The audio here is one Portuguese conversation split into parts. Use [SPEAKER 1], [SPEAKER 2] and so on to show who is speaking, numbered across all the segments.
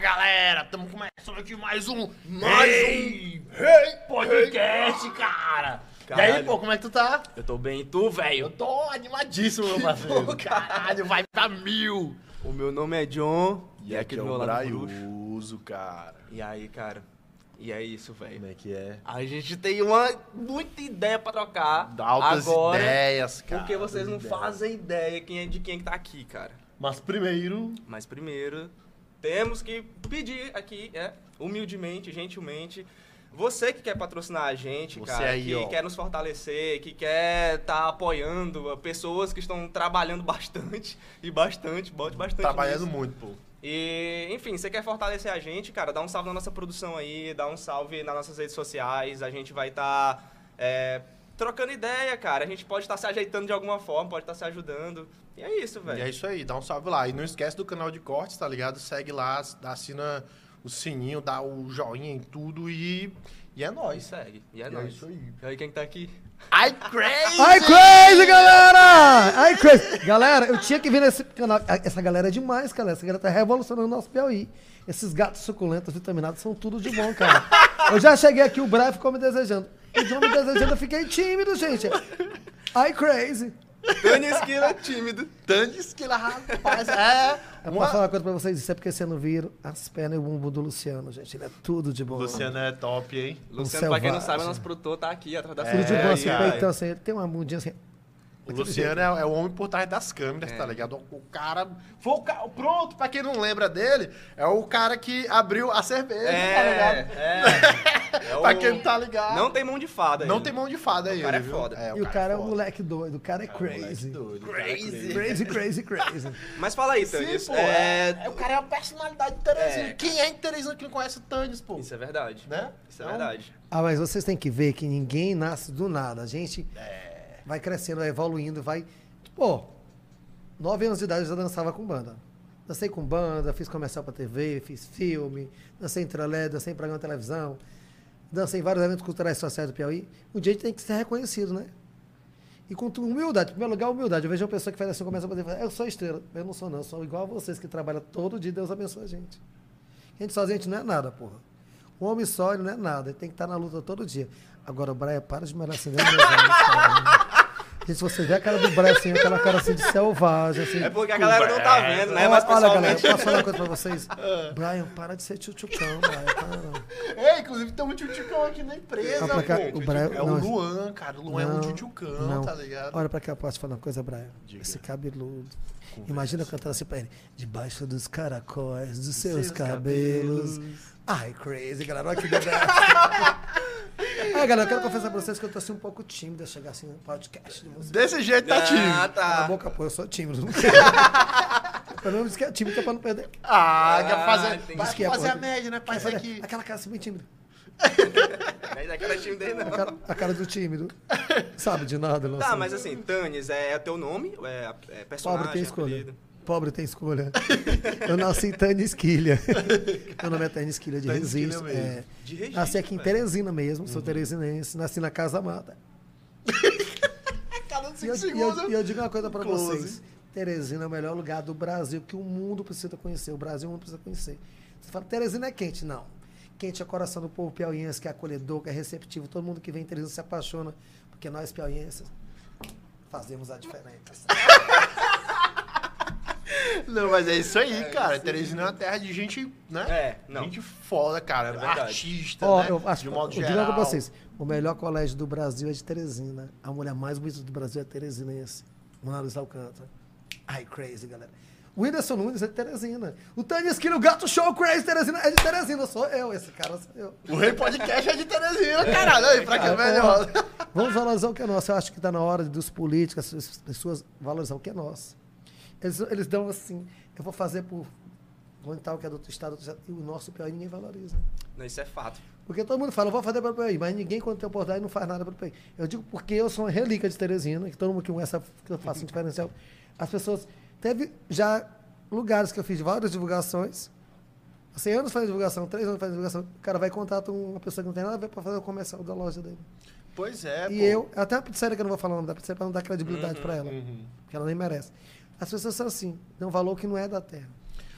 [SPEAKER 1] galera? Estamos começando aqui mais um.
[SPEAKER 2] Mais
[SPEAKER 1] Ei,
[SPEAKER 2] um.
[SPEAKER 1] Ei, podcast, cara! E aí,
[SPEAKER 2] Caralho.
[SPEAKER 1] pô, como é que tu tá?
[SPEAKER 2] Eu tô bem, e tu,
[SPEAKER 1] Eu
[SPEAKER 2] velho?
[SPEAKER 1] tô animadíssimo, meu parceiro.
[SPEAKER 2] bom, cara.
[SPEAKER 1] Caralho, vai pra mil!
[SPEAKER 2] O meu nome é John.
[SPEAKER 3] E aqui é o
[SPEAKER 2] bruxo.
[SPEAKER 3] Braiuso, cara.
[SPEAKER 2] E aí, cara? E é isso, velho.
[SPEAKER 3] é que é?
[SPEAKER 2] A gente tem uma muita ideia pra trocar
[SPEAKER 3] Dá altas
[SPEAKER 2] agora,
[SPEAKER 3] ideias, cara.
[SPEAKER 2] porque vocês não
[SPEAKER 3] Altas
[SPEAKER 2] fazem ideia quem é de quem que tá aqui, cara.
[SPEAKER 1] Mas primeiro.
[SPEAKER 2] Mas primeiro, temos que pedir aqui, é, humildemente, gentilmente, você que quer patrocinar a gente,
[SPEAKER 3] Você
[SPEAKER 2] cara,
[SPEAKER 3] aí,
[SPEAKER 2] que
[SPEAKER 3] ó.
[SPEAKER 2] quer nos fortalecer, que quer estar apoiando ah, pessoas que estão trabalhando bastante e bastante, bote bastante nisso.
[SPEAKER 3] Trabalhando muito, pô.
[SPEAKER 2] E, enfim, você quer fortalecer a gente, cara, dá um salve na nossa produção aí, dá um salve nas nossas redes sociais, a gente vai estar trocando ideia, cara. A gente pode estar se ajeitando de alguma forma, pode estar se ajudando. E é isso,
[SPEAKER 3] E é
[SPEAKER 2] velho.
[SPEAKER 3] isso aí, dá um salve lá. E não esquece do canal de cortes, tá ligado? Segue lá, assina o sininho, dá o joinha em tudo e, e é
[SPEAKER 2] E
[SPEAKER 3] nóis.
[SPEAKER 2] segue. E é
[SPEAKER 3] E
[SPEAKER 2] nóis.
[SPEAKER 3] é isso aí.
[SPEAKER 2] E aí, quem que tá aqui?
[SPEAKER 3] Ai, crazy!
[SPEAKER 4] Ai, crazy, galera! Ai, crazy! Galera, eu tinha que vir nesse canal. Ah, Essa galera é demais, cara. Essa galera tá revolucionando o nosso Piauí. Esses gatos suculentos vitaminados são tudo de bom, cara. Eu já cheguei aqui, o Brian ficou me desejando. O John me desejando, eu fiquei tímido, gente. Ai, crazy!
[SPEAKER 2] Dani Esquina, tímido.
[SPEAKER 3] Tandes que lá, rapaz, é...
[SPEAKER 4] É pra
[SPEAKER 3] Uma...
[SPEAKER 4] falar uma coisa pra vocês, isso é porque vocês não viram as pernas e o bumbum do Luciano, gente. Ele é tudo de bom.
[SPEAKER 3] Luciano é top, hein?
[SPEAKER 2] Luciano, pra quem não
[SPEAKER 4] selvagem.
[SPEAKER 2] sabe, é nosso produtor tá aqui
[SPEAKER 3] É.
[SPEAKER 2] atrás da
[SPEAKER 4] Tudo de
[SPEAKER 2] frente.
[SPEAKER 4] bom, assim,
[SPEAKER 2] Aí,
[SPEAKER 4] peitão, assim. Ele tem uma bundinha assim.
[SPEAKER 3] O Luciano é, é o homem por trás das câmeras, tá ligado? O, o cara. Foi o ca- Pronto, pra quem não lembra dele, é o cara que abriu a cerveja, tá
[SPEAKER 2] É,
[SPEAKER 3] ligado?
[SPEAKER 2] é. É
[SPEAKER 3] Pra
[SPEAKER 2] o-
[SPEAKER 3] quem não tá ligado.
[SPEAKER 2] Não tem mão de fada
[SPEAKER 3] Não
[SPEAKER 2] ele.
[SPEAKER 3] tem mão de fada aí.
[SPEAKER 2] cara é
[SPEAKER 3] viu?
[SPEAKER 2] foda.
[SPEAKER 4] E o cara é um
[SPEAKER 3] foda. um
[SPEAKER 4] moleque doido, o cara é
[SPEAKER 3] Moleque
[SPEAKER 4] crazy.
[SPEAKER 3] doido, o cara é
[SPEAKER 1] Crazy.
[SPEAKER 4] Crazy, crazy, crazy.
[SPEAKER 2] Mas fala aí, Tânis.
[SPEAKER 3] Sim, pô.
[SPEAKER 2] é...
[SPEAKER 3] É, o cara é uma personalidade de Teresina.
[SPEAKER 2] É.
[SPEAKER 3] Quem é em Teresina que não conhece o Tânis, pô?
[SPEAKER 2] Isso é verdade.
[SPEAKER 3] Né?
[SPEAKER 2] Isso é
[SPEAKER 3] Então,
[SPEAKER 2] verdade.
[SPEAKER 4] Ah, mas vocês têm que ver que ninguém nasce do nada. A gente vai crescendo, vai evoluindo, vai. Pô, nove anos de idade eu já dançava com banda. Dancei com banda, fiz comercial pra TV, fiz filme, dancei em trelé, dancei em programa de televisão, dancei em vários eventos culturais sociais do Piauí. Um dia a gente tem que ser reconhecido, né? E com tu- humildade, em primeiro lugar, humildade. Eu vejo uma pessoa que faz assim, começa a fazer, fala, eu sou estrela. Eu não sou, não. Eu sou igual a vocês que trabalham todo dia, Deus abençoe a gente. A gente sozinho, a gente não é nada, porra. Um homem só, ele não é nada. Ele tem que estar na luta todo dia. Agora, o Braia, para de melhorar assim, dentro dos olhos, cara. Gente, se você vê a cara do Braia, assim, aquela cara assim de selvagem, assim.
[SPEAKER 2] É porque a galera não tá vendo, né? Mas
[SPEAKER 4] olha, galera,
[SPEAKER 2] pessoalmente. Ah.
[SPEAKER 4] eu posso falar uma coisa pra vocês? Brian, para de ser tchutchucão, Brian, para.
[SPEAKER 3] É, inclusive tem um tchutchucão aqui na empresa,
[SPEAKER 4] Olha pra cá,
[SPEAKER 3] pô.
[SPEAKER 4] o Brian-
[SPEAKER 3] É o
[SPEAKER 4] não,
[SPEAKER 3] Luan, cara. O Luan é um tchutchucão,
[SPEAKER 4] não.
[SPEAKER 3] tá ligado?
[SPEAKER 4] Olha pra cá, eu posso te falar uma coisa, Brian? Esse cabeludo. Imagina eu cantando assim pra ele. Debaixo dos caracóis, dos seus, cabelos. Ai, crazy, galera. Olha que verdade. ah, galera, eu quero confessar pra vocês que eu tô assim um pouco tímido a chegar assim no podcast de vocês.
[SPEAKER 3] Desse jeito tá
[SPEAKER 2] Ah,
[SPEAKER 3] tímido.
[SPEAKER 4] Cala a
[SPEAKER 2] tá.
[SPEAKER 4] boca, pô, eu sou tímido. não quero. Pelo menos que é tímido, que é pra não perder.
[SPEAKER 3] Ah,
[SPEAKER 2] Ah,
[SPEAKER 3] quer fazer,
[SPEAKER 2] tem
[SPEAKER 3] vai
[SPEAKER 4] isso que é
[SPEAKER 3] fazer a
[SPEAKER 4] bom.
[SPEAKER 3] média, né? Pai, isso
[SPEAKER 4] Olha,
[SPEAKER 3] aqui.
[SPEAKER 4] Aquela cara assim bem tímida.
[SPEAKER 2] Mas é que era time dele, não.
[SPEAKER 4] A cara, a cara do tímido. Sabe de nada, não
[SPEAKER 2] Tá,
[SPEAKER 4] sabe.
[SPEAKER 2] mas assim, Tânis, é teu nome? É, é personagem?
[SPEAKER 4] Pobre tem escolha.
[SPEAKER 2] apelido?
[SPEAKER 4] Pobre tem escolha. Eu nasci em Tânia Esquilha. Meu nome é Tânia Esquilha de
[SPEAKER 3] Tânia Esquilha
[SPEAKER 4] Registro.
[SPEAKER 3] mesmo.
[SPEAKER 4] é.
[SPEAKER 2] De registro,
[SPEAKER 4] nasci aqui em
[SPEAKER 2] velho.
[SPEAKER 4] Teresina mesmo, sou teresinense, nasci na Casa Mata.
[SPEAKER 3] Cada
[SPEAKER 4] E eu,
[SPEAKER 3] 5
[SPEAKER 4] e eu-
[SPEAKER 3] segundos.
[SPEAKER 4] e eu digo uma coisa pra
[SPEAKER 3] Close.
[SPEAKER 4] vocês. Teresina é o melhor lugar do Brasil que o mundo precisa conhecer. O Brasil não precisa conhecer. Você fala, Teresina é quente? Não. Quente é o coração do povo piauiense, que é acolhedor, que é receptivo. Todo mundo que vem em Teresina se apaixona, porque nós piauienses fazemos a diferença.
[SPEAKER 3] Não, mas é isso aí, cara. Teresina é uma terra de gente, né?
[SPEAKER 2] É, não.
[SPEAKER 3] Gente foda, cara.
[SPEAKER 2] verdade.
[SPEAKER 3] Artista,
[SPEAKER 4] Ó,
[SPEAKER 3] né?
[SPEAKER 4] eu acho
[SPEAKER 3] de um modo
[SPEAKER 4] eu digo
[SPEAKER 3] geral.
[SPEAKER 4] algo pra vocês. O melhor colégio do Brasil é de Teresina. A mulher mais bonita do Brasil é teresinense. Mona Luiz Alcântara. Ai, crazy, galera. O Whindersson Nunes é de Teresina. O Tânia Esquina, o Gato Show Crazy Teresina é de Teresina. Sou eu, esse cara sou eu.
[SPEAKER 3] O Rei Podcast é de Teresina, caralho. Aí, pra que é
[SPEAKER 4] Cara,
[SPEAKER 3] melhor?
[SPEAKER 4] porra, Vamos valorizar o que é nosso. Eu acho que está na hora dos políticos, as pessoas valorizar o que é nosso. Eles, eles dão assim, eu vou fazer por tal que é do outro estado, do outro estado, e o nosso pior ninguém valoriza.
[SPEAKER 2] Não, isso é fato.
[SPEAKER 4] Porque todo mundo fala, eu vou fazer para o PI, mas ninguém, quando tem oportunidade, não faz nada para o PI. Eu digo porque eu sou uma relíquia de Teresina, que todo mundo que conhece, que eu faço um diferencial. As pessoas. Teve já lugares que eu fiz várias divulgações. Passei anos fazendo divulgação, três anos fazendo divulgação. O cara vai e contrata um, uma pessoa que não tem nada a ver para fazer o comercial da loja dele.
[SPEAKER 3] Pois é,
[SPEAKER 4] e
[SPEAKER 3] pô.
[SPEAKER 4] eu, até a pizzaria que eu não vou falar o nome da pizzaria para não dar credibilidade para ela, porque ela nem merece. As pessoas são assim, dão valor que não é da terra.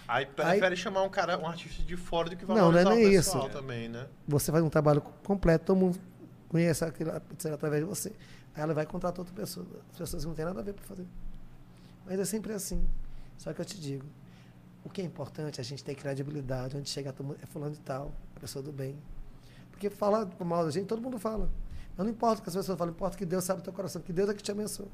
[SPEAKER 3] Aí prefere chamar um cara, um artista de fora do que
[SPEAKER 4] Não, não é
[SPEAKER 3] valorizar
[SPEAKER 4] nem
[SPEAKER 3] o pessoal
[SPEAKER 4] isso.
[SPEAKER 3] também, né?
[SPEAKER 4] Você faz um trabalho completo, todo mundo conhece aquela pizzaria através de você. Aí ela vai contratar outra pessoa, as pessoas que não têm nada a ver para fazer. Mas é sempre assim. Só que eu te digo, o que é importante é a gente ter credibilidade, onde chega todo mundo, é fulano de tal, a pessoa do bem. Porque falar mal da gente, todo mundo fala. Mas não importa o que as pessoas falam, importa que Deus sabe o teu coração, que Deus é que te abençoa.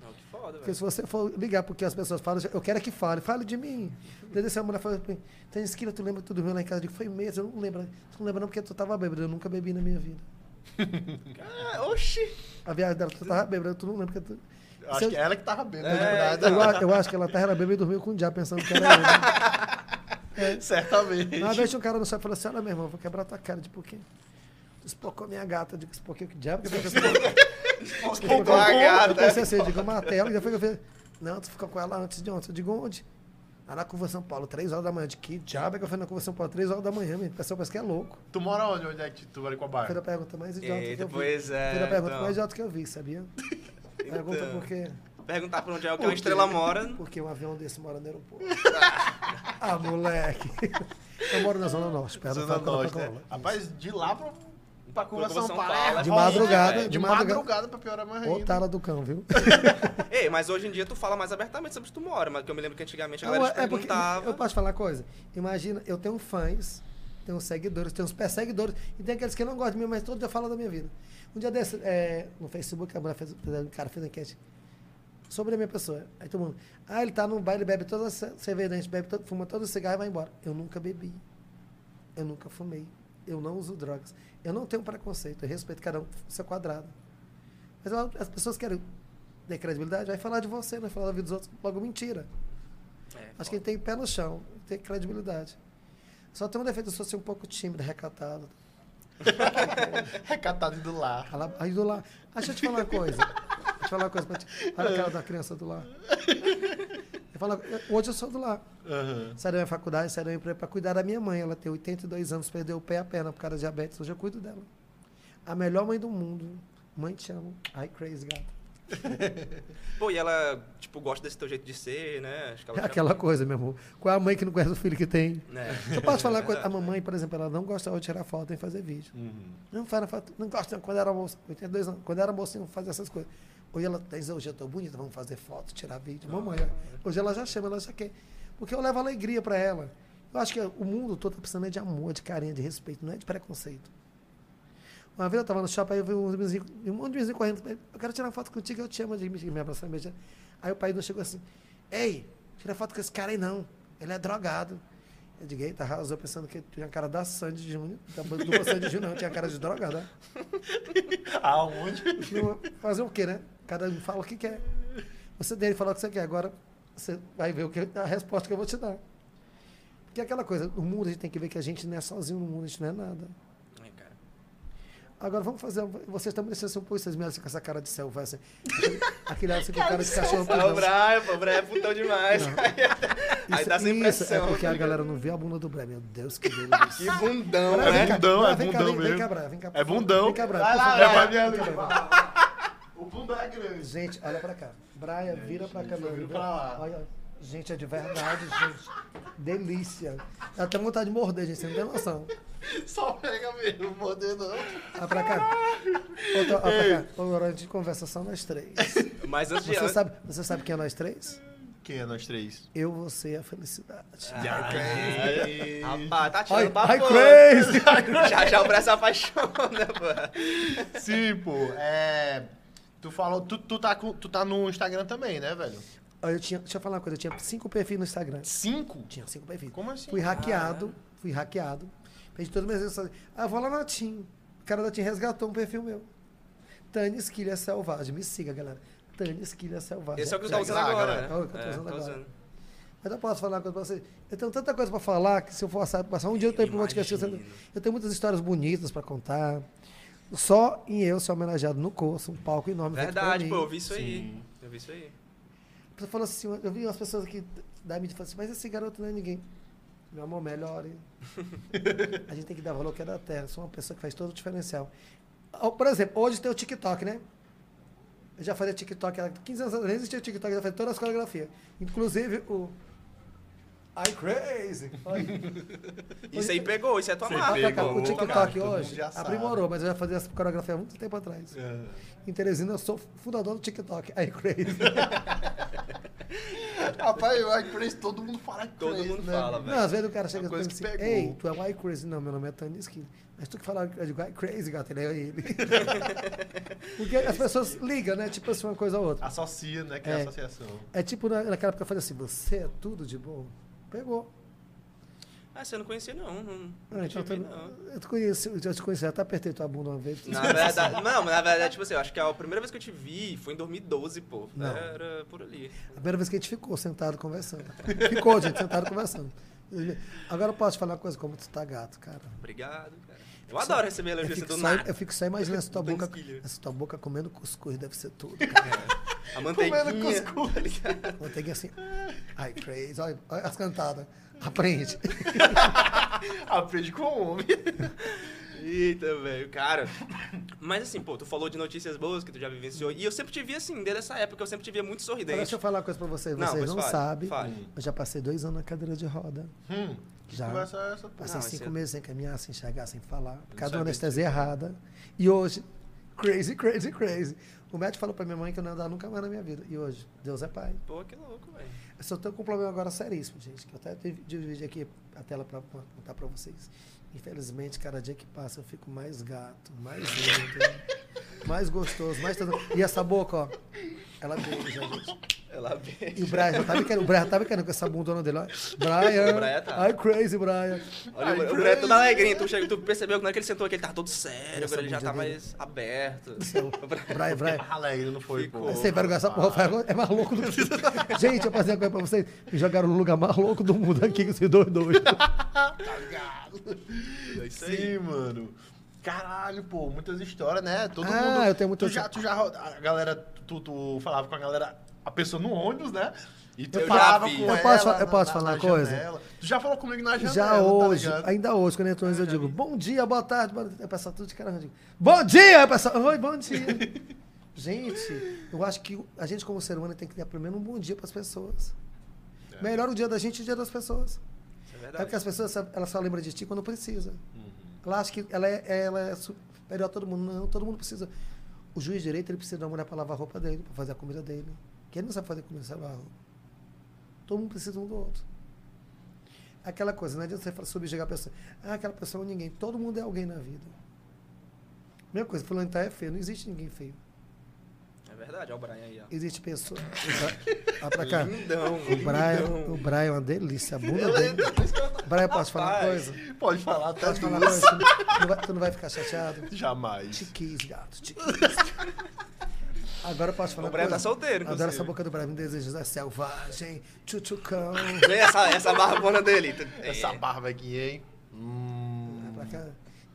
[SPEAKER 2] Não, que foda,
[SPEAKER 4] Porque
[SPEAKER 2] velho.
[SPEAKER 4] se você for ligar porque as pessoas falam, eu quero é que fale, fale de mim. Entendeu? Se a mulher fala pra mim, tem esquina, tu lembra que tu dormiu lá em casa? Eu digo, foi mesmo, eu não lembro. Tu não lembra não porque tu tava bêbado, eu nunca bebi na minha vida.
[SPEAKER 3] É,
[SPEAKER 2] Ah, oxi.
[SPEAKER 4] A viagem dela, tu tava bêbado, tu não lembra porque tu...
[SPEAKER 3] Eu Acho
[SPEAKER 4] Se eu-
[SPEAKER 3] que é ela que tava bem, na
[SPEAKER 4] Eu,
[SPEAKER 3] verdade.
[SPEAKER 4] a- eu acho que ela tava era bêbada e dormiu com o diabo pensando que era eu.
[SPEAKER 3] Certamente.
[SPEAKER 4] Uma vez tinha um cara no shopping e falou assim, olha meu irmão, vou quebrar tua cara de porquê. Tu espocou minha gata. Eu digo, espoquei o que diabo? que você espocou?"
[SPEAKER 2] Pô, a
[SPEAKER 4] Eu
[SPEAKER 2] gata.
[SPEAKER 4] pensei assim, eu digo, eu matei ela. E depois eu falei, não, tu ficou com ela antes de ontem. Eu digo, onde? Lá na Curva São Paulo, 3 horas da manhã. De que diabo é que eu fui na Curva São Paulo, 3 horas da manhã? menino? O pessoal parece que é louco.
[SPEAKER 3] Tu mora onde? Onde é que tu mora com a
[SPEAKER 4] Foi a
[SPEAKER 3] barra?
[SPEAKER 4] pergunta mais idiota que
[SPEAKER 2] Ah. Eita,
[SPEAKER 4] eu vi.
[SPEAKER 2] pois é,
[SPEAKER 4] Foi a pergunta
[SPEAKER 2] então.
[SPEAKER 4] mais idiota que eu vi, sabia? Pergunta por quê?
[SPEAKER 2] Perguntar pra onde é que uma estrela mora.
[SPEAKER 4] Porque um avião desse mora no aeroporto. ah, moleque. Eu moro na Zona Norte, perto
[SPEAKER 3] Zona
[SPEAKER 4] da
[SPEAKER 3] Norte,
[SPEAKER 4] Norte,
[SPEAKER 3] né? Rapaz, de lá pra, pra Cuba,
[SPEAKER 2] Cuba,
[SPEAKER 3] São,
[SPEAKER 2] São
[SPEAKER 3] Paulo.
[SPEAKER 2] Paulo,
[SPEAKER 3] é
[SPEAKER 2] de
[SPEAKER 3] rolê,
[SPEAKER 4] madrugada,
[SPEAKER 3] velho.
[SPEAKER 4] de
[SPEAKER 3] De
[SPEAKER 4] madrugada.
[SPEAKER 3] madrugada pra piorar mais
[SPEAKER 2] é.
[SPEAKER 4] Ô,
[SPEAKER 3] ainda.
[SPEAKER 4] tala do cão, viu?
[SPEAKER 2] Ei, mas hoje em dia tu fala mais abertamente sobre tu mora, mas que eu me lembro que antigamente a
[SPEAKER 4] Não,
[SPEAKER 2] galera te
[SPEAKER 4] é porque-
[SPEAKER 2] perguntava.
[SPEAKER 4] eu posso falar uma coisa? Imagina, eu tenho fãs, tenho seguidores, tenho uns perseguidores, e tem aqueles que não gostam de mim, mas todo dia falam da minha vida. Um dia desse, é, no Facebook, a mulher fez, um cara fez uma enquete sobre a minha pessoa. Aí todo mundo, ah, ele tá num baile, bebe toda a ce- cerveja, a gente bebe, todo, fuma todo o cigarro e vai embora. Eu nunca bebi. Eu nunca fumei. Eu não uso drogas. Eu não tenho preconceito. Eu respeito cada um o seu quadrado. Mas eu- as pessoas querem ter credibilidade, vai falar de você, não vai falar da vida dos outros. Logo, mentira.
[SPEAKER 2] É,
[SPEAKER 4] Acho que ele tem pé no chão, tem credibilidade. Só tem um defeito, eu sou assim, um pouco tímido, recatado.
[SPEAKER 3] Recatado e do lar.
[SPEAKER 4] Cala- Aí do lá. Ah, Deixa eu te falar uma coisa. Deixa eu te falar uma coisa. pra Te... Olha a cara da criança do lá. Eu falo, eu- hoje eu sou do lá.
[SPEAKER 3] Aham.
[SPEAKER 4] Saí da minha faculdade, saí do meu emprego para cuidar da minha mãe. Ela tem 82 anos, perdeu o pé e a perna por causa de diabetes. Hoje eu cuido dela. A melhor mãe do mundo. Mãe, te amo. Ai, crazy, gata.
[SPEAKER 2] Pô, e ela, tipo, gosta desse teu jeito de ser, né? Acho que ela
[SPEAKER 4] É aquela coisa, meu amor. Qual é a mãe que não conhece o filho que tem?
[SPEAKER 2] Né?
[SPEAKER 4] Eu posso falar uma coisa. A
[SPEAKER 2] Exato.
[SPEAKER 4] mamãe, por exemplo, ela não gostava de tirar foto nem fazer vídeo.
[SPEAKER 3] Uhum.
[SPEAKER 4] Não faz na foto, não gosta não. quando era moça, 82 anos, quando era mocinho, não fazia essas coisas. Hoje ela diz, hoje eu tô bonita, vamos fazer foto, tirar vídeo. Mamãe, hoje ela já chama, ela já quer. Porque eu levo alegria para ela. Eu acho que o mundo todo tá precisando é de amor, de carinho, de respeito, não é de preconceito. Uma vez eu tava no shopping, aí eu vi uns vizinhos, um monte de vizinho correndo. Eu quero tirar foto contigo, eu te amo, de me me abraçar, me beijar. Aí o pai não chegou assim, ei, tira foto com esse cara aí não, ele é drogado. Eu digo, eita, arrasou, pensando que tinha a cara da Sandy Júnior. Da banda do Sandy Júnior, não, tinha a cara de drogado. né?
[SPEAKER 3] Aonde?
[SPEAKER 4] Não, Fazer o quê, né? Cada um fala o que quer. Você dele falar o que você quer, agora você vai ver o que, a resposta que eu vou te dar. Porque é aquela coisa, no mundo a gente tem que ver que a gente não é sozinho no mundo, a gente não é nada.
[SPEAKER 2] É, cara.
[SPEAKER 4] Agora vamos fazer. Vocês estão me deixando um pouco, vocês me olham assim com essa cara de selva. Assim, aquele assim com cara de cachorro.
[SPEAKER 2] Ah, o
[SPEAKER 4] perdão.
[SPEAKER 2] Brian, pô, o Brian é putão demais. Aí dá essa
[SPEAKER 4] isso é
[SPEAKER 2] impressão.
[SPEAKER 4] porque
[SPEAKER 2] tá
[SPEAKER 4] a
[SPEAKER 2] ligado?
[SPEAKER 4] galera não vê a bunda do Bré. Meu Deus, que delícia.
[SPEAKER 2] Que bundão,
[SPEAKER 4] Brian,
[SPEAKER 2] né?
[SPEAKER 4] vem cá,
[SPEAKER 3] bundão,
[SPEAKER 4] Brian,
[SPEAKER 3] é
[SPEAKER 4] vem cá,
[SPEAKER 3] bundão
[SPEAKER 4] vem- vem
[SPEAKER 3] mesmo.
[SPEAKER 4] cá, Brian, vem cá, por
[SPEAKER 3] É
[SPEAKER 4] favor.
[SPEAKER 3] bundão.
[SPEAKER 4] Vem cá, Brian,
[SPEAKER 3] Vai
[SPEAKER 4] por
[SPEAKER 3] lá,
[SPEAKER 4] favor.
[SPEAKER 3] vai.
[SPEAKER 4] Vem cá,
[SPEAKER 3] Vai, minha
[SPEAKER 4] Brian.
[SPEAKER 3] O bunda é grande.
[SPEAKER 4] Gente, olha pra cá.
[SPEAKER 3] É,
[SPEAKER 4] Brian, vira pra cá. meu
[SPEAKER 3] vira
[SPEAKER 4] amigo.
[SPEAKER 3] pra lá.
[SPEAKER 4] Olha, gente, é de verdade, gente. Delícia. Dá até vontade de morder, gente. Você não tem noção.
[SPEAKER 3] Só pega mesmo, morder não.
[SPEAKER 4] Olha pra cá. Outra, olha pra cá. Agora a gente conversa só nós três.
[SPEAKER 2] Mas antes de.
[SPEAKER 4] Você sabe, você sabe quem é nós três?
[SPEAKER 3] Quem é nós três?
[SPEAKER 4] Eu, você e a felicidade.
[SPEAKER 3] Ah. Ai,
[SPEAKER 2] Rapaz, tá
[SPEAKER 4] Ai,
[SPEAKER 2] tirando
[SPEAKER 4] ai,
[SPEAKER 2] papo.
[SPEAKER 4] crazy!
[SPEAKER 2] Já já o Brian se apaixona, né, pô.
[SPEAKER 3] Sim, pô. É. Tu falou. Tu, tu, tá, com- tu tá no Instagram também, né, velho?
[SPEAKER 4] Olha, eu tinha, deixa eu falar uma coisa. Eu tinha cinco perfis no Instagram.
[SPEAKER 3] Cinco?
[SPEAKER 4] Tinha cinco perfis.
[SPEAKER 3] Como assim?
[SPEAKER 4] Fui hackeado, fui hackeado. Perdi todas minhas redes sociais. Ah, vou lá na Tim. O cara da Tim resgatou um perfil meu. Tânia Esquilha Selvagem. Me siga, galera. Tânia Esquilha Selvagem.
[SPEAKER 2] Esse é o que tu
[SPEAKER 4] eu
[SPEAKER 2] tá
[SPEAKER 3] Segue
[SPEAKER 2] usando
[SPEAKER 3] lá,
[SPEAKER 2] agora,
[SPEAKER 3] galera.
[SPEAKER 2] né?
[SPEAKER 4] É o que eu tô
[SPEAKER 2] É,
[SPEAKER 4] usando
[SPEAKER 2] tá
[SPEAKER 4] agora. Mas eu posso falar uma coisa pra vocês. Eu tenho tanta coisa pra falar que se eu for passar, passar um dia eu tô aí pro podcast. Eu
[SPEAKER 2] Imagino.
[SPEAKER 4] eu tenho muitas histórias bonitas pra contar. Só em eu ser homenageado no curso, um palco enorme. feito pra
[SPEAKER 2] Verdade,
[SPEAKER 4] mim.
[SPEAKER 2] pô, eu vi isso aí.
[SPEAKER 3] Sim.
[SPEAKER 2] Eu vi isso aí.
[SPEAKER 4] Você falou assim, eu vi umas pessoas aqui da mídia falando assim, mas esse garoto não é ninguém. Meu amor, melhore. a gente tem que dar valor que é da terra. Sou uma pessoa que faz todo o diferencial. Ó, Por exemplo, hoje tem o TikTok, né? Eu já fazia TikTok, há 15 anos atrás, nem existia TikTok, eu já fazia todas as coreografias. Inclusive o I crazy. Olha. tá
[SPEAKER 2] Isso aí pegou, isso é tua
[SPEAKER 1] Você
[SPEAKER 2] marca.
[SPEAKER 1] pegou,
[SPEAKER 2] cara.
[SPEAKER 4] o
[SPEAKER 1] cara,
[SPEAKER 4] TikTok
[SPEAKER 1] todo mundo
[SPEAKER 4] hoje
[SPEAKER 1] já sabe. É.
[SPEAKER 4] aprimorou, mas eu já fazia essa coreografia há muito tempo atrás.
[SPEAKER 3] É.
[SPEAKER 4] Em Teresina, eu sou fundador do TikTok. I crazy.
[SPEAKER 3] Rapaz, o iCrazy, todo mundo fala iCrazy,
[SPEAKER 2] Todo mundo
[SPEAKER 3] né?
[SPEAKER 2] fala,
[SPEAKER 4] Não,
[SPEAKER 2] velho.
[SPEAKER 4] às vezes o cara
[SPEAKER 3] É
[SPEAKER 4] chega e
[SPEAKER 3] uma coisa
[SPEAKER 4] pensa
[SPEAKER 3] que
[SPEAKER 4] assim,
[SPEAKER 3] pegou.
[SPEAKER 4] ei, tu é o I crazy? Não, meu nome é Tony Skin. Mas tu que fala, eu digo, I crazy, gato, ele é ele. Porque as pessoas ligam, né? Tipo assim, uma coisa ou outra.
[SPEAKER 3] Associa, né? Que é,
[SPEAKER 4] É.
[SPEAKER 3] associação.
[SPEAKER 4] É tipo na- naquela época eu falei assim, você é tudo de bom? Pegou.
[SPEAKER 2] Ah, você não conhecia, não. Não,
[SPEAKER 4] Ah,
[SPEAKER 2] não,
[SPEAKER 4] então,
[SPEAKER 2] te vi,
[SPEAKER 4] tu-
[SPEAKER 2] não.
[SPEAKER 4] eu te conheci, eu já te conheci, já até apertei tua bunda uma vez.
[SPEAKER 2] Na verdade, não, mas na verdade, tipo assim, eu acho que a primeira vez que eu te vi foi em 2012, pô.
[SPEAKER 4] Não.
[SPEAKER 2] Era por ali.
[SPEAKER 4] A primeira vez que a gente ficou sentado conversando. Ficou, gente, sentado conversando. Agora eu posso te falar uma coisa, como tu tá gato, cara.
[SPEAKER 2] Obrigado, cara. Eu adoro receber
[SPEAKER 4] Eu
[SPEAKER 2] elogios assim
[SPEAKER 4] fico,
[SPEAKER 2] do
[SPEAKER 4] só,
[SPEAKER 2] nada.
[SPEAKER 4] eu fico só imaginando essa tua,
[SPEAKER 2] Tô em
[SPEAKER 4] boca,
[SPEAKER 2] esquilha.
[SPEAKER 4] essa tua boca comendo cuscuz, deve ser tudo, cara.
[SPEAKER 2] A manteiguinha.
[SPEAKER 3] cuscuz.
[SPEAKER 2] tá ligado?
[SPEAKER 4] Manteiguinha assim, ai, crazy, olha, olha as cantadas. Aprende.
[SPEAKER 3] Aprende com o homem.
[SPEAKER 2] Eita, velho, cara. Mas assim, pô, tu falou de notícias boas que tu já vivenciou. E eu sempre te vi assim, desde essa época, eu sempre te via muito
[SPEAKER 4] Agora,
[SPEAKER 2] sorridente.
[SPEAKER 4] deixa eu falar uma coisa pra vocês.
[SPEAKER 2] Não,
[SPEAKER 4] Vocês
[SPEAKER 2] pois
[SPEAKER 4] não,
[SPEAKER 2] fale,
[SPEAKER 4] sabem,
[SPEAKER 2] fale.
[SPEAKER 4] eu já passei dois anos na cadeira de roda.
[SPEAKER 3] Hum,
[SPEAKER 4] Já.
[SPEAKER 3] conversa é essa, pô?
[SPEAKER 4] Passei
[SPEAKER 2] Não,
[SPEAKER 4] cinco
[SPEAKER 2] isso é-
[SPEAKER 4] meses sem caminhar, sem enxergar, sem falar. Por causa de
[SPEAKER 3] sabia
[SPEAKER 4] uma anestesia errada. E hoje, crazy, crazy, crazy. O médico falou pra minha mãe que eu não ia andar nunca mais na minha vida. E hoje, Deus é pai.
[SPEAKER 2] Pô, que louco, velho.
[SPEAKER 4] Eu só tô com um problema agora seríssimo, gente. Que eu até tive- dividi aqui a tela pra pra contar pra vocês. Infelizmente, cada dia que passa, eu fico mais gato, mais lindo, mais gostoso, mais... todo- E essa boca, ó, ela beija, gente.
[SPEAKER 2] Ela vê.
[SPEAKER 4] E o Brian já tá me querendo, o Brian já tá me querendo com essa bundona dele, ó. Brian,
[SPEAKER 2] O Brian tá.
[SPEAKER 4] ai crazy, Brian.
[SPEAKER 2] Olha, o- o Breno é todo alegrinho. Tu, chega, tu percebeu é que na hora que ele sentou aqui, ele tava todo sério, agora ele já
[SPEAKER 4] é
[SPEAKER 2] tá mais aberto. É
[SPEAKER 4] Brian, Brian.
[SPEAKER 3] Alegre, não foi,
[SPEAKER 2] Ficou.
[SPEAKER 3] pô.
[SPEAKER 4] É, Você vai jogar essa porra, vai agora, é mais louco do que. Gente, eu passei a coisa pra vocês. Me jogaram no lugar mais louco do mundo aqui com esses dois dois.
[SPEAKER 3] É
[SPEAKER 2] isso
[SPEAKER 3] Sim, mano. Caralho, pô, muitas histórias, né? Todo
[SPEAKER 4] Ah,
[SPEAKER 3] mundo.
[SPEAKER 4] eu tenho muita
[SPEAKER 3] tu já, tu já roda- A galera, tu, tu falava com a galera, a pessoa no ônibus, né? E tu
[SPEAKER 2] Eu já
[SPEAKER 3] falava
[SPEAKER 2] vi.
[SPEAKER 3] com
[SPEAKER 2] Eu
[SPEAKER 3] ela.
[SPEAKER 4] posso fa- eu
[SPEAKER 3] na-
[SPEAKER 4] posso
[SPEAKER 3] na-
[SPEAKER 4] falar
[SPEAKER 3] na
[SPEAKER 4] uma coisa?
[SPEAKER 3] janela. Tu já falou comigo na janela.
[SPEAKER 4] Já hoje,
[SPEAKER 3] Tá ligado?
[SPEAKER 4] ainda hoje, quando eu entro antes, eu digo bom dia, boa tarde, boa tarde. Eu passo tudo de cara, eu digo bom dia, aí eu passo, oi, bom dia. gente, eu acho que a gente, como ser humano, tem que dar primeiro um bom dia pras pessoas.
[SPEAKER 3] É.
[SPEAKER 4] Melhor o dia da gente e o dia das pessoas.
[SPEAKER 2] Isso é
[SPEAKER 4] É porque as
[SPEAKER 2] verdade. Uhum.
[SPEAKER 4] pessoas só- elas só lembram de ti quando precisa. Ela acha que ela é, ela é superior a todo mundo. Não, todo mundo precisa. O juiz de direito ele precisa de uma mulher para lavar a roupa dele, para fazer a comida dele. Quem não sabe fazer comida sabe lavar a roupa. Todo mundo precisa um do outro. Aquela coisa, não adianta você fa- subjugar a pessoa. Ah, aquela pessoa é um ninguém. Todo mundo é alguém na vida. Mesma coisa, fulano de tal é feio. Não existe ninguém feio.
[SPEAKER 2] É verdade, olha o Brian aí, ó.
[SPEAKER 4] Existe pessoa. Olha pra cá.
[SPEAKER 2] Lindão,
[SPEAKER 4] O Brian, o Brian é uma delícia. A bunda dele. Brian, posso falar uma
[SPEAKER 2] Rapaz.
[SPEAKER 4] coisa?
[SPEAKER 3] Pode falar tá até
[SPEAKER 4] Pode falar
[SPEAKER 3] duas.
[SPEAKER 4] coisa, tu não- tu não vai- tu não vai ficar chateado? Te
[SPEAKER 3] Jamais.
[SPEAKER 4] quis, gato, te quis. Agora eu posso falar
[SPEAKER 2] O Brian
[SPEAKER 4] coisa?
[SPEAKER 2] tá solteiro,
[SPEAKER 4] Adoro
[SPEAKER 2] inclusive.
[SPEAKER 4] essa boca do Brian, me desejos da selvagem, tchutchucão.
[SPEAKER 2] Vê essa, essa barbona dele.
[SPEAKER 4] É.
[SPEAKER 3] Essa barba aqui, hein? Hum.
[SPEAKER 4] Vai pra cá.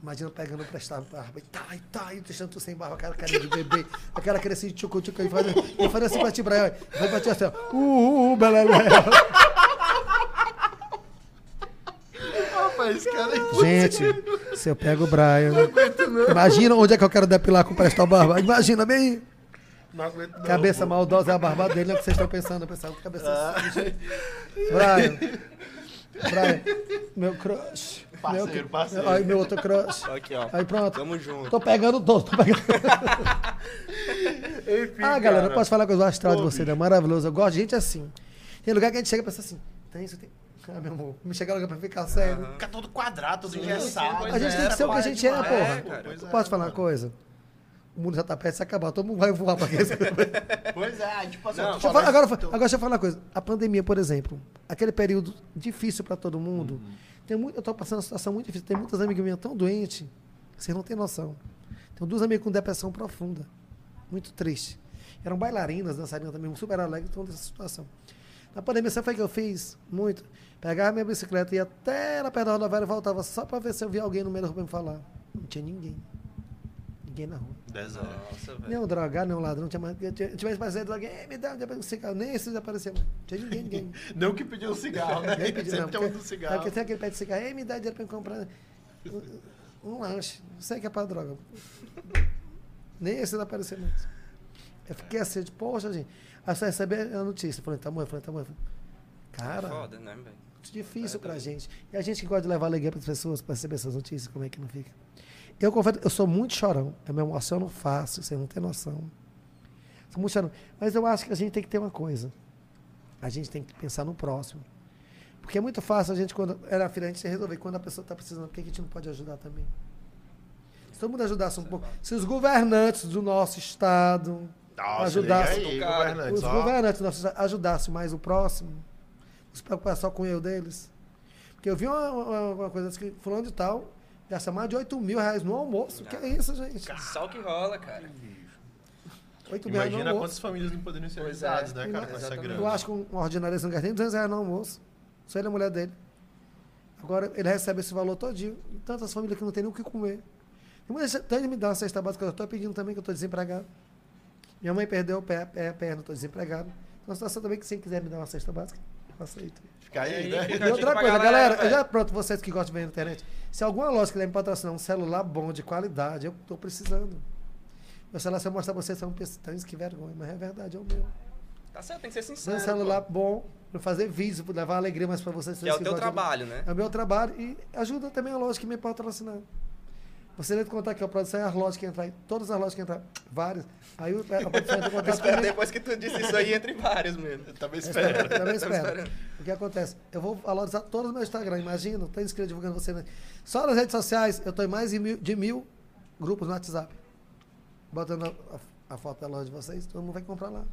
[SPEAKER 4] Imagina pegando prestado barba e tá, e tá, e deixando tu sem barba, aquela cara de bebê, aquela cara assim, tchucu, tchucu, e faz, e faz assim pra ti, Brian, ó. vai pra ti assim, ó, uh, uh, uh, belelé.
[SPEAKER 3] Rapaz, esse cara é
[SPEAKER 4] Gente, se eu pego o Brian, imagina onde é que eu quero depilar com prestar barba, imagina bem
[SPEAKER 3] Não aguento, não. Ah.
[SPEAKER 4] Cabeça
[SPEAKER 3] pô.
[SPEAKER 4] maldosa é a barba dele, é o que vocês estão pensando, pessoal. Cabeça suja. Brian. Brian. Meu crush.
[SPEAKER 3] Parceiro,
[SPEAKER 4] meu,
[SPEAKER 3] parceiro.
[SPEAKER 4] Aí meu outro crush.
[SPEAKER 2] É, Aqui, ó.
[SPEAKER 4] Aí pronto.
[SPEAKER 2] Tamo junto.
[SPEAKER 4] Tô pegando todos, tô pegando.
[SPEAKER 3] Enfim,
[SPEAKER 4] ah, galera, eu
[SPEAKER 3] cara.
[SPEAKER 4] posso falar com o astral de
[SPEAKER 3] Pô,
[SPEAKER 4] você, é maravilhoso. Eu gosto de gente assim. Tem lugar que a gente chega e pensa assim, tem isso, tem. Ah, meu amor, me chegar lugar pra ficar sério.
[SPEAKER 3] Fica todo quadrado, todo engessado.
[SPEAKER 4] A gente tem que ser o que a
[SPEAKER 3] rapaz,
[SPEAKER 4] gente é,
[SPEAKER 3] demais,
[SPEAKER 4] porra.
[SPEAKER 3] pô, é pois
[SPEAKER 4] Eu
[SPEAKER 3] é,
[SPEAKER 4] posso falar uma
[SPEAKER 3] mano.
[SPEAKER 4] coisa? O mundo já tá perto de se acabar, todo mundo vai voar pra quem
[SPEAKER 3] Pois é, aí, tipo assim,
[SPEAKER 2] Não,
[SPEAKER 3] tu
[SPEAKER 4] Deixa eu
[SPEAKER 3] fala
[SPEAKER 4] falar- agora,
[SPEAKER 3] isso, tu-
[SPEAKER 4] agora deixa eu falar uma coisa. A pandemia, por exemplo, aquele período difícil para todo mundo.
[SPEAKER 3] Uhum.
[SPEAKER 4] Tem muito, eu estou passando uma situação muito difícil. Tem muitas amigas minhas tão doentes, vocês não têm noção. Tenho duas amigas com depressão profunda. Muito triste. Eram bailarinas, dançarinas também, super alegres, estão nessa situação. Na pandemia, sabe o que eu fiz? Muito. Pegava minha bicicleta, ia até lá perto da rodoviária e voltava só para ver se eu via alguém no meio da rua pra me falar. Não tinha ninguém. Ninguém na rua.
[SPEAKER 2] Nossa,
[SPEAKER 3] É.
[SPEAKER 2] velho.
[SPEAKER 4] Não, drogado, não, ladrão. Tinha mais, tinha, tinha mais parceiro, droga. "Ei, Me dá, me dá pra um cigarro. Nem esses apareceram. Não tinha ninguém, ninguém.
[SPEAKER 3] Não que pediu um cigarro, né?
[SPEAKER 4] Nem pediu, não.
[SPEAKER 3] Sempre tem um do
[SPEAKER 4] Porque, é
[SPEAKER 3] cigarro.
[SPEAKER 4] porque tem aquele pé de cigarro. Ei, me dá dinheiro pra eu comprar um, um lanche. Não sei que é pra droga. Nem esses apareceram mais. Eu fiquei assim, de, poxa, gente. Aí só recebi a notícia. Falei, tá morrendo, falei, tá morrendo. Cara,
[SPEAKER 2] Foda, né, velho?
[SPEAKER 4] difícil pra gente. E a gente que gosta de levar alegria pras pessoas, pra receber essas notícias, como é que não fica? Eu confesso, eu sou muito chorão. Eu me emociono fácil, você não tem noção. Sou muito chorão. Mas eu acho que a gente tem que ter uma coisa. A gente tem que pensar no próximo. Porque é muito fácil a gente, quando é era filha, a gente resolver quando a pessoa está precisando, por que a gente não pode ajudar também? Se todo mundo ajudasse um pouco. Se os governantes do nosso estado
[SPEAKER 3] é Nossa, liga
[SPEAKER 4] ajudassem.
[SPEAKER 3] aí,
[SPEAKER 2] Cara,
[SPEAKER 3] governantes,
[SPEAKER 4] Os
[SPEAKER 3] ó.
[SPEAKER 4] governantes nossos ajudassem mais o próximo, não se preocupar só com o eu deles. Porque eu vi uma, uma- uma coisa assim, que fulano de tal gasta mais de 8 mil reais no almoço. Que é isso, gente?
[SPEAKER 2] Só o que rola, cara.
[SPEAKER 4] 8 mil reais no
[SPEAKER 1] Imagina
[SPEAKER 4] almoço.
[SPEAKER 1] quantas famílias não poderiam ser
[SPEAKER 2] Pois
[SPEAKER 1] ajudadas,
[SPEAKER 2] é.
[SPEAKER 1] né, cara, com essa
[SPEAKER 2] Exatamente.
[SPEAKER 1] grana.
[SPEAKER 4] Eu acho que um, uma ordinária assim, não gasta nem 200 reais no almoço. Só ele e a mulher dele. Agora ele recebe esse valor todinho. E tantas famílias que não tem nem o que comer. Tem muita gente- Então ele me dá uma cesta básica, eu estou pedindo também que eu estou desempregado. Minha mãe perdeu o pé, pé- a perna, estou desempregado. Então a situação também que se quiser me dar uma cesta básica, eu aceito.
[SPEAKER 3] Fica aí,
[SPEAKER 2] E aí,
[SPEAKER 3] né?
[SPEAKER 2] fica-
[SPEAKER 4] E
[SPEAKER 2] dica
[SPEAKER 4] outra
[SPEAKER 2] pra
[SPEAKER 4] coisa,
[SPEAKER 2] galera, é.
[SPEAKER 4] galera, eu
[SPEAKER 2] velho.
[SPEAKER 4] já pronto, vocês que gostam de ver na internet, se alguma loja quiser me patrocinar um celular bom, de qualidade, eu tô precisando. Meu celular, se eu mostrar pra vocês, são pessoas que vergonha, mas é verdade, é o meu.
[SPEAKER 2] Tá certo, tem que ser
[SPEAKER 4] Sem
[SPEAKER 2] sincero.
[SPEAKER 4] um celular
[SPEAKER 2] pô.
[SPEAKER 4] bom, pra fazer vídeo, pra levar alegria mais pra vocês.
[SPEAKER 2] Que é
[SPEAKER 4] vocês
[SPEAKER 2] o teu
[SPEAKER 4] gostam de-
[SPEAKER 2] trabalho, né?
[SPEAKER 4] É o meu trabalho e ajuda também a loja que me patrocinar. Você deve contar que a produção é a loja que entrar, todas as lojas que entrar, várias. Aí o- a produção entra em contato
[SPEAKER 2] Espera,
[SPEAKER 4] comigo.
[SPEAKER 2] depois que tu disse isso aí, entre vários mesmo.
[SPEAKER 3] Também espera.
[SPEAKER 4] Espera, também espera.
[SPEAKER 2] esperando.
[SPEAKER 4] O que acontece? Eu vou valorizar todo o meu Instagram, imagina, tem inscrito divulgando você. Né? Só nas redes sociais, eu tô em mais de mil, de mil grupos no WhatsApp. Botando a, a foto da loja de vocês, todo mundo vai comprar lá.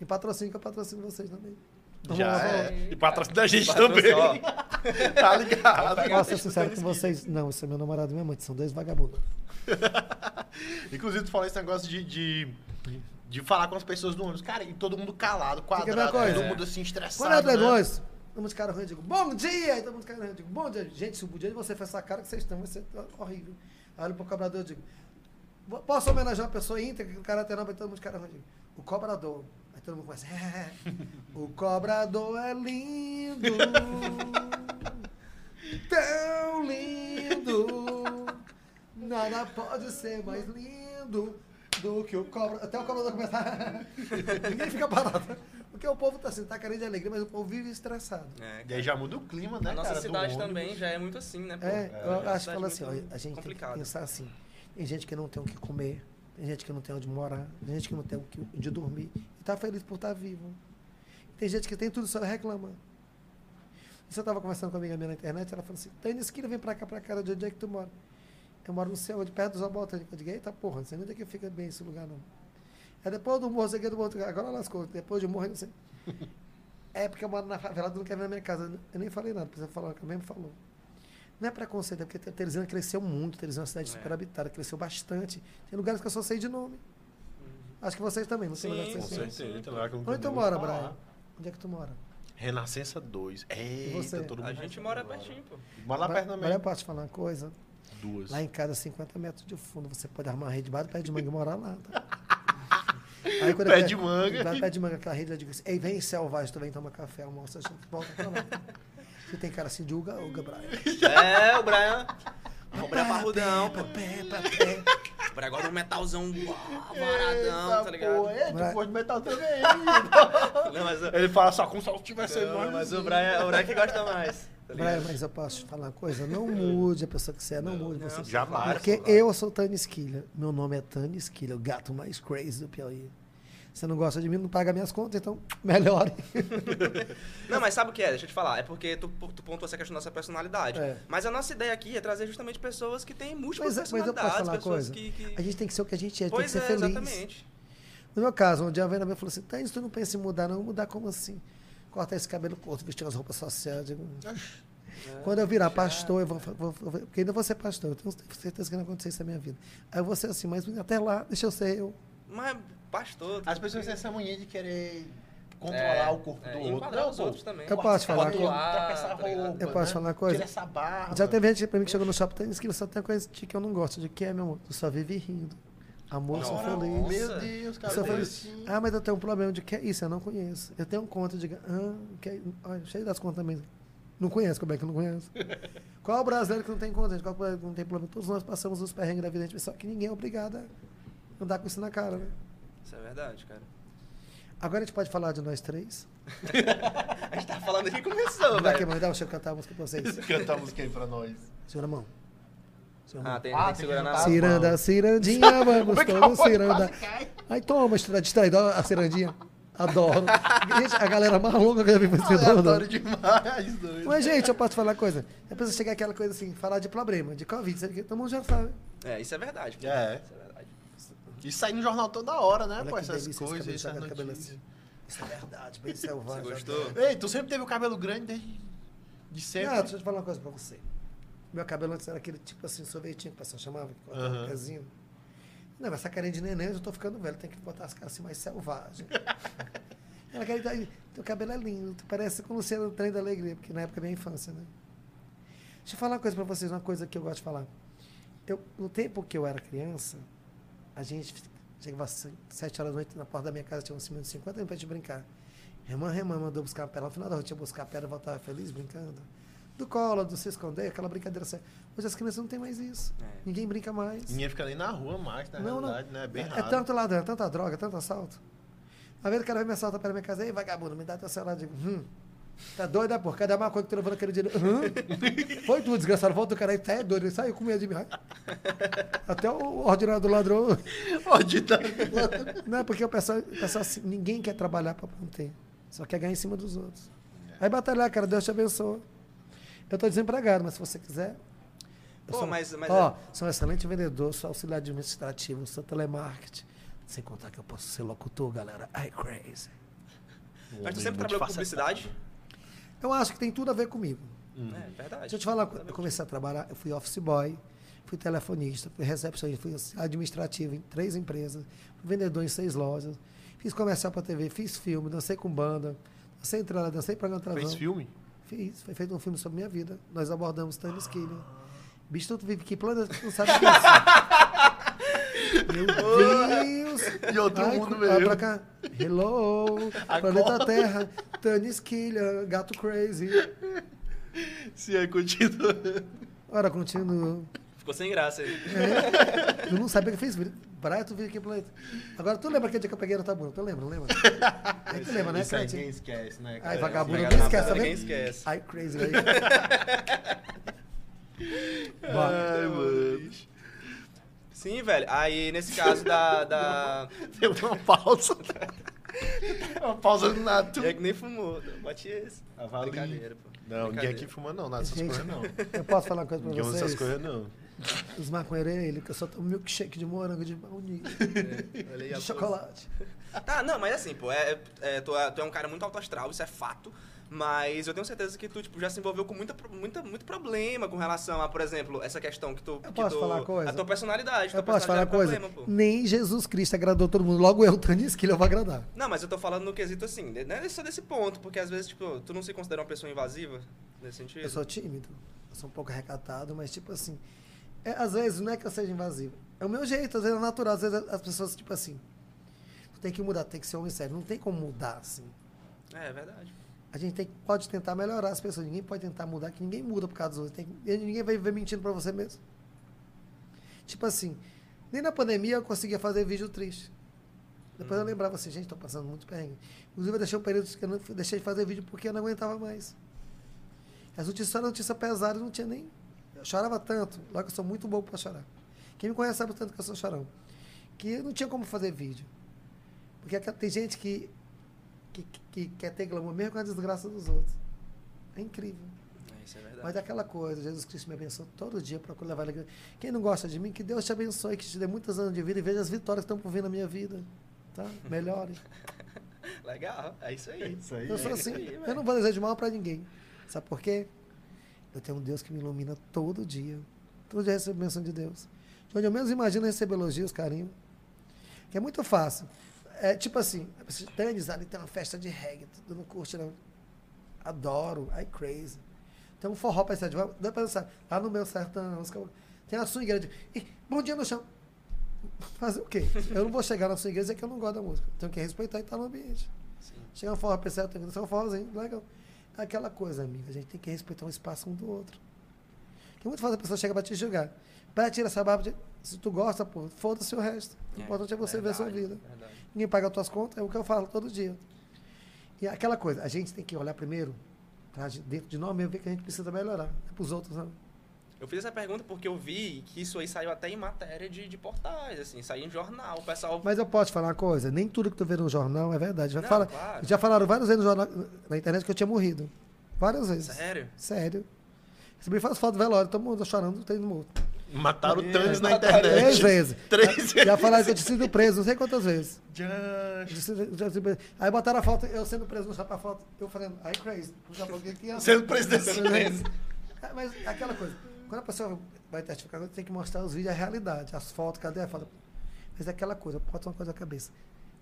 [SPEAKER 4] E patrocínio que eu patrocino vocês também. Então,
[SPEAKER 3] Já
[SPEAKER 4] vamos lá,
[SPEAKER 3] é. E patrocina da gente
[SPEAKER 2] Patrocínio,
[SPEAKER 3] também. Tá ligado?
[SPEAKER 4] vamos lá. Posso ser sincero com vocês? Não, esse é meu namorado e minha mãe, que são dois vagabundos.
[SPEAKER 3] Inclusive, tu falou esse negócio de, de, de falar com as pessoas no ônibus. Cara, e todo mundo calado,
[SPEAKER 4] ver a
[SPEAKER 3] quadrado,
[SPEAKER 4] coisa. é
[SPEAKER 3] todo mundo assim
[SPEAKER 4] Quando eu
[SPEAKER 3] estressado.
[SPEAKER 4] tô em
[SPEAKER 3] né?
[SPEAKER 4] nós, todo mundo cara ruim, eu digo, bom dia! Aí todo mundo cara ruim, eu digo, bom dia. Gente, se o dia de você for essa cara que vocês estão, vai ser horrível. Aí eu olho pro cobrador e digo, "Bo- posso homenagear uma pessoa íntegra, que o cara tem nome, Aí todo mundo cara ruim, eu digo, o cobrador. Aí todo mundo começa, "É, o cobrador é lindo, tão lindo, nada pode ser mais lindo do que o cobrador. Até o cobrador começa, ninguém fica parado. Porque o povo tá assim, tá carente de alegria, mas o povo vive estressado.
[SPEAKER 2] É,
[SPEAKER 3] E aí já muda o clima, né,
[SPEAKER 2] A nossa
[SPEAKER 3] cara, do
[SPEAKER 2] cidade
[SPEAKER 3] ônibus.
[SPEAKER 2] também já é muito assim, né? pô?
[SPEAKER 4] É, eu
[SPEAKER 2] uma
[SPEAKER 4] acho que
[SPEAKER 2] cidade
[SPEAKER 4] fala assim,
[SPEAKER 2] muito
[SPEAKER 4] olha, a gente
[SPEAKER 2] complicada.
[SPEAKER 4] tem que pensar assim. Tem gente que não tem o que comer, tem gente que não tem onde morar, tem gente que não tem o que, onde dormir e tá feliz por estar vivo. Tem gente que tem tudo só reclama. Você estava conversando com uma amiga minha na internet, ela falou assim, Tânia Esquina, vem pra cá, pra cá, de onde é que tu mora? Eu moro no céu, de perto do Zoo Botânico. Eu digo, eita porra, não sei nem onde é que fica bem esse lugar, não. É depois do morro, sei que é do morro, agora lascou, depois do morro, eu não sei. É porque eu moro na favela, tu não quer vir na minha casa. Eu nem falei nada, precisa falar, que eu mesmo falou. Não é preconceito, é porque Te- Teresina cresceu muito, Teresina é uma cidade
[SPEAKER 2] É.
[SPEAKER 4] super habitada, cresceu bastante. Tem lugares que eu só sei de nome. Acho que vocês também, não tem
[SPEAKER 2] Uhum. Sim,
[SPEAKER 4] lugar que
[SPEAKER 2] com
[SPEAKER 4] vocês
[SPEAKER 2] certeza.
[SPEAKER 4] sabem.
[SPEAKER 3] tem lugar que eu nunca
[SPEAKER 4] Onde tu
[SPEAKER 3] ouvi
[SPEAKER 4] mora,
[SPEAKER 3] falar.
[SPEAKER 4] Brian? Onde é que tu mora?
[SPEAKER 3] Renascença 2. Eita,
[SPEAKER 4] você?
[SPEAKER 3] todo mundo.
[SPEAKER 2] A gente mora pertinho, pô.
[SPEAKER 3] Mora lá perto também.
[SPEAKER 4] Olha, eu posso te falar uma coisa?
[SPEAKER 3] Duas.
[SPEAKER 4] Lá em casa, 50 metros de fundo, você pode armar uma rede debaixo do pé de manga e morar lá. Tá? Aí, quando
[SPEAKER 3] Pé
[SPEAKER 4] eu quero-
[SPEAKER 3] de manga.
[SPEAKER 4] debaixo do Pé de manga, aquela rede, eu digo assim, ei, vem selvagem, tu vem tomar café, almoça, a gente volta pra lá. Você tem cara assim de uga-uga, Brian.
[SPEAKER 2] É, o Brian. O Brian é parrudão, pô.
[SPEAKER 4] Pra pé, pra pé.
[SPEAKER 2] O Brian gosta de um metalzão uau, varadão, tá ligado?
[SPEAKER 3] É,
[SPEAKER 4] Mas-
[SPEAKER 3] tu gosta de metal também.
[SPEAKER 2] Não, mas, o-
[SPEAKER 3] Ele fala só como se eu tivesse
[SPEAKER 2] não,
[SPEAKER 3] enorme.
[SPEAKER 2] mas o Brian, é o Brian que gosta mais. tá ligado?
[SPEAKER 4] Brian, mas eu posso te falar uma coisa? Não mude a pessoa que você é, não, mude você.
[SPEAKER 2] não,
[SPEAKER 3] Jamais.
[SPEAKER 4] Porque eu sou Tânia Esquilha. Meu nome é Tânia Esquilha, o gato mais crazy do Piauí. Você não gosta de mim, não paga minhas contas, então melhore.
[SPEAKER 2] Não, mas sabe o que é? Deixa eu te falar. É porque tu, tu pontuou essa questão da nossa personalidade.
[SPEAKER 4] É.
[SPEAKER 2] Mas a nossa ideia aqui é trazer justamente pessoas que têm múltiplas
[SPEAKER 4] Mas, mas eu posso
[SPEAKER 2] personalidades,
[SPEAKER 4] falar uma
[SPEAKER 2] pessoas
[SPEAKER 4] coisa?
[SPEAKER 2] que. que-
[SPEAKER 4] A gente tem que ser o que a gente é, tem que
[SPEAKER 2] Pois
[SPEAKER 4] ser
[SPEAKER 2] é,
[SPEAKER 4] feliz.
[SPEAKER 2] exatamente.
[SPEAKER 4] No meu caso, um dia a Vera me falou assim: Tânis, tu não pensa em mudar, não? Mudar como assim? Cortar esse cabelo curto, vestir umas roupas sociais. Digo, Quando eu virar pastor, eu vou, vou- vou- Porque ainda vou ser pastor, eu tenho certeza que não vai acontecer isso na minha vida. Aí eu vou ser assim, mas até lá, deixa eu ser eu.
[SPEAKER 2] Mas, pastor.
[SPEAKER 3] As pessoas têm essa mania de querer controlar
[SPEAKER 2] É,
[SPEAKER 3] o corpo
[SPEAKER 2] é,
[SPEAKER 3] do
[SPEAKER 2] e
[SPEAKER 3] outro.
[SPEAKER 2] enquadrar
[SPEAKER 3] Não,
[SPEAKER 2] os
[SPEAKER 3] pô,
[SPEAKER 2] outros também.
[SPEAKER 4] Eu
[SPEAKER 3] corta
[SPEAKER 4] posso
[SPEAKER 3] esse
[SPEAKER 4] falar uma
[SPEAKER 3] cabelo,
[SPEAKER 2] coisa?
[SPEAKER 3] Troca essa
[SPEAKER 2] Tá ligado?
[SPEAKER 3] roupa.
[SPEAKER 4] Eu posso
[SPEAKER 3] né?
[SPEAKER 4] falar uma coisa?
[SPEAKER 3] Tira essa barba.
[SPEAKER 4] Já teve gente pra mim que chegou no shopping Tânis, que só tem uma coisa de que eu não gosto. De que é, meu amor? Tu só vive rindo. Amor, eu sou
[SPEAKER 2] Ora,
[SPEAKER 4] feliz.
[SPEAKER 3] Meu Deus, cara.
[SPEAKER 4] Eu só
[SPEAKER 3] tem
[SPEAKER 4] falei,
[SPEAKER 3] assim.
[SPEAKER 4] ah, mas eu tenho um problema de que é isso, eu não conheço. Eu tenho um conta de. Ah, que é- olha, cheio das contas também. Não conheço, como é que eu não conheço? Qual é o brasileiro que não tem conta? gente? Qual é o brasileiro que não tem problema? Todos nós passamos os perrengues da vida, gente, só que ninguém é obrigado a andar com isso na cara, né?
[SPEAKER 2] Isso é verdade, cara.
[SPEAKER 4] Agora a gente pode falar de nós três?
[SPEAKER 2] A gente tá falando aqui começou,
[SPEAKER 4] Daqui a
[SPEAKER 2] velho.
[SPEAKER 4] mãe, dá deixa eu cantar a música pra vocês.
[SPEAKER 3] Canta a música aí pra nós.
[SPEAKER 4] Segura a mão. Segura a
[SPEAKER 2] Ah,
[SPEAKER 4] mão.
[SPEAKER 2] tem,
[SPEAKER 3] Ah,
[SPEAKER 2] tem que segurar na
[SPEAKER 3] tem que
[SPEAKER 4] ciranda,
[SPEAKER 3] mão.
[SPEAKER 4] cirandinha, vamos
[SPEAKER 3] Como é que
[SPEAKER 4] todos,
[SPEAKER 3] eu vou?
[SPEAKER 4] ciranda. Aí toma, estra- distraidor, a cirandinha. Adoro. Gente, a galera mais louca que eu já vi pra
[SPEAKER 3] Aleatório
[SPEAKER 4] ciranda.
[SPEAKER 3] demais, doido.
[SPEAKER 4] Mas, gente, eu posso falar uma coisa? É preciso chegar aquela coisa assim, falar de problema, de Covid, sabe que todo mundo já sabe.
[SPEAKER 2] É, isso é verdade. pô.
[SPEAKER 3] É.
[SPEAKER 2] Isso é verdade.
[SPEAKER 3] Isso sai no jornal toda hora, né?
[SPEAKER 4] Olha
[SPEAKER 3] pô,
[SPEAKER 4] que
[SPEAKER 3] essas
[SPEAKER 4] delícia esse
[SPEAKER 3] coisas,
[SPEAKER 4] cabelo,
[SPEAKER 3] essas
[SPEAKER 4] sabe, aquele cabelo
[SPEAKER 3] notícias.
[SPEAKER 4] Isso é verdade, bem selvagem.
[SPEAKER 2] Você gostou?
[SPEAKER 3] Ei, tu sempre teve o cabelo grande desde de sempre.
[SPEAKER 4] Ah, deixa eu te falar uma coisa pra você. Meu cabelo antes era aquele tipo assim, sorvetinho que o pessoal chamava, que cortava
[SPEAKER 3] Aham.
[SPEAKER 4] um pezinho. Não, essa carinha de neném, eu já tô ficando velho, tem que botar as caras assim mais selvagens. Ela quer idade, teu cabelo é lindo, tu parece com o Luciano do Trem da Alegria, porque na época é minha infância, né? Deixa eu falar uma coisa pra vocês, uma coisa que eu gosto de falar. Eu, no tempo que eu era criança, a gente chegava às se- sete horas da noite na porta da minha casa, tinha uns 50 minutos pra gente brincar. Irmã, irmã mandou buscar a pedra. No final da noite, eu ia buscar a pedra, voltava feliz, brincando. Do colo, do se esconder, aquela brincadeira séria. Hoje as crianças não têm mais isso.
[SPEAKER 2] É.
[SPEAKER 4] Ninguém brinca mais.
[SPEAKER 3] Ninguém fica nem na rua mais, na realidade, né? É bem
[SPEAKER 4] é
[SPEAKER 3] raro.
[SPEAKER 4] tanto ladrão, é tanta droga, é tanto assalto. Às vezes o cara vem me assalta pela minha casa, ei, vagabundo, me dá teu celular. Eu digo, hum, tá doido, é, porra? Cadê a maconha que tu levou naquele dia? Hum? Foi tu, desgraçado, volta o cara aí, tá é doido, ele saiu com medo de mim. Até o ordinário do ladrão.
[SPEAKER 3] Ó, de tanto.
[SPEAKER 4] Não, é porque o pessoal, o pessoal assim, ninguém quer trabalhar para manter. Só quer ganhar em cima dos outros.
[SPEAKER 2] É.
[SPEAKER 4] Aí batalhar, cara, Deus te abençoa. Eu tô desempregado, mas se você quiser. eu
[SPEAKER 2] Pô,
[SPEAKER 4] sou- um-
[SPEAKER 2] mas- é- mas
[SPEAKER 4] ó, sou um excelente vendedor, sou auxiliar administrativo, sou telemarketing. Sem contar que eu posso ser locutor, galera. Ai, crazy.
[SPEAKER 2] Mas tu sempre trabalhou com publicidade?
[SPEAKER 4] Eu acho que tem tudo a ver comigo.
[SPEAKER 2] É, verdade.
[SPEAKER 4] Deixa eu te falar, uma coisa. eu comecei a trabalhar, eu fui office boy, fui telefonista, fui recepcionista, fui administrativo em três empresas, fui vendedor em seis lojas, fiz comercial para TV, fiz filme, dancei com banda, dancei em trela, dancei para televisão.
[SPEAKER 3] Fez filme?
[SPEAKER 4] Fiz, foi feito um filme sobre minha vida. Nós abordamos
[SPEAKER 3] Ah.
[SPEAKER 4] Tânia Skinner. Bicho, tu vive que planeta tu não sabe o que é isso? Meu Deus!
[SPEAKER 3] E outro mundo
[SPEAKER 4] cu- olha
[SPEAKER 3] mesmo.
[SPEAKER 4] Pra cá. Hello! Planeta Terra, Tânia Skinner, Gato Crazy.
[SPEAKER 3] Se aí continua.
[SPEAKER 4] Ora, continuo.
[SPEAKER 2] Ficou sem graça aí.
[SPEAKER 4] É, Eu não sabia que fez vídeo. Braia, tu veio aqui pro leite. Agora, tu lembra aquele dia que eu peguei na tabuna? Tu lembra, não lembra? Aí tu lembra, né,
[SPEAKER 3] Isso aí
[SPEAKER 4] Crente?
[SPEAKER 3] ninguém esquece, né?
[SPEAKER 4] Ai,
[SPEAKER 3] cara?
[SPEAKER 4] vagabundo,
[SPEAKER 2] Ninguém
[SPEAKER 4] ninguém esquece, tá
[SPEAKER 2] ninguém
[SPEAKER 4] vendo?
[SPEAKER 2] esquece.
[SPEAKER 4] Ai, crazy, né? velho. Bora.
[SPEAKER 3] Ai, mano.
[SPEAKER 2] Sim, velho. Aí, nesse caso da. da...
[SPEAKER 3] Deu uma pausa. uma pausa do nada.
[SPEAKER 2] E é que nem fumou. Bote esse.
[SPEAKER 3] Avalie.
[SPEAKER 2] Brincadeira, pô.
[SPEAKER 3] Não, ninguém
[SPEAKER 2] Brincadeira.
[SPEAKER 3] aqui fuma não, nada dessas
[SPEAKER 4] Gente,
[SPEAKER 3] coisas não.
[SPEAKER 4] Eu posso falar uma coisa pra
[SPEAKER 3] Ninguém usa essas
[SPEAKER 4] vocês?
[SPEAKER 3] coisas não.
[SPEAKER 4] Os maconheiros, é ele, que eu só tomo milkshake de morango, de baunilha,
[SPEAKER 2] É, olha aí a
[SPEAKER 4] de
[SPEAKER 2] pose.
[SPEAKER 4] chocolate.
[SPEAKER 2] Tá, não, mas assim, pô, é, é, tu, é, tu é um cara muito alto astral, isso é fato. Mas eu tenho certeza que tu tipo, já se envolveu com muita, pro- muita, muito problema com relação a, por exemplo, essa questão que tu.
[SPEAKER 4] Eu
[SPEAKER 2] que
[SPEAKER 4] posso
[SPEAKER 2] tu-
[SPEAKER 4] falar uma coisa?
[SPEAKER 2] A tua personalidade.
[SPEAKER 4] Eu
[SPEAKER 2] tua
[SPEAKER 4] posso falar uma coisa?
[SPEAKER 2] personalidade é problema, pô.
[SPEAKER 4] Nem Jesus Cristo agradou todo mundo. Logo eu, Tânia Esquilha, eu vou agradar.
[SPEAKER 2] Não, mas eu tô falando no quesito assim, né, não é só desse ponto, porque às vezes, tipo, tu não se considera uma pessoa invasiva nesse sentido.
[SPEAKER 4] Eu sou tímido, eu sou um pouco recatado, mas tipo assim, é, às vezes não é que eu seja invasivo. É o meu jeito, às vezes é natural, às vezes as pessoas, tipo assim, tu tem que mudar, tu tem que ser homem sério, não tem como mudar assim.
[SPEAKER 2] É, é verdade.
[SPEAKER 4] A gente tem, que- pode tentar melhorar as pessoas, ninguém pode tentar mudar, que ninguém muda por causa dos outros, tem que- e ninguém vai viver mentindo pra você mesmo. Tipo assim, nem na pandemia eu conseguia fazer vídeo triste. Depois eu lembrava assim, gente, tô passando muito perrengue. Inclusive eu deixei um período que eu não, deixei de fazer vídeo porque eu não aguentava mais. As notícias só eram notícias pesadas, não tinha nem. Eu chorava tanto, logo eu sou muito bom pra chorar. Quem me conhece sabe o tanto que eu sou chorão. Que eu não tinha como fazer vídeo. Porque aquela- tem gente que, que, que- que quer ter glamour mesmo com a desgraça dos outros. É incrível.
[SPEAKER 2] É, isso é
[SPEAKER 4] Mas
[SPEAKER 2] verdade.
[SPEAKER 4] é aquela coisa, Jesus Cristo me abençoa todo dia, eu procuro levar alegria. Quem não gosta de mim, que Deus te abençoe, que te dê muitos anos de vida e veja as vitórias que estão por vir na minha vida. Tá? Melhore.
[SPEAKER 2] Legal, é isso aí.
[SPEAKER 3] Isso aí.
[SPEAKER 4] Eu sou
[SPEAKER 2] é
[SPEAKER 4] assim,
[SPEAKER 2] isso aí,
[SPEAKER 4] eu
[SPEAKER 2] velho.
[SPEAKER 4] não vou desejar de mal pra ninguém. Sabe por quê? Eu tenho um Deus que me ilumina todo dia. Todo dia eu recebo bênção de Deus. De onde eu menos imagino é receber elogios, carinho. Que é muito fácil. É tipo assim, Tânis ali tem uma festa de reggae, tu não curte, não. Adoro, I crazy. Tem um forró pra cidade, dá pra dançar. Lá no meu sertão, os cabo- tem a swingueira de. Ih, bom dia no chão. Fazer o quê? Eu não vou chegar na swingueira e dizer que eu não gosto da música. Tenho que respeitar e estar no ambiente.
[SPEAKER 2] Sim.
[SPEAKER 4] Chega uma forma, pensar, tem que ser um forrozinho, legal. Aquela coisa, amigo, a gente tem que respeitar um espaço um do outro. Porque é muito fácil a pessoa chega pra te julgar. Pra tirar essa barba, de- se tu gosta, pô, foda-se o resto. O importante é você ver a sua
[SPEAKER 2] verdade,
[SPEAKER 4] vida.
[SPEAKER 2] verdade.
[SPEAKER 4] Ninguém paga as tuas contas, é o que eu falo todo dia. E é aquela coisa, a gente tem que olhar primeiro pra gente- dentro de nós mesmo, ver que a gente precisa melhorar. É pros outros, não.
[SPEAKER 2] Eu fiz essa pergunta porque eu vi que isso aí saiu até em matéria de, de portais, assim, saiu em jornal. O pessoal.
[SPEAKER 4] Mas eu posso te falar uma coisa? Nem tudo que tu vê no jornal é verdade. Já,
[SPEAKER 2] Não,
[SPEAKER 4] fala-
[SPEAKER 2] claro.
[SPEAKER 4] já falaram várias vezes no jornal, na internet que eu tinha morrido. Várias vezes.
[SPEAKER 2] Sério?
[SPEAKER 4] Sério. Recebi várias fotos do velório, todo mundo chorando, tendo morto.
[SPEAKER 1] Mataram o Thanos na
[SPEAKER 4] É. Três
[SPEAKER 1] internet.
[SPEAKER 4] vezes.
[SPEAKER 1] Três
[SPEAKER 4] Já- Já falaram que eu tinha sido preso, não sei quantas vezes.
[SPEAKER 1] Jan-
[SPEAKER 4] Eu tinha sido- já tinha sido preso. Aí botaram a foto, eu sendo preso no chapéu, a foto, eu falando, aí crazy. Eu já bloqueei aqui, ó.
[SPEAKER 1] Sendo presidente.
[SPEAKER 4] É, Mas é aquela coisa, quando a pessoa vai testificar, tem que mostrar os vídeos, a realidade, as fotos, cadê a foto? Mas é aquela coisa, bota uma coisa na cabeça.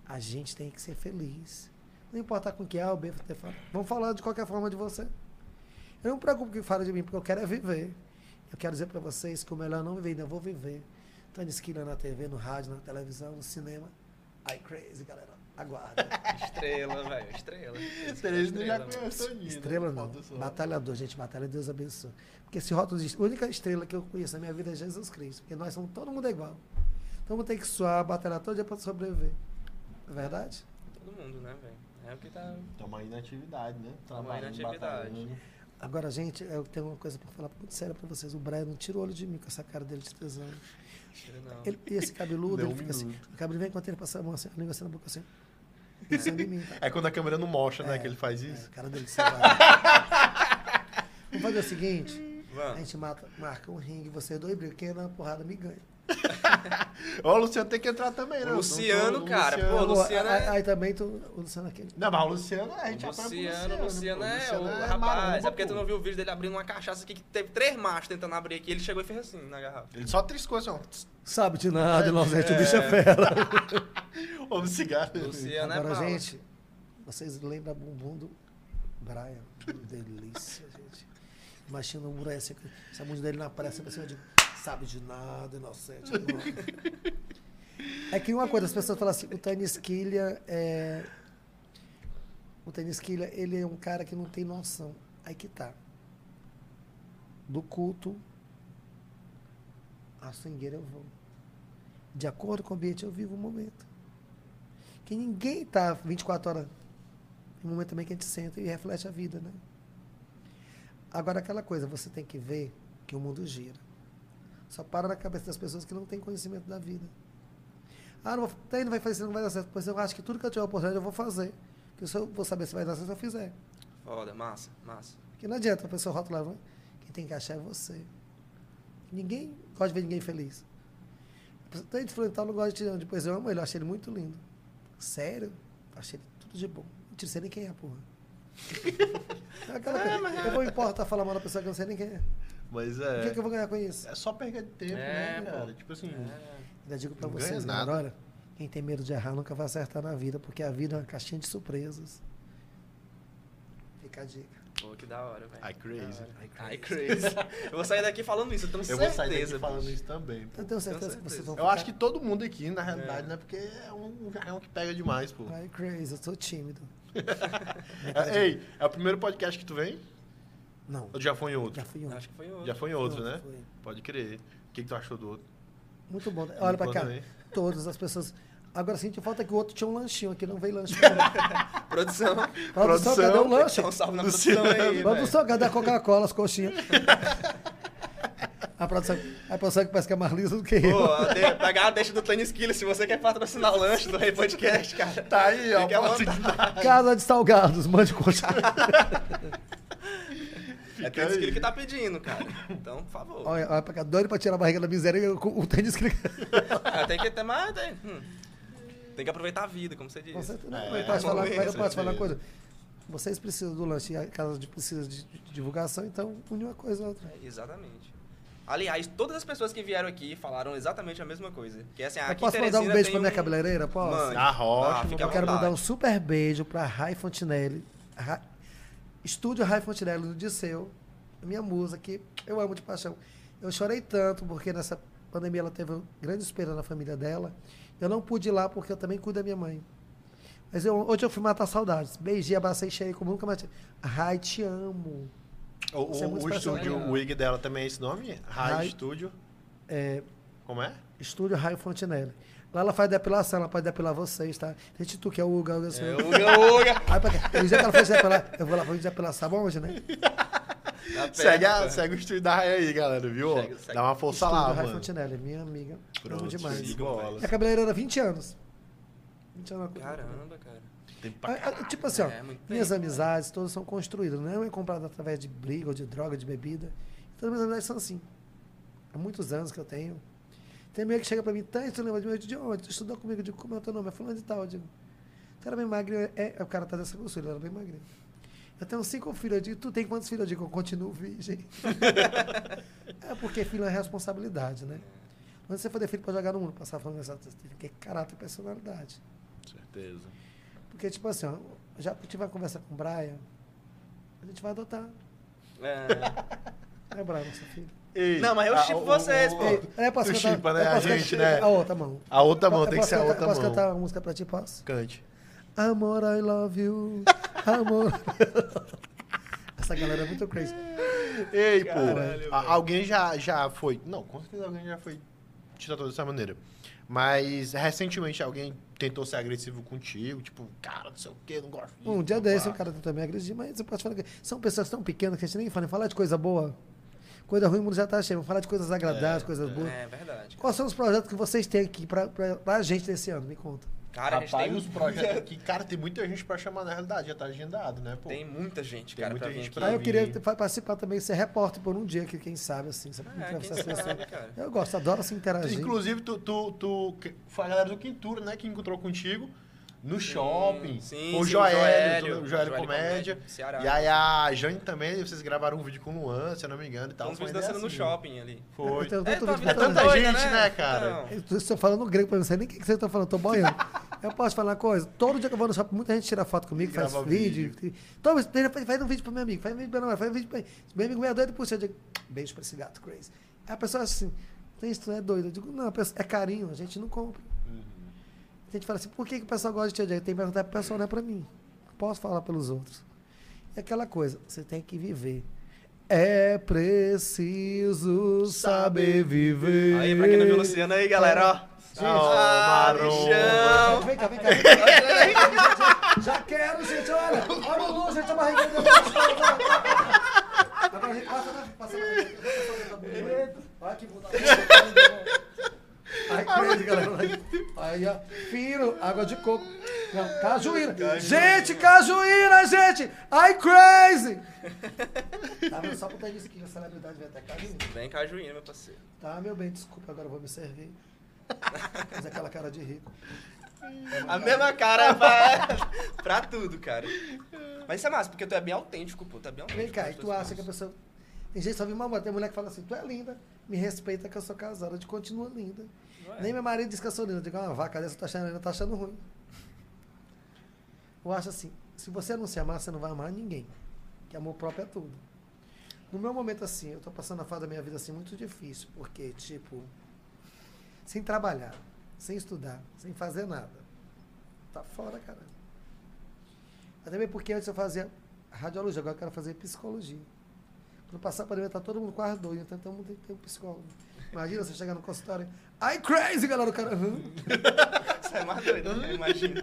[SPEAKER 4] A gente tem que ser feliz. Não importa com que é, o B, você fala. Vão falar de qualquer forma de você. Eu não me preocupo que fala de mim, porque eu quero é viver. Eu quero dizer para vocês que o melhor é não viver, ainda vou viver. Tá de esquina na TV, no rádio, na televisão, no cinema. I crazy, galera. Aguarda.
[SPEAKER 2] Estrela, velho, estrela.
[SPEAKER 1] Três não já
[SPEAKER 2] mano.
[SPEAKER 1] conheceu ninguém, né?
[SPEAKER 4] Estrela não.
[SPEAKER 1] Foda só.
[SPEAKER 4] Batalhador, gente, batalha, Deus abençoe. Porque esse rótulo de a única estrela que eu conheço na minha vida é Jesus Cristo. Porque nós somos, todo mundo é igual. Todo mundo tem que suar, batalhar todo dia para sobreviver. Não É verdade?
[SPEAKER 2] Todo mundo, né, velho? É o que tá.
[SPEAKER 1] Tamo aí na atividade, né?
[SPEAKER 2] Tamo aí
[SPEAKER 1] Trabalhando,
[SPEAKER 2] na atividade.
[SPEAKER 3] né?
[SPEAKER 1] batalhando.
[SPEAKER 4] Agora, gente, eu tenho uma coisa para falar muito séria para vocês. O Brian não tira o olho de mim com essa cara dele de tesão.
[SPEAKER 2] Estrela não.
[SPEAKER 4] Ele, e esse cabeludo,
[SPEAKER 1] Deu
[SPEAKER 4] ele
[SPEAKER 1] um
[SPEAKER 4] fica assim.
[SPEAKER 1] minuto.
[SPEAKER 4] O cabelo vem quando ele passa a mão assim, a língua assim na boca assim. Pensando em mim. tá?
[SPEAKER 1] É quando a câmera não mostra, né? Que ele faz
[SPEAKER 4] É,
[SPEAKER 1] isso.
[SPEAKER 4] o cara dele de Vamos fazer o seguinte.
[SPEAKER 1] Ah.
[SPEAKER 4] A
[SPEAKER 2] Vamos.
[SPEAKER 4] gente mata, marca um ringue, vocês dois brigam. Quem é na porrada me ganha.
[SPEAKER 1] Ó, o Luciano tem que entrar também, né?
[SPEAKER 2] O Luciano,
[SPEAKER 1] O
[SPEAKER 2] cara, pô,
[SPEAKER 1] Luciano-
[SPEAKER 2] o Luciano
[SPEAKER 4] aí,
[SPEAKER 2] é-
[SPEAKER 4] aí também tu, o Luciano aquele.
[SPEAKER 1] Não, mas o Luciano, a gente
[SPEAKER 2] O
[SPEAKER 1] apoia pro
[SPEAKER 2] Luciano, o Luciano
[SPEAKER 1] pô.
[SPEAKER 2] é,
[SPEAKER 1] Luciano
[SPEAKER 2] o rapaz.
[SPEAKER 1] maromba,
[SPEAKER 2] É porque
[SPEAKER 1] pô.
[SPEAKER 2] tu não viu o vídeo dele abrindo uma cachaça aqui que teve três machos tentando abrir aqui. Ele chegou e fez assim na garrafa.
[SPEAKER 1] Ele só triscou assim, ó. Tss,
[SPEAKER 4] Sabe de nada, inocente, o bicho é fera.
[SPEAKER 1] Ô, no cigarro.
[SPEAKER 2] Luciano é
[SPEAKER 4] Agora,
[SPEAKER 2] bala.
[SPEAKER 4] gente, vocês lembram bumbum do Brian? Que delícia, gente. Imagina o Brian, assim, essa mulher dele na praia, sempre assim, eu digo, sabe de nada, inocente. é que uma coisa, as pessoas falam assim, o Tânis Quilha é... O Tânis Quilha, ele é um cara que não tem noção. Aí que tá. Do culto, a swingueira eu vou. De acordo com o ambiente, eu vivo o momento que ninguém tá 24 horas. Tem um momento também que a gente senta e reflete a vida, né? Agora, aquela coisa, você tem que ver que o mundo gira. Só para na cabeça das pessoas que não têm conhecimento da vida. Ah, não, vou- daí não vai fazer, isso, não vai dar certo. Pois eu acho que tudo que eu tiver oportunidade eu vou fazer. Porque eu só vou saber se vai dar certo se eu fizer.
[SPEAKER 2] Foda, massa, massa.
[SPEAKER 4] Porque não adianta a pessoa rotular. né? Quem tem que achar é você. Ninguém gosta de ver ninguém feliz. Então, Tem de frontal, não gosta de tirar. Depois eu amo ele, eu achei ele muito lindo. Sério? Achei ele tudo de bom. Mentira, não sei nem quem é, porra. É Aquela coisa. Eu vou importar falar mal da pessoa que eu não sei nem quem é.
[SPEAKER 1] Mas
[SPEAKER 4] O que, é que
[SPEAKER 1] é.
[SPEAKER 4] eu vou ganhar com isso?
[SPEAKER 1] É só perda de tempo,
[SPEAKER 2] É,
[SPEAKER 1] né,
[SPEAKER 2] pô.
[SPEAKER 1] cara? Tipo assim.
[SPEAKER 2] É,
[SPEAKER 4] Ainda digo pra
[SPEAKER 1] Não
[SPEAKER 4] vocês,
[SPEAKER 1] ganha
[SPEAKER 4] galera,
[SPEAKER 1] nada.
[SPEAKER 4] olha, quem tem medo de errar nunca vai acertar na vida, porque a vida é uma caixinha de surpresas. Fica a dica.
[SPEAKER 2] Pô, que da hora, velho.
[SPEAKER 1] Ai, crazy.
[SPEAKER 2] Ai, crazy. eu vou sair daqui falando isso, eu tenho
[SPEAKER 1] Eu
[SPEAKER 2] certeza.
[SPEAKER 1] vou sair daqui falando
[SPEAKER 2] bicho.
[SPEAKER 1] isso também, pô.
[SPEAKER 4] Eu tenho certeza, que
[SPEAKER 2] certeza.
[SPEAKER 4] vocês vão
[SPEAKER 1] Eu
[SPEAKER 4] ficar-
[SPEAKER 1] acho que todo mundo aqui, na realidade, né? Porque é um jargão que pega demais, pô.
[SPEAKER 4] Ai, crazy, eu sou tímido.
[SPEAKER 1] É, ei, é o primeiro podcast que tu vem?
[SPEAKER 4] Não,
[SPEAKER 1] Ou já foi em outro?
[SPEAKER 4] já fui um.
[SPEAKER 2] Acho que foi outro.
[SPEAKER 1] Já foi em outro,
[SPEAKER 4] Foi,
[SPEAKER 1] né?
[SPEAKER 4] foi.
[SPEAKER 1] Pode crer. O que, que tu achou do outro?
[SPEAKER 4] Muito bom. né? Olha pra cá.
[SPEAKER 1] também.
[SPEAKER 4] Todas as pessoas. Agora senti falta que o outro tinha um lanchinho aqui, não veio lanche. Produção,
[SPEAKER 2] Produção.
[SPEAKER 1] Produção,
[SPEAKER 4] cadê o lanche?
[SPEAKER 2] Dá um salve na produção aí, velho.
[SPEAKER 4] Produção, cadê a Coca-Cola, as coxinhas? a produção, a produção que parece que é mais lisa do que eu.
[SPEAKER 2] Pô, de- pegar a deixa do Tênis Killer se você quer patrocinar o lanche do Rei Podcast, cara.
[SPEAKER 1] Tá aí, ó.
[SPEAKER 2] Fica à
[SPEAKER 1] pode-
[SPEAKER 4] Casa de salgados, mande coxa.
[SPEAKER 2] É
[SPEAKER 1] Fica
[SPEAKER 2] Tênis
[SPEAKER 1] aí.
[SPEAKER 2] Killer que tá pedindo, cara. Então, por favor.
[SPEAKER 4] olha, olha pra cá, doido pra tirar a barriga da miséria, eu- o tênis que
[SPEAKER 2] Ah, tem que ter mais. Tem, hum. Tem que aproveitar a vida, como você disse.
[SPEAKER 4] Com certeza. Não,
[SPEAKER 1] É,
[SPEAKER 4] mas eu posso falar,
[SPEAKER 2] com
[SPEAKER 4] mas eu
[SPEAKER 1] certeza.
[SPEAKER 4] posso falar uma coisa. Vocês precisam do lanche e a casa de- precisa de, de divulgação, então une uma coisa à outra.
[SPEAKER 2] Exatamente. Aliás, todas as pessoas que vieram aqui falaram exatamente a mesma coisa. Que assim,
[SPEAKER 4] Eu
[SPEAKER 2] aqui
[SPEAKER 4] posso
[SPEAKER 2] em
[SPEAKER 4] mandar um
[SPEAKER 2] Teresina
[SPEAKER 4] beijo
[SPEAKER 2] tem
[SPEAKER 4] pra minha
[SPEAKER 2] um-
[SPEAKER 4] cabeleireira? Posso?
[SPEAKER 2] Mande.
[SPEAKER 1] Ah, ótimo.
[SPEAKER 2] fica à
[SPEAKER 4] Eu quero
[SPEAKER 2] vontade.
[SPEAKER 4] mandar um super beijo pra Rai Fontinelli. Ra... Estúdio Rai Fontinelli do Disseu. Minha musa, que eu amo de paixão. Eu chorei tanto porque nessa pandemia ela teve um grande esperança na família dela. Eu não pude ir lá porque eu também cuido da minha mãe. Mas eu- hoje eu fui matar saudades. Beijei, abracei, cheio, como nunca mais. tive. Rai, te amo.
[SPEAKER 1] O, o-
[SPEAKER 4] Isso é muito
[SPEAKER 1] o
[SPEAKER 4] especial,
[SPEAKER 1] estúdio,
[SPEAKER 2] né?
[SPEAKER 1] o IG dela também é esse nome? Rádio
[SPEAKER 4] Rai-
[SPEAKER 1] Estúdio.
[SPEAKER 4] É,
[SPEAKER 1] Como é?
[SPEAKER 4] Estúdio Raio Fontinelli. Lá ela faz depilação, ela pode depilar vocês, tá? Gente, tu que é o Uga, Uga, sou
[SPEAKER 2] É,
[SPEAKER 4] eu.
[SPEAKER 2] uga, uga.
[SPEAKER 4] Aí, pra quê? O dia que ela fez depilar, eu vou lá, vou depilar, sabe onde, né?
[SPEAKER 2] Tá perto,
[SPEAKER 3] Segue, a-
[SPEAKER 2] cara.
[SPEAKER 3] segue o estúdio da Raia aí, galera, viu?
[SPEAKER 2] Segue, segue.
[SPEAKER 3] Dá uma força
[SPEAKER 4] Estúdio
[SPEAKER 3] tá lá,
[SPEAKER 4] Raio
[SPEAKER 3] mano.
[SPEAKER 4] Fontinelli, minha amiga. Amo
[SPEAKER 3] Pronto,
[SPEAKER 4] demais.
[SPEAKER 3] show de bola.
[SPEAKER 4] Minha cabeleireira, 20 anos. 20 anos. ela-
[SPEAKER 2] Caramba, cara.
[SPEAKER 3] Tem pra
[SPEAKER 4] Ah, ah, Tipo assim, ó,
[SPEAKER 2] É, muito
[SPEAKER 4] minhas
[SPEAKER 2] tempo, né?
[SPEAKER 4] amizades todas são construídas, não é comprada através de briga ou de droga, de bebida. Todas as minhas amizades são assim. Há muitos anos que eu tenho. Tem amiga que chega pra mim, Tânia, tu lembra de mim? Eu digo, de onde? Tu estudou comigo? Eu digo, como é o teu nome? É fulano de tal. Eu digo, tu era bem magrinho? É, o cara tá dessa grossura, ele era bem magrinho. Eu tenho cinco filhos. Eu digo, tu tem quantos filhos? Eu digo, eu continuo virgem. é porque filho é responsabilidade, né?
[SPEAKER 2] É.
[SPEAKER 4] Quando você for ter filho pra jogar no mundo, passar falando essa que caráter e personalidade.
[SPEAKER 3] certeza.
[SPEAKER 4] Porque, tipo assim, ó, já que tiver conversa com o Brian, a gente vai adotar.
[SPEAKER 2] É.
[SPEAKER 4] É Brian, nosso filho.
[SPEAKER 3] Ei,
[SPEAKER 2] Não, mas eu
[SPEAKER 3] a-
[SPEAKER 2] chipo
[SPEAKER 3] o-
[SPEAKER 2] vocês,
[SPEAKER 3] o-
[SPEAKER 2] pô.
[SPEAKER 3] Ei,
[SPEAKER 4] Aí eu posso
[SPEAKER 3] Tu
[SPEAKER 4] cantar-
[SPEAKER 3] chipa, né?
[SPEAKER 4] eu
[SPEAKER 3] A
[SPEAKER 4] posso
[SPEAKER 3] gente,
[SPEAKER 4] cantar-
[SPEAKER 3] né?
[SPEAKER 4] A outra mão.
[SPEAKER 3] A outra mão,
[SPEAKER 4] Eu
[SPEAKER 3] tem que
[SPEAKER 4] posso
[SPEAKER 3] ser a
[SPEAKER 4] cantar-
[SPEAKER 3] outra
[SPEAKER 4] eu Posso
[SPEAKER 3] mão.
[SPEAKER 4] cantar uma música pra ti? Posso?
[SPEAKER 3] Cante.
[SPEAKER 4] Amor, I love you. Amor. Essa galera é muito crazy.
[SPEAKER 3] Ei, pô,
[SPEAKER 2] Caralho,
[SPEAKER 3] a-
[SPEAKER 2] velho.
[SPEAKER 3] alguém já, já foi. Não, com certeza alguém já foi tratado dessa maneira. Mas recentemente alguém tentou ser agressivo contigo, tipo, cara, não sei o que, não gosto. disso,
[SPEAKER 4] Um dia
[SPEAKER 3] pá.
[SPEAKER 4] desse, o cara tentou me agredir, mas eu posso falar que são pessoas tão pequenas que a gente nem fala. Falar de coisa boa. Coisa ruim, o mundo já tá cheio. Vamos falar de coisas agradáveis, coisas boas.
[SPEAKER 2] É verdade.
[SPEAKER 4] Quais são os projetos que vocês têm aqui pra, pra, pra gente desse ano? Me conta.
[SPEAKER 2] Cara, a
[SPEAKER 3] Rapaz,
[SPEAKER 2] gente tem,
[SPEAKER 3] os projetos aqui, cara, tem muita gente pra chamar na realidade, já tá agendado, né, pô?
[SPEAKER 2] tem muita gente,
[SPEAKER 3] Tem
[SPEAKER 2] cara,
[SPEAKER 3] muita
[SPEAKER 2] pra vir
[SPEAKER 3] gente
[SPEAKER 2] aqui.
[SPEAKER 3] pra
[SPEAKER 4] Aí eu
[SPEAKER 3] vir.
[SPEAKER 4] queria ter- fa- participar também, ser repórter por um dia, que quem sabe, assim, sabe?
[SPEAKER 2] É, quem
[SPEAKER 4] Entrevistar as
[SPEAKER 2] sabe,
[SPEAKER 4] pessoas.
[SPEAKER 2] cara.
[SPEAKER 4] Eu gosto, adoro se
[SPEAKER 3] Tu,
[SPEAKER 4] interagir.
[SPEAKER 3] Inclusive, tu, tu, tu- que- foi a galera do Quintura, né, que encontrou contigo no shopping.
[SPEAKER 2] sim,
[SPEAKER 3] Foi o
[SPEAKER 2] sim, o
[SPEAKER 3] Joelho,
[SPEAKER 2] Joelho,
[SPEAKER 3] tu- o Joelho,
[SPEAKER 2] Joelho
[SPEAKER 3] Comédia.
[SPEAKER 2] Comédia, Ceará.
[SPEAKER 3] E aí a Jane também, vocês gravaram um vídeo com o Luan, se eu não me engano, e tal.
[SPEAKER 2] Então, os
[SPEAKER 3] foi
[SPEAKER 2] vídeos
[SPEAKER 3] uma
[SPEAKER 2] dançando
[SPEAKER 3] ideia
[SPEAKER 2] no
[SPEAKER 3] assim.
[SPEAKER 2] shopping ali.
[SPEAKER 3] Foi.
[SPEAKER 4] Eu tenho
[SPEAKER 2] É,
[SPEAKER 4] tanto
[SPEAKER 2] tá
[SPEAKER 4] vídeo
[SPEAKER 2] uma
[SPEAKER 4] pra
[SPEAKER 2] vida
[SPEAKER 3] tanta
[SPEAKER 4] fazer.
[SPEAKER 2] doida,
[SPEAKER 3] gente, né, cara?
[SPEAKER 2] Então.
[SPEAKER 4] Eu tô- estou falando grego pra mim, não sei nem o que que vocês estão falando, tô boiando. Eu posso falar uma coisa? Todo dia que eu vou no shopping, muita gente tira foto comigo,
[SPEAKER 3] E
[SPEAKER 4] faz
[SPEAKER 3] grava
[SPEAKER 4] vídeo. Então, você tem- faz, faz um vídeo pro meu amigo, faz um vídeo pra nós, faz um vídeo pra Meu amigo meia doido por você, eu digo, beijo pra esse gato crazy. Aí a pessoa acha assim, tem isso, tu é doido. Eu digo, não, a pessoa- é carinho, a gente não compra.
[SPEAKER 2] Uhum.
[SPEAKER 4] A gente fala assim, por que, que o pessoal gosta de Tia Jack? Tem que perguntar pro pessoal, não é pra mim. Não Posso falar pelos outros. E aquela coisa, você tem que viver. É preciso saber viver.
[SPEAKER 2] Aí, pra quem tá não viu o Luciano aí, galera, ó.
[SPEAKER 3] Gente, ah,
[SPEAKER 2] bichão.
[SPEAKER 4] Vem cá, vem cá. Vem cá. Já quero, gente, olha. Olha o Lu, gente, a barriga dele. Agora a gente passa na passa na- passa na bonita. tá Olha que bonita. Ai, crazy, galera. Aí, ó. Fino, água de coco. Não, cajuína. Gente, cajuína, gente. Ai, crazy. Tá vendo? Só por ter disse que a celebridade vai até cajuína.
[SPEAKER 2] Vem Cajuína, meu parceiro.
[SPEAKER 4] Tá, meu bem, desculpa, agora eu vou me servir. Faz aquela cara de rico.
[SPEAKER 2] A mesma cara pra, pra tudo, cara. Mas isso é massa, porque tu é bem autêntico, pô. Tu é bem autêntico.
[SPEAKER 4] Vem cá,
[SPEAKER 2] nas
[SPEAKER 4] e tu
[SPEAKER 2] tuas
[SPEAKER 4] acha que a
[SPEAKER 2] coisas.
[SPEAKER 4] pessoa. Tem gente que só vive uma mulher. Tem mulher que fala assim, tu é linda, me respeita que eu sou casada, eu te continuo linda.
[SPEAKER 2] Ué.
[SPEAKER 4] Nem meu marido diz que eu sou linda. Eu digo, ah, uma vaca dessa, tu tá achando linda, tá achando ruim. Eu acho assim, se você não se amar, você não vai amar ninguém. Que amor próprio é tudo. No meu momento, assim, eu tô passando a fase da minha vida assim muito difícil, porque, tipo, sem trabalhar, sem estudar, sem fazer nada. Tá fora, cara. Até mesmo porque antes eu fazia radiologia, agora eu quero fazer psicologia. Quando passar a pandemia, tá todo mundo quase doido, então todo mundo tem que ter um psicólogo. Imagina você chegar no consultório, ai crazy, galera, o cara. "Hum".
[SPEAKER 2] Isso é mais doido, né? Imagina.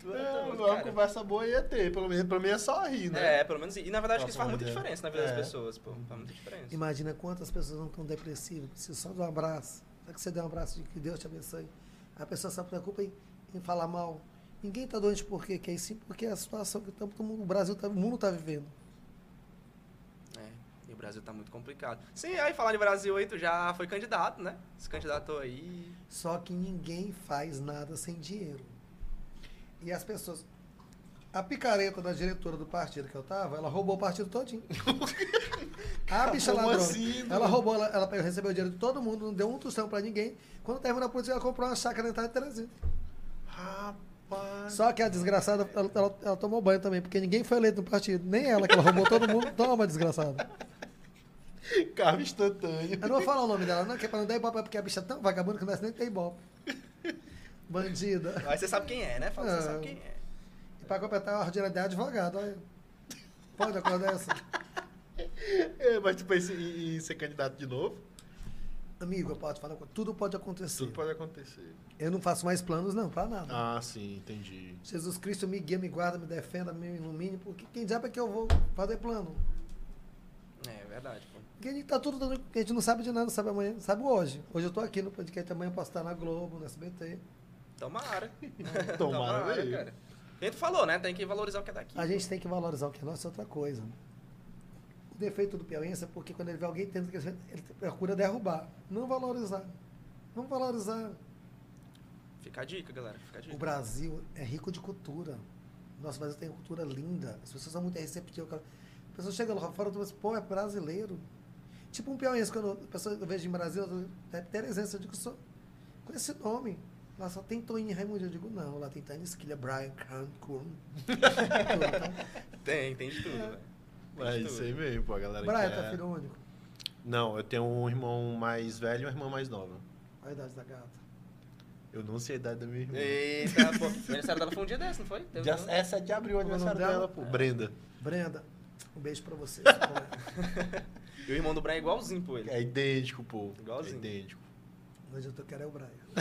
[SPEAKER 2] Tu é
[SPEAKER 3] É,
[SPEAKER 2] doido,
[SPEAKER 3] uma
[SPEAKER 2] cara.
[SPEAKER 3] conversa boa ia ter, pelo menos, pelo menos é só rir, né?
[SPEAKER 2] É, pelo menos. E na verdade que isso faz
[SPEAKER 3] Troca uma
[SPEAKER 2] muita
[SPEAKER 3] ideia.
[SPEAKER 2] diferença na vida
[SPEAKER 3] É.
[SPEAKER 2] das pessoas, pô. Faz muita diferença.
[SPEAKER 4] Imagina quantas pessoas não estão depressivas, precisam só de um abraço. Só que você der um abraço de que Deus te abençoe. A pessoa só preocupa em, em falar mal. Ninguém está doente por quê? Que aí sim, porque é a situação que todo mundo, o Brasil, tá, o mundo está vivendo.
[SPEAKER 2] É, e o Brasil tá muito complicado. Sim, aí falar de Brasil aí, tu já foi candidato, né? Se candidatou aí.
[SPEAKER 4] Só que ninguém faz nada sem dinheiro. E as pessoas. A picareta da diretora do partido que eu tava, ela roubou o partido todinho. a bicha
[SPEAKER 3] Como
[SPEAKER 4] ladrona.
[SPEAKER 3] assim, mano?
[SPEAKER 4] ela roubou, ela, ela recebeu o dinheiro de todo mundo, não deu um tostão pra ninguém. Quando terminou a política, ela comprou uma chácara na entrada de Teresina.
[SPEAKER 3] Rapaz.
[SPEAKER 4] Só que a desgraçada, ela, ela- ela tomou banho também, porque ninguém foi eleito no partido. Nem ela, que ela roubou todo mundo. Toma, desgraçada.
[SPEAKER 3] Carro instantâneo.
[SPEAKER 4] Eu não vou falar o nome dela, não, que é pra não dar ibope, é porque a bicha é tão vagabunda que nós nem tem ibope. Bandida.
[SPEAKER 2] Aí você sabe quem é, né? Fala,
[SPEAKER 4] Ah.
[SPEAKER 2] você sabe quem é.
[SPEAKER 4] E pra completar, a ordem de advogado, olha. Pode acordar essa?
[SPEAKER 3] tipo, É, mas tu pensa em, em ser candidato de novo?
[SPEAKER 4] Amigo, eu posso falar, uma coisa, tudo pode acontecer.
[SPEAKER 3] Tudo pode acontecer.
[SPEAKER 4] Eu não faço mais planos, não, pra nada.
[SPEAKER 3] Ah, sim, entendi.
[SPEAKER 4] Jesus Cristo me guia, me guarda, me defenda, me ilumine, porque quem diabo é que eu vou fazer plano?
[SPEAKER 2] É, é verdade, pô.
[SPEAKER 4] Porque a gente tá tudo dando. A gente não sabe de nada, não sabe amanhã, não sabe hoje. Hoje eu tô aqui no podcast, amanhã eu posso estar na Globo, no SBT.
[SPEAKER 2] Tomara.
[SPEAKER 3] Tomara,
[SPEAKER 2] Tomara,
[SPEAKER 3] velho.
[SPEAKER 2] Tá cara. Quem tu falou, né? Tem que valorizar o que é daqui.
[SPEAKER 4] A gente tem que valorizar o que é nosso é outra coisa. O defeito do piauiense é porque quando ele vê alguém tendo que ele procura derrubar, não valorizar. Não valorizar.
[SPEAKER 2] Fica a dica, galera. Fica a dica.
[SPEAKER 4] O Brasil é rico de cultura. Nosso Brasil tem uma cultura linda. As pessoas são muito receptivas. cara. A pessoa chega lá fora e fala, pô, é brasileiro. Tipo um piauiense, quando a pessoa eu vejo em Brasil, eu digo, é Teresense, eu digo, sou, com esse nome. Lá só tem Toninho e Raimundo. Eu digo, não, lá tem Tânia Esquilha, Brian, Khan, Kuhn.
[SPEAKER 2] Tem, tem de tudo, velho. Tem
[SPEAKER 3] É
[SPEAKER 2] de
[SPEAKER 3] isso
[SPEAKER 2] tudo.
[SPEAKER 3] aí mesmo, pô, a galera.
[SPEAKER 4] Brian,
[SPEAKER 3] que
[SPEAKER 4] tá
[SPEAKER 3] é-
[SPEAKER 4] filho único.
[SPEAKER 3] Não, eu tenho um irmão mais velho e uma irmã mais nova.
[SPEAKER 4] Olha a idade da gata.
[SPEAKER 3] Eu não sei a idade da minha irmã.
[SPEAKER 2] Eita, pô. O aniversário dela foi um dia desse, não foi? Teve
[SPEAKER 3] Dia-
[SPEAKER 2] um-
[SPEAKER 3] essa é de abril, o
[SPEAKER 4] Como é o
[SPEAKER 3] aniversário
[SPEAKER 4] nome
[SPEAKER 3] dela,
[SPEAKER 4] dela?
[SPEAKER 3] pô. Brenda.
[SPEAKER 4] Brenda, um beijo pra você.
[SPEAKER 2] E o irmão do Brian é igualzinho, pô. Ele.
[SPEAKER 3] É idêntico, pô.
[SPEAKER 2] Igualzinho.
[SPEAKER 3] É idêntico.
[SPEAKER 4] Hoje eu tô querendo é o Brian.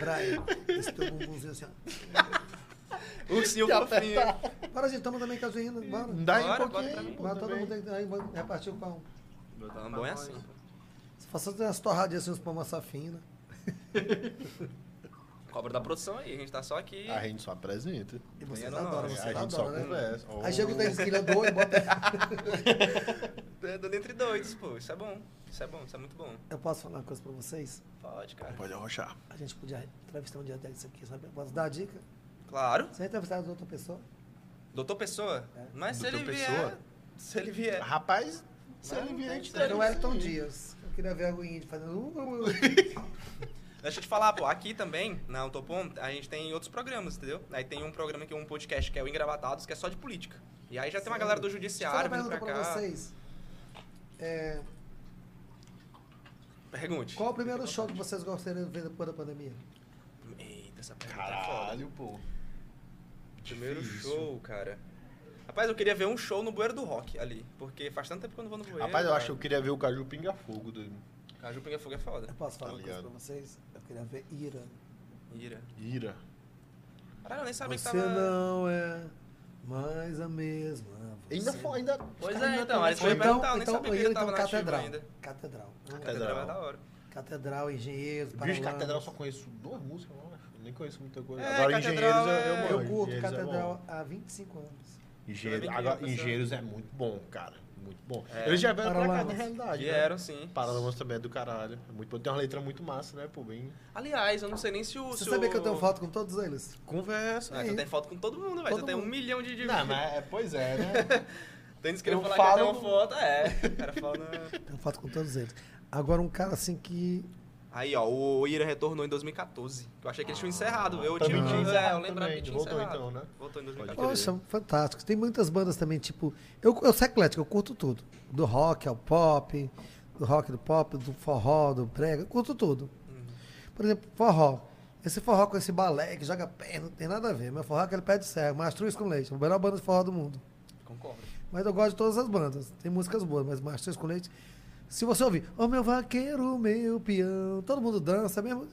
[SPEAKER 4] Brian, esse teu bumbumzinho assim, ó.
[SPEAKER 2] Ursinho fofinho.
[SPEAKER 3] tá.
[SPEAKER 4] Bora, gente, toma também caseína, bora.
[SPEAKER 3] Dá aí um
[SPEAKER 2] Bora, bota
[SPEAKER 3] pouquinho,
[SPEAKER 2] pra mim.
[SPEAKER 3] aí, pô,
[SPEAKER 4] Mas todo
[SPEAKER 3] também.
[SPEAKER 4] mundo tem que aí, vai repartir o pão.
[SPEAKER 2] Tá bom, é assim. pô.
[SPEAKER 4] Se faça umas torradinhas assim, uns pão massa fina.
[SPEAKER 2] Cobra da produção aí, a gente tá só aqui.
[SPEAKER 3] A gente só apresenta. É,
[SPEAKER 4] E vocês
[SPEAKER 2] Ganhando
[SPEAKER 4] adoram,
[SPEAKER 2] nós.
[SPEAKER 4] vocês
[SPEAKER 3] a gente só
[SPEAKER 4] adoram, né?
[SPEAKER 3] conversa.
[SPEAKER 4] Aí chega o da esquilha doido, bota...
[SPEAKER 2] É, Dando entre doidos, pô. Isso é bom. Isso é bom, isso é muito bom.
[SPEAKER 4] Eu posso falar uma coisa pra vocês?
[SPEAKER 2] Pode, cara.
[SPEAKER 3] Pode arrochar.
[SPEAKER 4] A gente podia entrevistar um dia disso aqui, sabe? Eu Posso dar a dica?
[SPEAKER 2] Claro.
[SPEAKER 4] Você entrevistar outra pessoa?
[SPEAKER 2] Doutor Pessoa.
[SPEAKER 4] É.
[SPEAKER 2] Mas se
[SPEAKER 3] Doutor
[SPEAKER 2] ele
[SPEAKER 3] Pessoa?
[SPEAKER 2] vier. Se ele vier.
[SPEAKER 3] É, Rapaz, é se
[SPEAKER 2] Não,
[SPEAKER 3] ele vier, a
[SPEAKER 2] tem
[SPEAKER 3] gente
[SPEAKER 2] que ser.
[SPEAKER 4] Era o
[SPEAKER 3] entrevista
[SPEAKER 4] é Elton
[SPEAKER 3] ele.
[SPEAKER 4] Dias. Eu queria ver o índio fazendo...
[SPEAKER 2] Deixa eu te falar, pô, aqui também, na Autopom, a gente tem outros programas, entendeu? Aí tem um programa que é um podcast que é o Engravatados, que é só de política. E aí já tem uma galera do judiciário
[SPEAKER 4] Deixa eu
[SPEAKER 2] vindo
[SPEAKER 4] fazer
[SPEAKER 2] pra
[SPEAKER 4] uma pergunta
[SPEAKER 2] cá.
[SPEAKER 4] vocês. É,
[SPEAKER 2] Pergunte.
[SPEAKER 4] qual o primeiro show que vocês gostariam de ver depois da pandemia?
[SPEAKER 2] Eita, essa pergunta é foda.
[SPEAKER 3] Caralho, pô.
[SPEAKER 2] Primeiro
[SPEAKER 3] Difícil.
[SPEAKER 2] show, cara. Rapaz, eu queria ver um show no Bueiro do Rock ali. Porque faz tanto tempo que eu não vou no Bueiro.
[SPEAKER 3] Rapaz, eu
[SPEAKER 2] cara.
[SPEAKER 3] acho que eu queria ver o Caju Pinga Fogo do
[SPEAKER 2] Caju Pinga Fogo é
[SPEAKER 4] Eu
[SPEAKER 2] foda.
[SPEAKER 4] posso falar
[SPEAKER 3] Tá
[SPEAKER 4] uma coisa pra
[SPEAKER 3] ligado.
[SPEAKER 4] vocês? Eu queria ver Ira.
[SPEAKER 2] Ira.
[SPEAKER 3] Ira.
[SPEAKER 2] Caralho, eu nem sabia
[SPEAKER 4] Você
[SPEAKER 2] que tava.
[SPEAKER 4] não é mais a mesma. você-
[SPEAKER 3] Ainda foi, ainda.
[SPEAKER 2] Pois
[SPEAKER 4] Ainda
[SPEAKER 2] é, então.
[SPEAKER 4] tem-
[SPEAKER 2] Aí eles
[SPEAKER 4] Ou
[SPEAKER 2] foram
[SPEAKER 4] então,
[SPEAKER 2] perguntar, eu nem
[SPEAKER 4] então,
[SPEAKER 2] sabia que
[SPEAKER 4] Ira,
[SPEAKER 2] ele
[SPEAKER 4] então,
[SPEAKER 2] tava na ativa
[SPEAKER 4] Catedral.
[SPEAKER 2] ainda.
[SPEAKER 4] Catedral.
[SPEAKER 2] Catedral é da hora.
[SPEAKER 4] Catedral, Engenheiros,
[SPEAKER 3] Bicho,
[SPEAKER 4] Paralamas.
[SPEAKER 3] Catedral só conheço duas músicas, eu acho. Eu Nem conheço muita coisa.
[SPEAKER 2] É,
[SPEAKER 3] Agora,
[SPEAKER 2] Catedral
[SPEAKER 3] Engenheiros eu, eu
[SPEAKER 2] é-
[SPEAKER 3] moro.
[SPEAKER 4] Eu curto
[SPEAKER 3] Engenheiros é
[SPEAKER 4] Catedral
[SPEAKER 3] bom.
[SPEAKER 4] há 25 anos.
[SPEAKER 3] Engenheiro-
[SPEAKER 2] Eu também
[SPEAKER 3] agora,
[SPEAKER 2] queria passar.
[SPEAKER 3] Engenheiros é muito bom, cara. Muito bom.
[SPEAKER 2] É.
[SPEAKER 3] Eles já vieram pra cá, na
[SPEAKER 4] Paralamas.
[SPEAKER 3] realidade. Né?
[SPEAKER 2] Vieram, sim.
[SPEAKER 3] Paralamas também é do caralho. É muito bom. Tem uma letra muito massa, né, pô? Bem.
[SPEAKER 2] Aliás, eu não sei nem se o.
[SPEAKER 4] Você
[SPEAKER 2] se
[SPEAKER 4] sabia
[SPEAKER 2] o-
[SPEAKER 4] que eu tenho foto com todos eles?
[SPEAKER 3] Conversa.
[SPEAKER 2] Ah, tu tem foto com todo mundo, velho.
[SPEAKER 4] Todo
[SPEAKER 2] Tu tem um
[SPEAKER 4] mundo.
[SPEAKER 2] milhão de. de...
[SPEAKER 3] Não, mas é- pois é, né?
[SPEAKER 2] Tem que ele
[SPEAKER 3] eu
[SPEAKER 2] falar que
[SPEAKER 3] falo-
[SPEAKER 2] tem uma foto. É, o cara fala. na-
[SPEAKER 4] Tenho foto com todos eles. Agora, um cara assim que
[SPEAKER 2] Aí, ó, o Ira retornou em 2014. Eu achei que eles tinham encerrado. Eu
[SPEAKER 3] também
[SPEAKER 2] tinha.
[SPEAKER 3] tinha
[SPEAKER 2] É, eu
[SPEAKER 3] encerrado
[SPEAKER 2] lembrava que
[SPEAKER 3] também.
[SPEAKER 2] tinha
[SPEAKER 3] Voltou
[SPEAKER 2] encerrado.
[SPEAKER 3] então, né?
[SPEAKER 2] Voltou em 2014.
[SPEAKER 4] Poxa, fantástico. Tem muitas bandas também, tipo. Eu, eu sou eclético, eu curto tudo. Do rock ao pop, do rock do pop, do forró, do brega, eu curto tudo. Por exemplo, forró. Esse forró com esse balé que joga pé, não tem nada a ver. Meu forró é aquele pé de serra, Mastruz com Leite, a melhor banda de forró do mundo.
[SPEAKER 2] Concordo.
[SPEAKER 4] Mas eu gosto de todas as bandas. Tem músicas boas, mas Mastruz com Leite. Se você ouvir, ô meu vaqueiro, meu peão, todo mundo dança mesmo.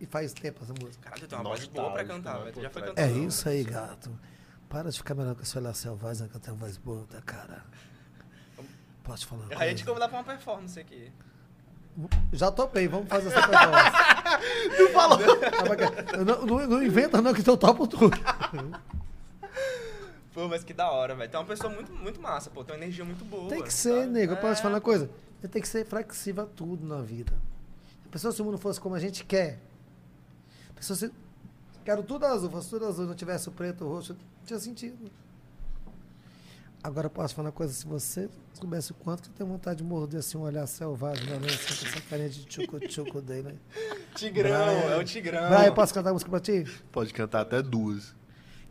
[SPEAKER 4] E faz tempo essa música.
[SPEAKER 2] Caralho, tu tem uma voz boa pra
[SPEAKER 3] Nostálgico,
[SPEAKER 2] cantar,
[SPEAKER 3] né?
[SPEAKER 2] velho. Tu
[SPEAKER 3] Pô,
[SPEAKER 2] já foi
[SPEAKER 3] traz-
[SPEAKER 2] cantar.
[SPEAKER 4] É isso aí, gato. Para de ficar melhor com essa olhar selvagem, né, que eu tenho voz boa, tá, cara? Posso te falar? uma
[SPEAKER 2] Aí a gente
[SPEAKER 4] coisa?
[SPEAKER 2] convidar pra uma performance aqui.
[SPEAKER 4] Já topei, vamos fazer essa performance.
[SPEAKER 3] Tu falou.
[SPEAKER 4] Tá bacana. Eu não, não, não inventa, não, que eu topo tudo.
[SPEAKER 2] Pô, mas que da hora, velho. Tu é uma pessoa muito, muito massa, pô. Tem uma energia muito boa.
[SPEAKER 4] Tem que ser,
[SPEAKER 2] sabe?
[SPEAKER 4] nego. Eu posso te falar
[SPEAKER 2] É.
[SPEAKER 4] uma coisa? Você tem que ser flexível a tudo na vida. A pessoa, se o mundo fosse como a gente quer, a pessoa, se. Quero tudo azul, fosse tudo azul, não tivesse o preto, o roxo, não tinha sentido. Agora eu posso te falar uma coisa, se você soubesse o quanto que eu tenho vontade de morder assim, um olhar selvagem, né? assim, com essa carinha de tchucu-tchucu dele, né?
[SPEAKER 2] Tigrão,
[SPEAKER 4] Brian.
[SPEAKER 2] é o Tigrão.
[SPEAKER 4] Vai, eu posso cantar a música pra ti?
[SPEAKER 3] Pode cantar até duas.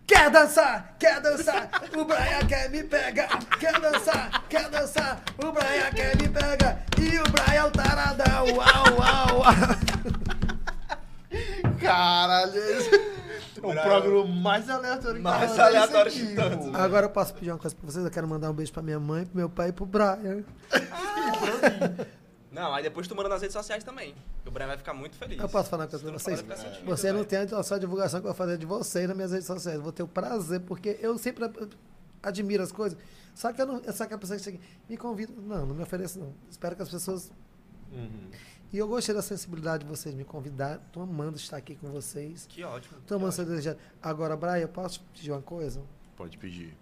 [SPEAKER 4] Quer dançar, quer dançar, o Brian quer me pegar. Quer dançar, quer dançar, o Brian quer me pegar. E o Brian é o taradão, uau, uau, uau.
[SPEAKER 3] Caralho, esse é o
[SPEAKER 2] Bravo.
[SPEAKER 3] programa mais aleatório que
[SPEAKER 2] Mais
[SPEAKER 3] tá acontecendo
[SPEAKER 2] aleatório
[SPEAKER 3] aqui,
[SPEAKER 2] de todos.
[SPEAKER 3] pô.
[SPEAKER 4] Agora eu posso pedir uma coisa pra vocês? Eu quero mandar um beijo pra minha mãe, pro meu pai e pro Brian.
[SPEAKER 2] Não, aí depois tu manda nas redes sociais também. que O Brian vai ficar muito feliz.
[SPEAKER 4] Eu posso falar uma coisa
[SPEAKER 2] Se tu
[SPEAKER 4] pra
[SPEAKER 2] não
[SPEAKER 4] vocês?
[SPEAKER 2] falar, vai ficar sentido,
[SPEAKER 4] Você não
[SPEAKER 2] velho.
[SPEAKER 4] tem a só divulgação que eu vou fazer de vocês nas minhas redes sociais. Eu Vou ter o prazer, porque eu sempre admiro as coisas. Só que, eu não, só que a pessoa que chega aqui, me convida. Não, não me ofereça, não. Espero que as pessoas. E eu gostei da sensibilidade de vocês me convidar. Tô amando estar aqui com vocês.
[SPEAKER 2] Que ótimo.
[SPEAKER 4] Tô
[SPEAKER 2] que
[SPEAKER 4] amando
[SPEAKER 2] ótimo.
[SPEAKER 4] ser desejado. Agora, Brian, eu posso te pedir uma coisa?
[SPEAKER 3] Pode pedir.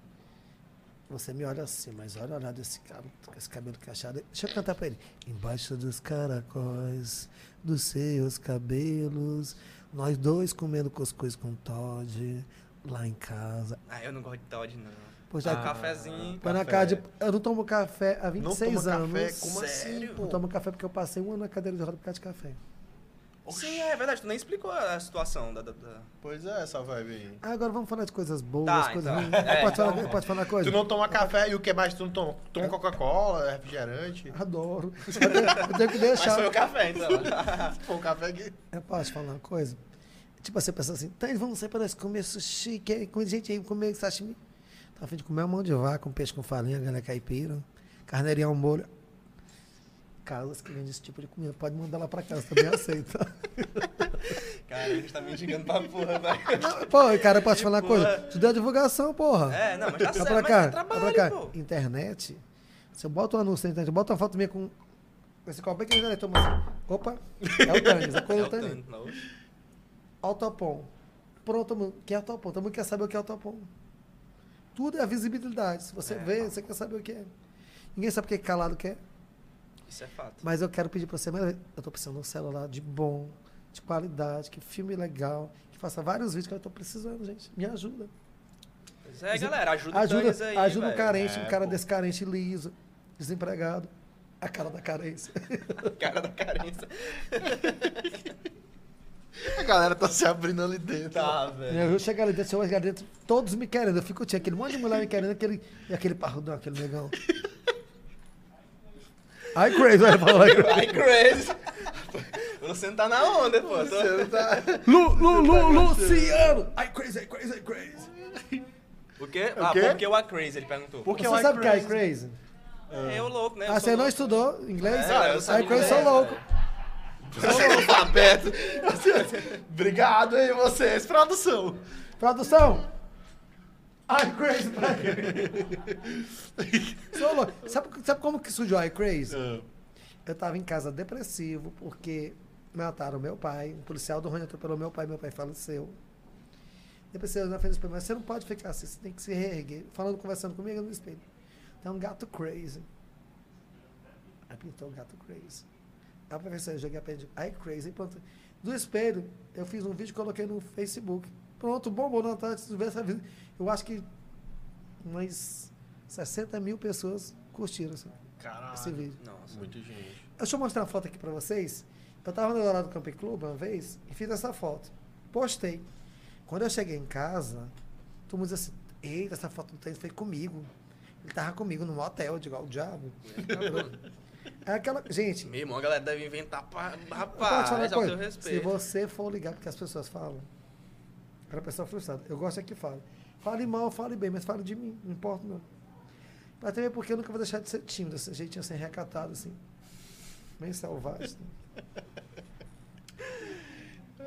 [SPEAKER 4] Você me olha assim, mas olha lá desse cara, com esse cabelo cacheado. Deixa eu cantar pra ele. Embaixo dos caracóis, dos seus cabelos, nós dois comendo cuscuz com Todd, lá em casa.
[SPEAKER 2] Ah, eu não gosto de Todd, não.
[SPEAKER 4] Pô, já-
[SPEAKER 2] Um cafezinho.
[SPEAKER 4] Põe Ah, na
[SPEAKER 3] Ah, Café.
[SPEAKER 4] cara de. Eu não tomo café há
[SPEAKER 3] Não
[SPEAKER 4] 26
[SPEAKER 3] toma
[SPEAKER 4] anos.
[SPEAKER 3] café? Como
[SPEAKER 2] Sério?
[SPEAKER 3] assim,
[SPEAKER 4] Não
[SPEAKER 3] pô?
[SPEAKER 4] tomo café porque eu passei um ano na cadeira de roda por causa de café.
[SPEAKER 2] Sim, é verdade. Tu nem explicou a situação da... da- da-
[SPEAKER 3] Pois é, essa vibe aí.
[SPEAKER 4] Ah, agora vamos falar de coisas boas,
[SPEAKER 2] Tá,
[SPEAKER 4] coisas
[SPEAKER 2] então.
[SPEAKER 4] ruins.
[SPEAKER 2] É,
[SPEAKER 4] pode, falar,
[SPEAKER 2] então-
[SPEAKER 4] pode falar coisa?
[SPEAKER 3] Tu não toma café e o que mais tu não toma? Toma
[SPEAKER 4] É.
[SPEAKER 3] Coca-Cola, é refrigerante.
[SPEAKER 4] Adoro. Eu tenho- eu tenho que
[SPEAKER 2] Mas
[SPEAKER 4] deixar.
[SPEAKER 2] foi o café, então.
[SPEAKER 3] Pô, o café que.
[SPEAKER 4] Eu posso falar uma coisa? Tipo assim, eu penso assim, tá, vamos sair para nós comer sushi, que é, com gente aí comer sashimi. Tá a fim de comer uma mão de vaca, um peixe com farinha, galinha caipira, carneirinho ao molho. Casas que vendem esse tipo de comida, pode mandar lá pra casa, também aceita.
[SPEAKER 2] Cara, a gente tá me indicando pra porra, velho.
[SPEAKER 4] Pô, cara, eu posso te falar uma
[SPEAKER 2] Porra.
[SPEAKER 4] coisa? Tu deu a divulgação, porra.
[SPEAKER 2] É, não, mas tá
[SPEAKER 4] Tá
[SPEAKER 2] certo,
[SPEAKER 4] pra
[SPEAKER 2] mas
[SPEAKER 4] cá,
[SPEAKER 2] é
[SPEAKER 4] tá
[SPEAKER 2] trabalho,
[SPEAKER 4] pra cá.
[SPEAKER 2] pô.
[SPEAKER 4] Internet, se eu boto um anúncio na internet, eu boto uma foto minha com com esse copo aqui, ele toma assim. Opa, é o Tânis, a coisa
[SPEAKER 2] É
[SPEAKER 4] do
[SPEAKER 2] o
[SPEAKER 4] Tânis.
[SPEAKER 2] tanto, não.
[SPEAKER 4] Autopom. Pronto, todo mundo quer autopom. Todo mundo quer saber o que é autopom. Tudo é a visibilidade. Se você
[SPEAKER 2] É.
[SPEAKER 4] vê, você quer saber o que é. Ninguém sabe o que é calado quer.
[SPEAKER 2] Isso é fato.
[SPEAKER 4] Mas eu quero pedir pra você, mas eu tô precisando de um celular de bom, de qualidade, que filme legal, que faça vários vídeos que eu tô precisando, gente. Me ajuda.
[SPEAKER 2] Pois é, galera, ajuda, o Tânis
[SPEAKER 4] Ajuda,
[SPEAKER 2] aí,
[SPEAKER 4] ajuda um
[SPEAKER 2] velho.
[SPEAKER 4] carente,
[SPEAKER 3] É,
[SPEAKER 4] um cara
[SPEAKER 3] pô.
[SPEAKER 4] desse carente liso, desempregado. A cara da carência.
[SPEAKER 2] Cara da carência.
[SPEAKER 3] A galera tá se abrindo ali dentro.
[SPEAKER 2] Tá, velho.
[SPEAKER 4] Eu chego ali dentro, eu chego ali dentro, todos me querendo. Eu fico, tinha aquele monte de mulher me querendo, aquele, e aquele parrudão, aquele negão. Ai, crazy, vai falar.
[SPEAKER 2] Vai, crazy. O Luciano tá na onda, pô.
[SPEAKER 3] tá.
[SPEAKER 2] Tô-
[SPEAKER 4] Lu, Lu, Lu, Luciano! Ai, crazy, ai, crazy, ai, crazy.
[SPEAKER 2] O quê?
[SPEAKER 3] O
[SPEAKER 2] Ah,
[SPEAKER 3] quê?
[SPEAKER 2] porque o A Crazy, ele perguntou.
[SPEAKER 3] Por que
[SPEAKER 4] Você
[SPEAKER 3] o I
[SPEAKER 4] sabe o que é I
[SPEAKER 3] crazy?
[SPEAKER 4] crazy?
[SPEAKER 2] É, eu louco, né? Eu
[SPEAKER 4] Ah,
[SPEAKER 2] sou
[SPEAKER 4] você não
[SPEAKER 2] louco.
[SPEAKER 4] estudou inglês?
[SPEAKER 2] É, eu sabia
[SPEAKER 4] I crazy, sou
[SPEAKER 2] inglês,
[SPEAKER 4] louco.
[SPEAKER 3] tá Aberto. Obrigado aí, vocês, produção.
[SPEAKER 4] Produção! I crazy,
[SPEAKER 3] É,
[SPEAKER 4] sou louco. Sabe, sabe como que surgiu I crazy? Eu tava em casa depressivo porque mataram meu pai. Um policial do Rony atropelou meu pai, meu pai faleceu. Depois eu na frente do espelho, mas você não pode ficar assim, você tem que se reerguer. Falando, conversando comigo no espelho. Tem um gato crazy. Aí pintou o gato crazy. Aí a professora, eu joguei a pedra, ai crazy, pronto. Do espelho, eu fiz um vídeo e coloquei no Facebook. Pronto, bombou na tarde, se tivesse aviso. Eu acho que umas 60 mil pessoas curtiram assim, esse
[SPEAKER 3] Caralho.
[SPEAKER 4] vídeo.
[SPEAKER 2] Nossa.
[SPEAKER 3] Muito gente.
[SPEAKER 4] Deixa eu mostrar uma foto aqui pra vocês. Eu tava no Dourado Camping Club uma vez e fiz essa foto. Postei. Quando eu cheguei em casa, todo mundo dizia assim: Eita, essa foto do Tênis foi comigo. Ele tava comigo num hotel, eu digo, ó, o diabo.
[SPEAKER 2] Tá
[SPEAKER 4] É aquela. Gente,
[SPEAKER 2] Meu irmão, a galera deve inventar pra...
[SPEAKER 4] Pode
[SPEAKER 2] Rapaz,
[SPEAKER 4] falar uma
[SPEAKER 2] ao teu
[SPEAKER 4] coisa. Se
[SPEAKER 2] respeito.
[SPEAKER 4] você for ligar porque as pessoas falam, para a pessoa frustrada, eu gosto é que fale. Fale mal, fale bem, mas fale de mim, não importa não. Mas também porque eu nunca vou deixar de ser tímido, esse jeitinho assim, recatado, assim. Meio selvagem. né?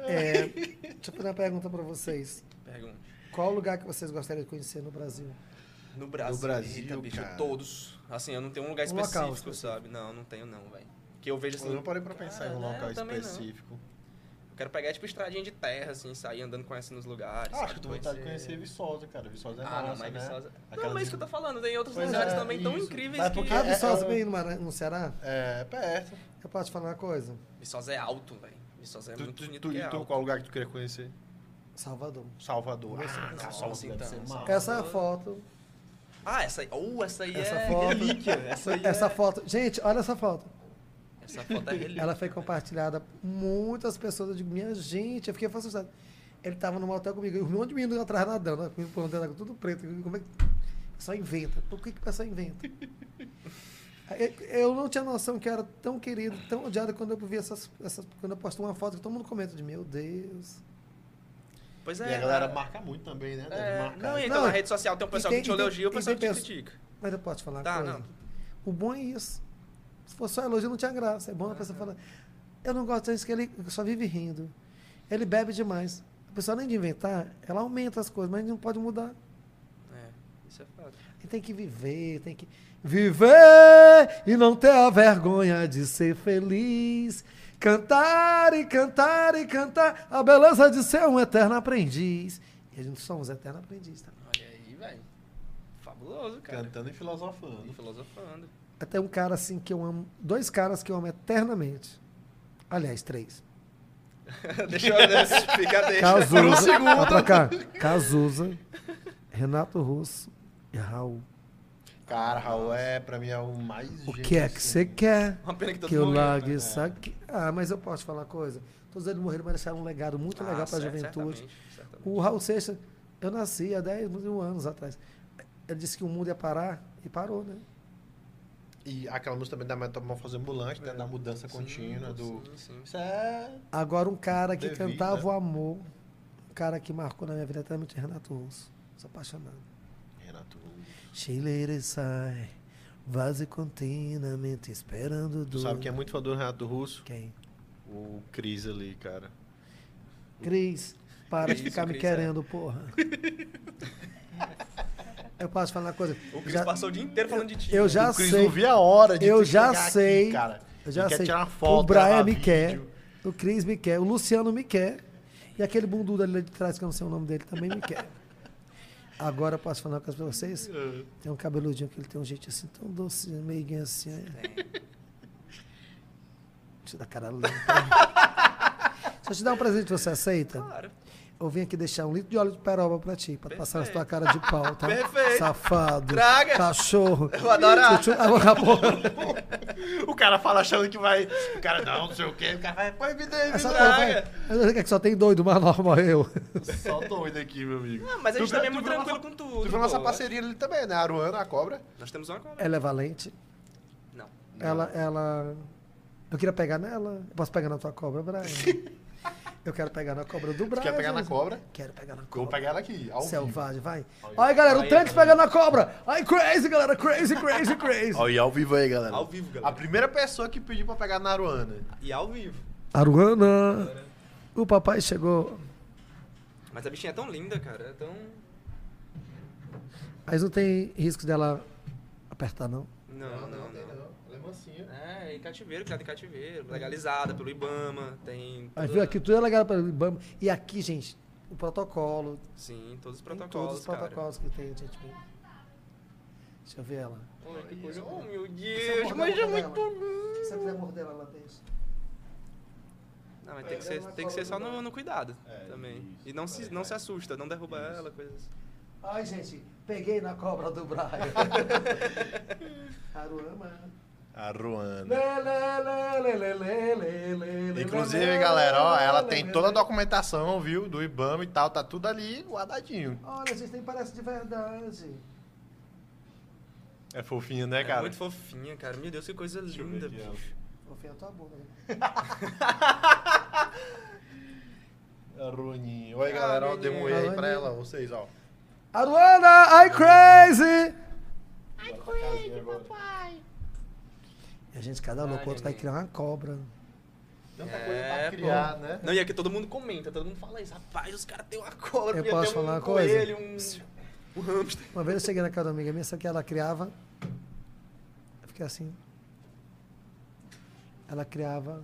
[SPEAKER 4] É, deixa eu fazer uma pergunta para vocês.
[SPEAKER 2] Pergunta.
[SPEAKER 4] Qual o lugar que vocês gostariam de conhecer no Brasil?
[SPEAKER 2] No Brasil,
[SPEAKER 3] No Brasil,
[SPEAKER 2] eita, bicho,
[SPEAKER 3] cara.
[SPEAKER 2] todos. Assim, eu não tenho um lugar
[SPEAKER 4] Um local
[SPEAKER 2] específico,
[SPEAKER 4] específico.
[SPEAKER 2] sabe? Não, não tenho não, velho. Que eu vejo assim,
[SPEAKER 3] Eu não parei pra pensar em
[SPEAKER 2] Cara,
[SPEAKER 3] um
[SPEAKER 2] né,
[SPEAKER 3] local
[SPEAKER 2] eu também não.
[SPEAKER 3] específico.
[SPEAKER 2] eu quero pegar tipo estradinha de terra, assim, sair andando, conhecendo os lugares.
[SPEAKER 3] Ah, acho
[SPEAKER 2] sabe?
[SPEAKER 3] que tu vontade de conhecer Viçosa, cara. Viçosa é
[SPEAKER 2] Ah, não,
[SPEAKER 3] massa,
[SPEAKER 2] mas
[SPEAKER 3] né?
[SPEAKER 2] Viçosa... Não,
[SPEAKER 3] Aquelas-
[SPEAKER 2] mas isso que eu tô falando, tem outros
[SPEAKER 3] Pois
[SPEAKER 2] lugares
[SPEAKER 3] é,
[SPEAKER 2] também tão
[SPEAKER 3] isso.
[SPEAKER 2] incríveis
[SPEAKER 3] Mas
[SPEAKER 2] que...
[SPEAKER 3] porque-
[SPEAKER 4] Ah,
[SPEAKER 3] é-
[SPEAKER 4] Viçosa,
[SPEAKER 3] é um-
[SPEAKER 4] bem no, Mara- no Ceará?
[SPEAKER 3] É, perto.
[SPEAKER 4] Eu posso te falar uma coisa?
[SPEAKER 2] Viçosa é alto, velho. Viçosa é
[SPEAKER 3] tu,
[SPEAKER 2] muito
[SPEAKER 3] tu,
[SPEAKER 2] bonito
[SPEAKER 3] tu,
[SPEAKER 2] que é
[SPEAKER 3] tu-
[SPEAKER 2] alto.
[SPEAKER 3] qual lugar que tu queria conhecer?
[SPEAKER 4] Salvador.
[SPEAKER 3] Salvador. Ah,
[SPEAKER 2] nossa,
[SPEAKER 3] Salvador deve
[SPEAKER 2] então,
[SPEAKER 3] ser
[SPEAKER 2] Salvador.
[SPEAKER 3] massa.
[SPEAKER 4] Essa foto
[SPEAKER 2] Ah, essa aí... Oh, essa aí
[SPEAKER 4] Essa
[SPEAKER 2] é
[SPEAKER 4] foto.
[SPEAKER 2] relíquia. Essa aí
[SPEAKER 4] Essa
[SPEAKER 2] é...
[SPEAKER 4] foto. Gente, olha essa foto.
[SPEAKER 2] Essa foto é relíquia.
[SPEAKER 4] Ela foi compartilhada por muitas pessoas. Eu digo, minha gente, eu fiquei assustado. Ele tava num hotel comigo, e um monte de menino atrás nadando, né? Com o pulando dentro, tudo preto. Como é que. Só inventa. Por que, que o pessoal inventa? Eu- Eu não tinha noção que eu era tão querido, tão odiado quando eu vi essas. essas- quando eu posto uma foto que todo mundo comenta de meu Deus.
[SPEAKER 2] Pois
[SPEAKER 3] E
[SPEAKER 2] é.
[SPEAKER 3] a galera
[SPEAKER 2] cara.
[SPEAKER 3] marca muito também, né? Deve
[SPEAKER 2] É,
[SPEAKER 3] marcar.
[SPEAKER 2] não, então
[SPEAKER 4] Não,
[SPEAKER 2] na rede social tem um
[SPEAKER 4] e
[SPEAKER 2] pessoal
[SPEAKER 4] tem-
[SPEAKER 2] que te
[SPEAKER 4] e tem-
[SPEAKER 2] elogia e o
[SPEAKER 4] e
[SPEAKER 2] pessoal
[SPEAKER 4] tem
[SPEAKER 2] que te
[SPEAKER 4] pessoa-
[SPEAKER 2] critica.
[SPEAKER 4] Mas eu posso te falar uma
[SPEAKER 2] Tá,
[SPEAKER 4] coisa?
[SPEAKER 2] não.
[SPEAKER 4] O bom é isso. Se fosse só elogio, não tinha graça. É bom a pessoa falar, eu não gosto disso, que ele só vive rindo. Ele bebe demais. A pessoa, além de inventar, ela aumenta as coisas, mas a gente não pode mudar.
[SPEAKER 2] É, isso é fato.
[SPEAKER 4] A gente tem que viver, tem que viver e não ter a vergonha de ser feliz. Cantar e cantar e cantar a beleza de ser um eterno aprendiz. E a gente somos eterno aprendiz, tá?
[SPEAKER 2] Olha aí, velho. Fabuloso, cara.
[SPEAKER 3] Cantando e
[SPEAKER 2] E
[SPEAKER 3] filosofando.
[SPEAKER 2] filosofando.
[SPEAKER 4] Até um cara assim que eu amo, dois caras que eu amo eternamente. Aliás, três.
[SPEAKER 2] deixa eu deixa, fica, deixa.
[SPEAKER 4] Cazuza, ó pra cá. Cazuza, Renato Russo e Raul.
[SPEAKER 3] Cara, Raul é, pra mim, é o mais
[SPEAKER 4] O
[SPEAKER 3] gênio,
[SPEAKER 4] que é que
[SPEAKER 3] assim.
[SPEAKER 4] você quer?
[SPEAKER 2] Uma pena que todo
[SPEAKER 4] que eu
[SPEAKER 2] mundo
[SPEAKER 4] largue
[SPEAKER 2] né?
[SPEAKER 4] isso aqui. Ah, mas eu posso te falar uma coisa. Todos eles morreram, mas deixaram um legado muito
[SPEAKER 2] Ah,
[SPEAKER 4] legal para a
[SPEAKER 2] certo,
[SPEAKER 4] juventude.
[SPEAKER 2] certamente, certamente.
[SPEAKER 4] O Raul Seixas, eu nasci há 10 mil anos atrás. Ele disse que o mundo ia parar e parou, né?
[SPEAKER 3] E aquela música também da metamorfose ambulante, né? Da mudança contínua, do...
[SPEAKER 2] Sim, sim.
[SPEAKER 3] Isso é...
[SPEAKER 4] Agora, um cara que
[SPEAKER 3] Devido,
[SPEAKER 4] cantava
[SPEAKER 3] né?
[SPEAKER 4] o amor, um cara que marcou na minha vida eternamente, é Renato Russo. Sou apaixonado.
[SPEAKER 3] Renato...
[SPEAKER 4] Cheileira e sai, vaze continuamente, esperando
[SPEAKER 3] Tu
[SPEAKER 4] do.
[SPEAKER 3] sabe quem é muito fã do Renato Russo?
[SPEAKER 4] Quem?
[SPEAKER 3] O Cris ali, cara.
[SPEAKER 4] Cris, para de
[SPEAKER 2] Isso,
[SPEAKER 4] ficar me
[SPEAKER 2] Cris, é.
[SPEAKER 4] querendo, porra. Eu posso falar uma coisa.
[SPEAKER 2] O Cris
[SPEAKER 4] Já-
[SPEAKER 2] passou o dia inteiro falando de ti. né?
[SPEAKER 4] Eu já
[SPEAKER 3] o Cris
[SPEAKER 4] sei.
[SPEAKER 3] não via a hora de
[SPEAKER 4] Eu
[SPEAKER 3] tu
[SPEAKER 4] já
[SPEAKER 3] chegar aqui,
[SPEAKER 4] sei.
[SPEAKER 3] cara.
[SPEAKER 4] Eu já
[SPEAKER 3] Ele quer
[SPEAKER 4] sei.
[SPEAKER 3] tirar uma foto,
[SPEAKER 4] o Brian
[SPEAKER 3] gravar
[SPEAKER 4] me quer.
[SPEAKER 3] vídeo.
[SPEAKER 4] O Cris me quer. O Luciano me quer. E aquele bundudo ali de trás, que eu não sei o nome dele, também me quer. Agora eu posso falar uma coisa pra vocês?
[SPEAKER 3] É.
[SPEAKER 4] Tem um cabeludinho que ele tem um jeito assim, tão doce, meiguinho assim. É. Deixa eu dar cara limpa. Deixa eu te dar um presente, você aceita?
[SPEAKER 2] Claro.
[SPEAKER 4] Eu vim aqui deixar um litro de óleo de peroba pra ti, pra passar na tua cara de pau, tá?
[SPEAKER 2] Perfeito.
[SPEAKER 4] Safado.
[SPEAKER 2] Traga.
[SPEAKER 4] Cachorro.
[SPEAKER 2] Eu vou adorar.
[SPEAKER 4] Chuchu- Ah, acabou.
[SPEAKER 3] O cara fala achando que vai... O cara, não, não sei o quê. O cara vai, põe me dê, me
[SPEAKER 4] Essa
[SPEAKER 3] dá.
[SPEAKER 4] coisa, vai. Mas eu sei que é que só tem doido, mas normal eu.
[SPEAKER 3] Só doido aqui, meu amigo.
[SPEAKER 2] Ah, mas a gente
[SPEAKER 3] Tu
[SPEAKER 2] também é
[SPEAKER 3] viu-
[SPEAKER 2] muito
[SPEAKER 3] tu viu
[SPEAKER 2] tranquilo
[SPEAKER 3] nossa-
[SPEAKER 2] com tudo.
[SPEAKER 3] Tu viu nossa
[SPEAKER 2] pô.
[SPEAKER 3] parceria ali também, né? A Aruana, a cobra.
[SPEAKER 2] Nós temos uma cobra.
[SPEAKER 4] Ela é valente.
[SPEAKER 2] Não.
[SPEAKER 4] Ela, ela. Eu queria pegar nela. Eu posso pegar na tua cobra, Brian? eu quero pegar na cobra do
[SPEAKER 3] Tu
[SPEAKER 4] Brian.
[SPEAKER 3] quer pegar na cobra?
[SPEAKER 4] Quero pegar na
[SPEAKER 3] Eu vou
[SPEAKER 4] cobra.
[SPEAKER 3] pegar ela aqui, ao vivo.
[SPEAKER 4] Selvagem, vai.
[SPEAKER 3] vivo.
[SPEAKER 4] Olha aí, galera, o
[SPEAKER 2] Aí,
[SPEAKER 4] Tanks
[SPEAKER 2] aí.
[SPEAKER 4] pegando a cobra. Ai, crazy, galera. Crazy, crazy, crazy.
[SPEAKER 3] Olha, ao vivo aí, galera.
[SPEAKER 2] Ao vivo,
[SPEAKER 3] A
[SPEAKER 2] galera.
[SPEAKER 3] primeira pessoa que pediu pra pegar na Aruana.
[SPEAKER 2] E ao vivo.
[SPEAKER 4] Aruana, o papai chegou.
[SPEAKER 2] Mas a bichinha é tão linda, cara. É tão.
[SPEAKER 4] Mas não tem risco dela apertar, não.
[SPEAKER 2] Não, não, não.
[SPEAKER 3] Ela é mansinha.
[SPEAKER 2] É, em cativeiro, criada em cativeiro. Legalizada pelo Ibama. Tem.
[SPEAKER 4] Mas
[SPEAKER 2] toda-
[SPEAKER 4] viu aqui, tudo é legal pra Ibama. E aqui, gente, o protocolo.
[SPEAKER 2] Sim, todos os
[SPEAKER 4] tem
[SPEAKER 2] protocolos.
[SPEAKER 4] todos os protocolos que tem, gente. Deixa eu ver ela.
[SPEAKER 2] Cara.
[SPEAKER 3] é
[SPEAKER 2] Ai, que coisa. Oh, meu
[SPEAKER 4] Se eu
[SPEAKER 2] Deus,
[SPEAKER 3] né?
[SPEAKER 4] morder
[SPEAKER 2] mas
[SPEAKER 4] a
[SPEAKER 2] é muito
[SPEAKER 4] boca dela,
[SPEAKER 2] bom.
[SPEAKER 4] Se você quiser morder ela, ela deixa.
[SPEAKER 2] Não, mas tem que ser, tem que ser só no,
[SPEAKER 3] né?
[SPEAKER 2] no cuidado
[SPEAKER 3] É,
[SPEAKER 2] também. E não se, não se assusta, não derruba ela, coisas assim.
[SPEAKER 4] Ai, gente, peguei na cobra do Brian. Aruama.
[SPEAKER 3] Aruana.
[SPEAKER 4] Lê, lê, lê, lê, lê, lê, lê, lê, lê,
[SPEAKER 3] Inclusive,
[SPEAKER 4] lê,
[SPEAKER 3] galera, ó,
[SPEAKER 4] lê,
[SPEAKER 3] ela é
[SPEAKER 4] lê,
[SPEAKER 3] tem
[SPEAKER 4] lê,
[SPEAKER 3] toda a
[SPEAKER 4] lê.
[SPEAKER 3] documentação, viu? Do IBAMA e tal, tá tudo ali guardadinho.
[SPEAKER 4] Olha, gente, nem parece de verdade.
[SPEAKER 3] É fofinha, né,
[SPEAKER 2] É
[SPEAKER 3] cara?
[SPEAKER 2] muito fofinha, cara. Meu Deus, que coisa
[SPEAKER 3] eu ver
[SPEAKER 2] linda,
[SPEAKER 3] aqui, ó.
[SPEAKER 2] bicho.
[SPEAKER 4] Vou enfiar tua bunda. né?
[SPEAKER 3] Aruaninha. Oi, galera, ó, deu um oi aí pra
[SPEAKER 4] Aruaninha.
[SPEAKER 3] ela, vocês, ó.
[SPEAKER 4] Aruana, ai, crazy! E a gente, cada louco,
[SPEAKER 2] Ai,
[SPEAKER 4] o outro vai
[SPEAKER 2] neném.
[SPEAKER 4] criar uma cobra.
[SPEAKER 3] Tanta coisa pra
[SPEAKER 2] É,
[SPEAKER 3] criar,
[SPEAKER 2] pô.
[SPEAKER 3] né?
[SPEAKER 2] Não, e aqui todo mundo comenta, todo mundo fala isso. Rapaz, os caras têm uma cobra,
[SPEAKER 4] Eu
[SPEAKER 2] podia
[SPEAKER 4] posso
[SPEAKER 2] ter um
[SPEAKER 4] falar uma coisa?
[SPEAKER 2] coelho, um, um hamster.
[SPEAKER 4] Uma vez eu cheguei na casa de uma amiga minha, só que ela criava. Eu fiquei assim. Ela criava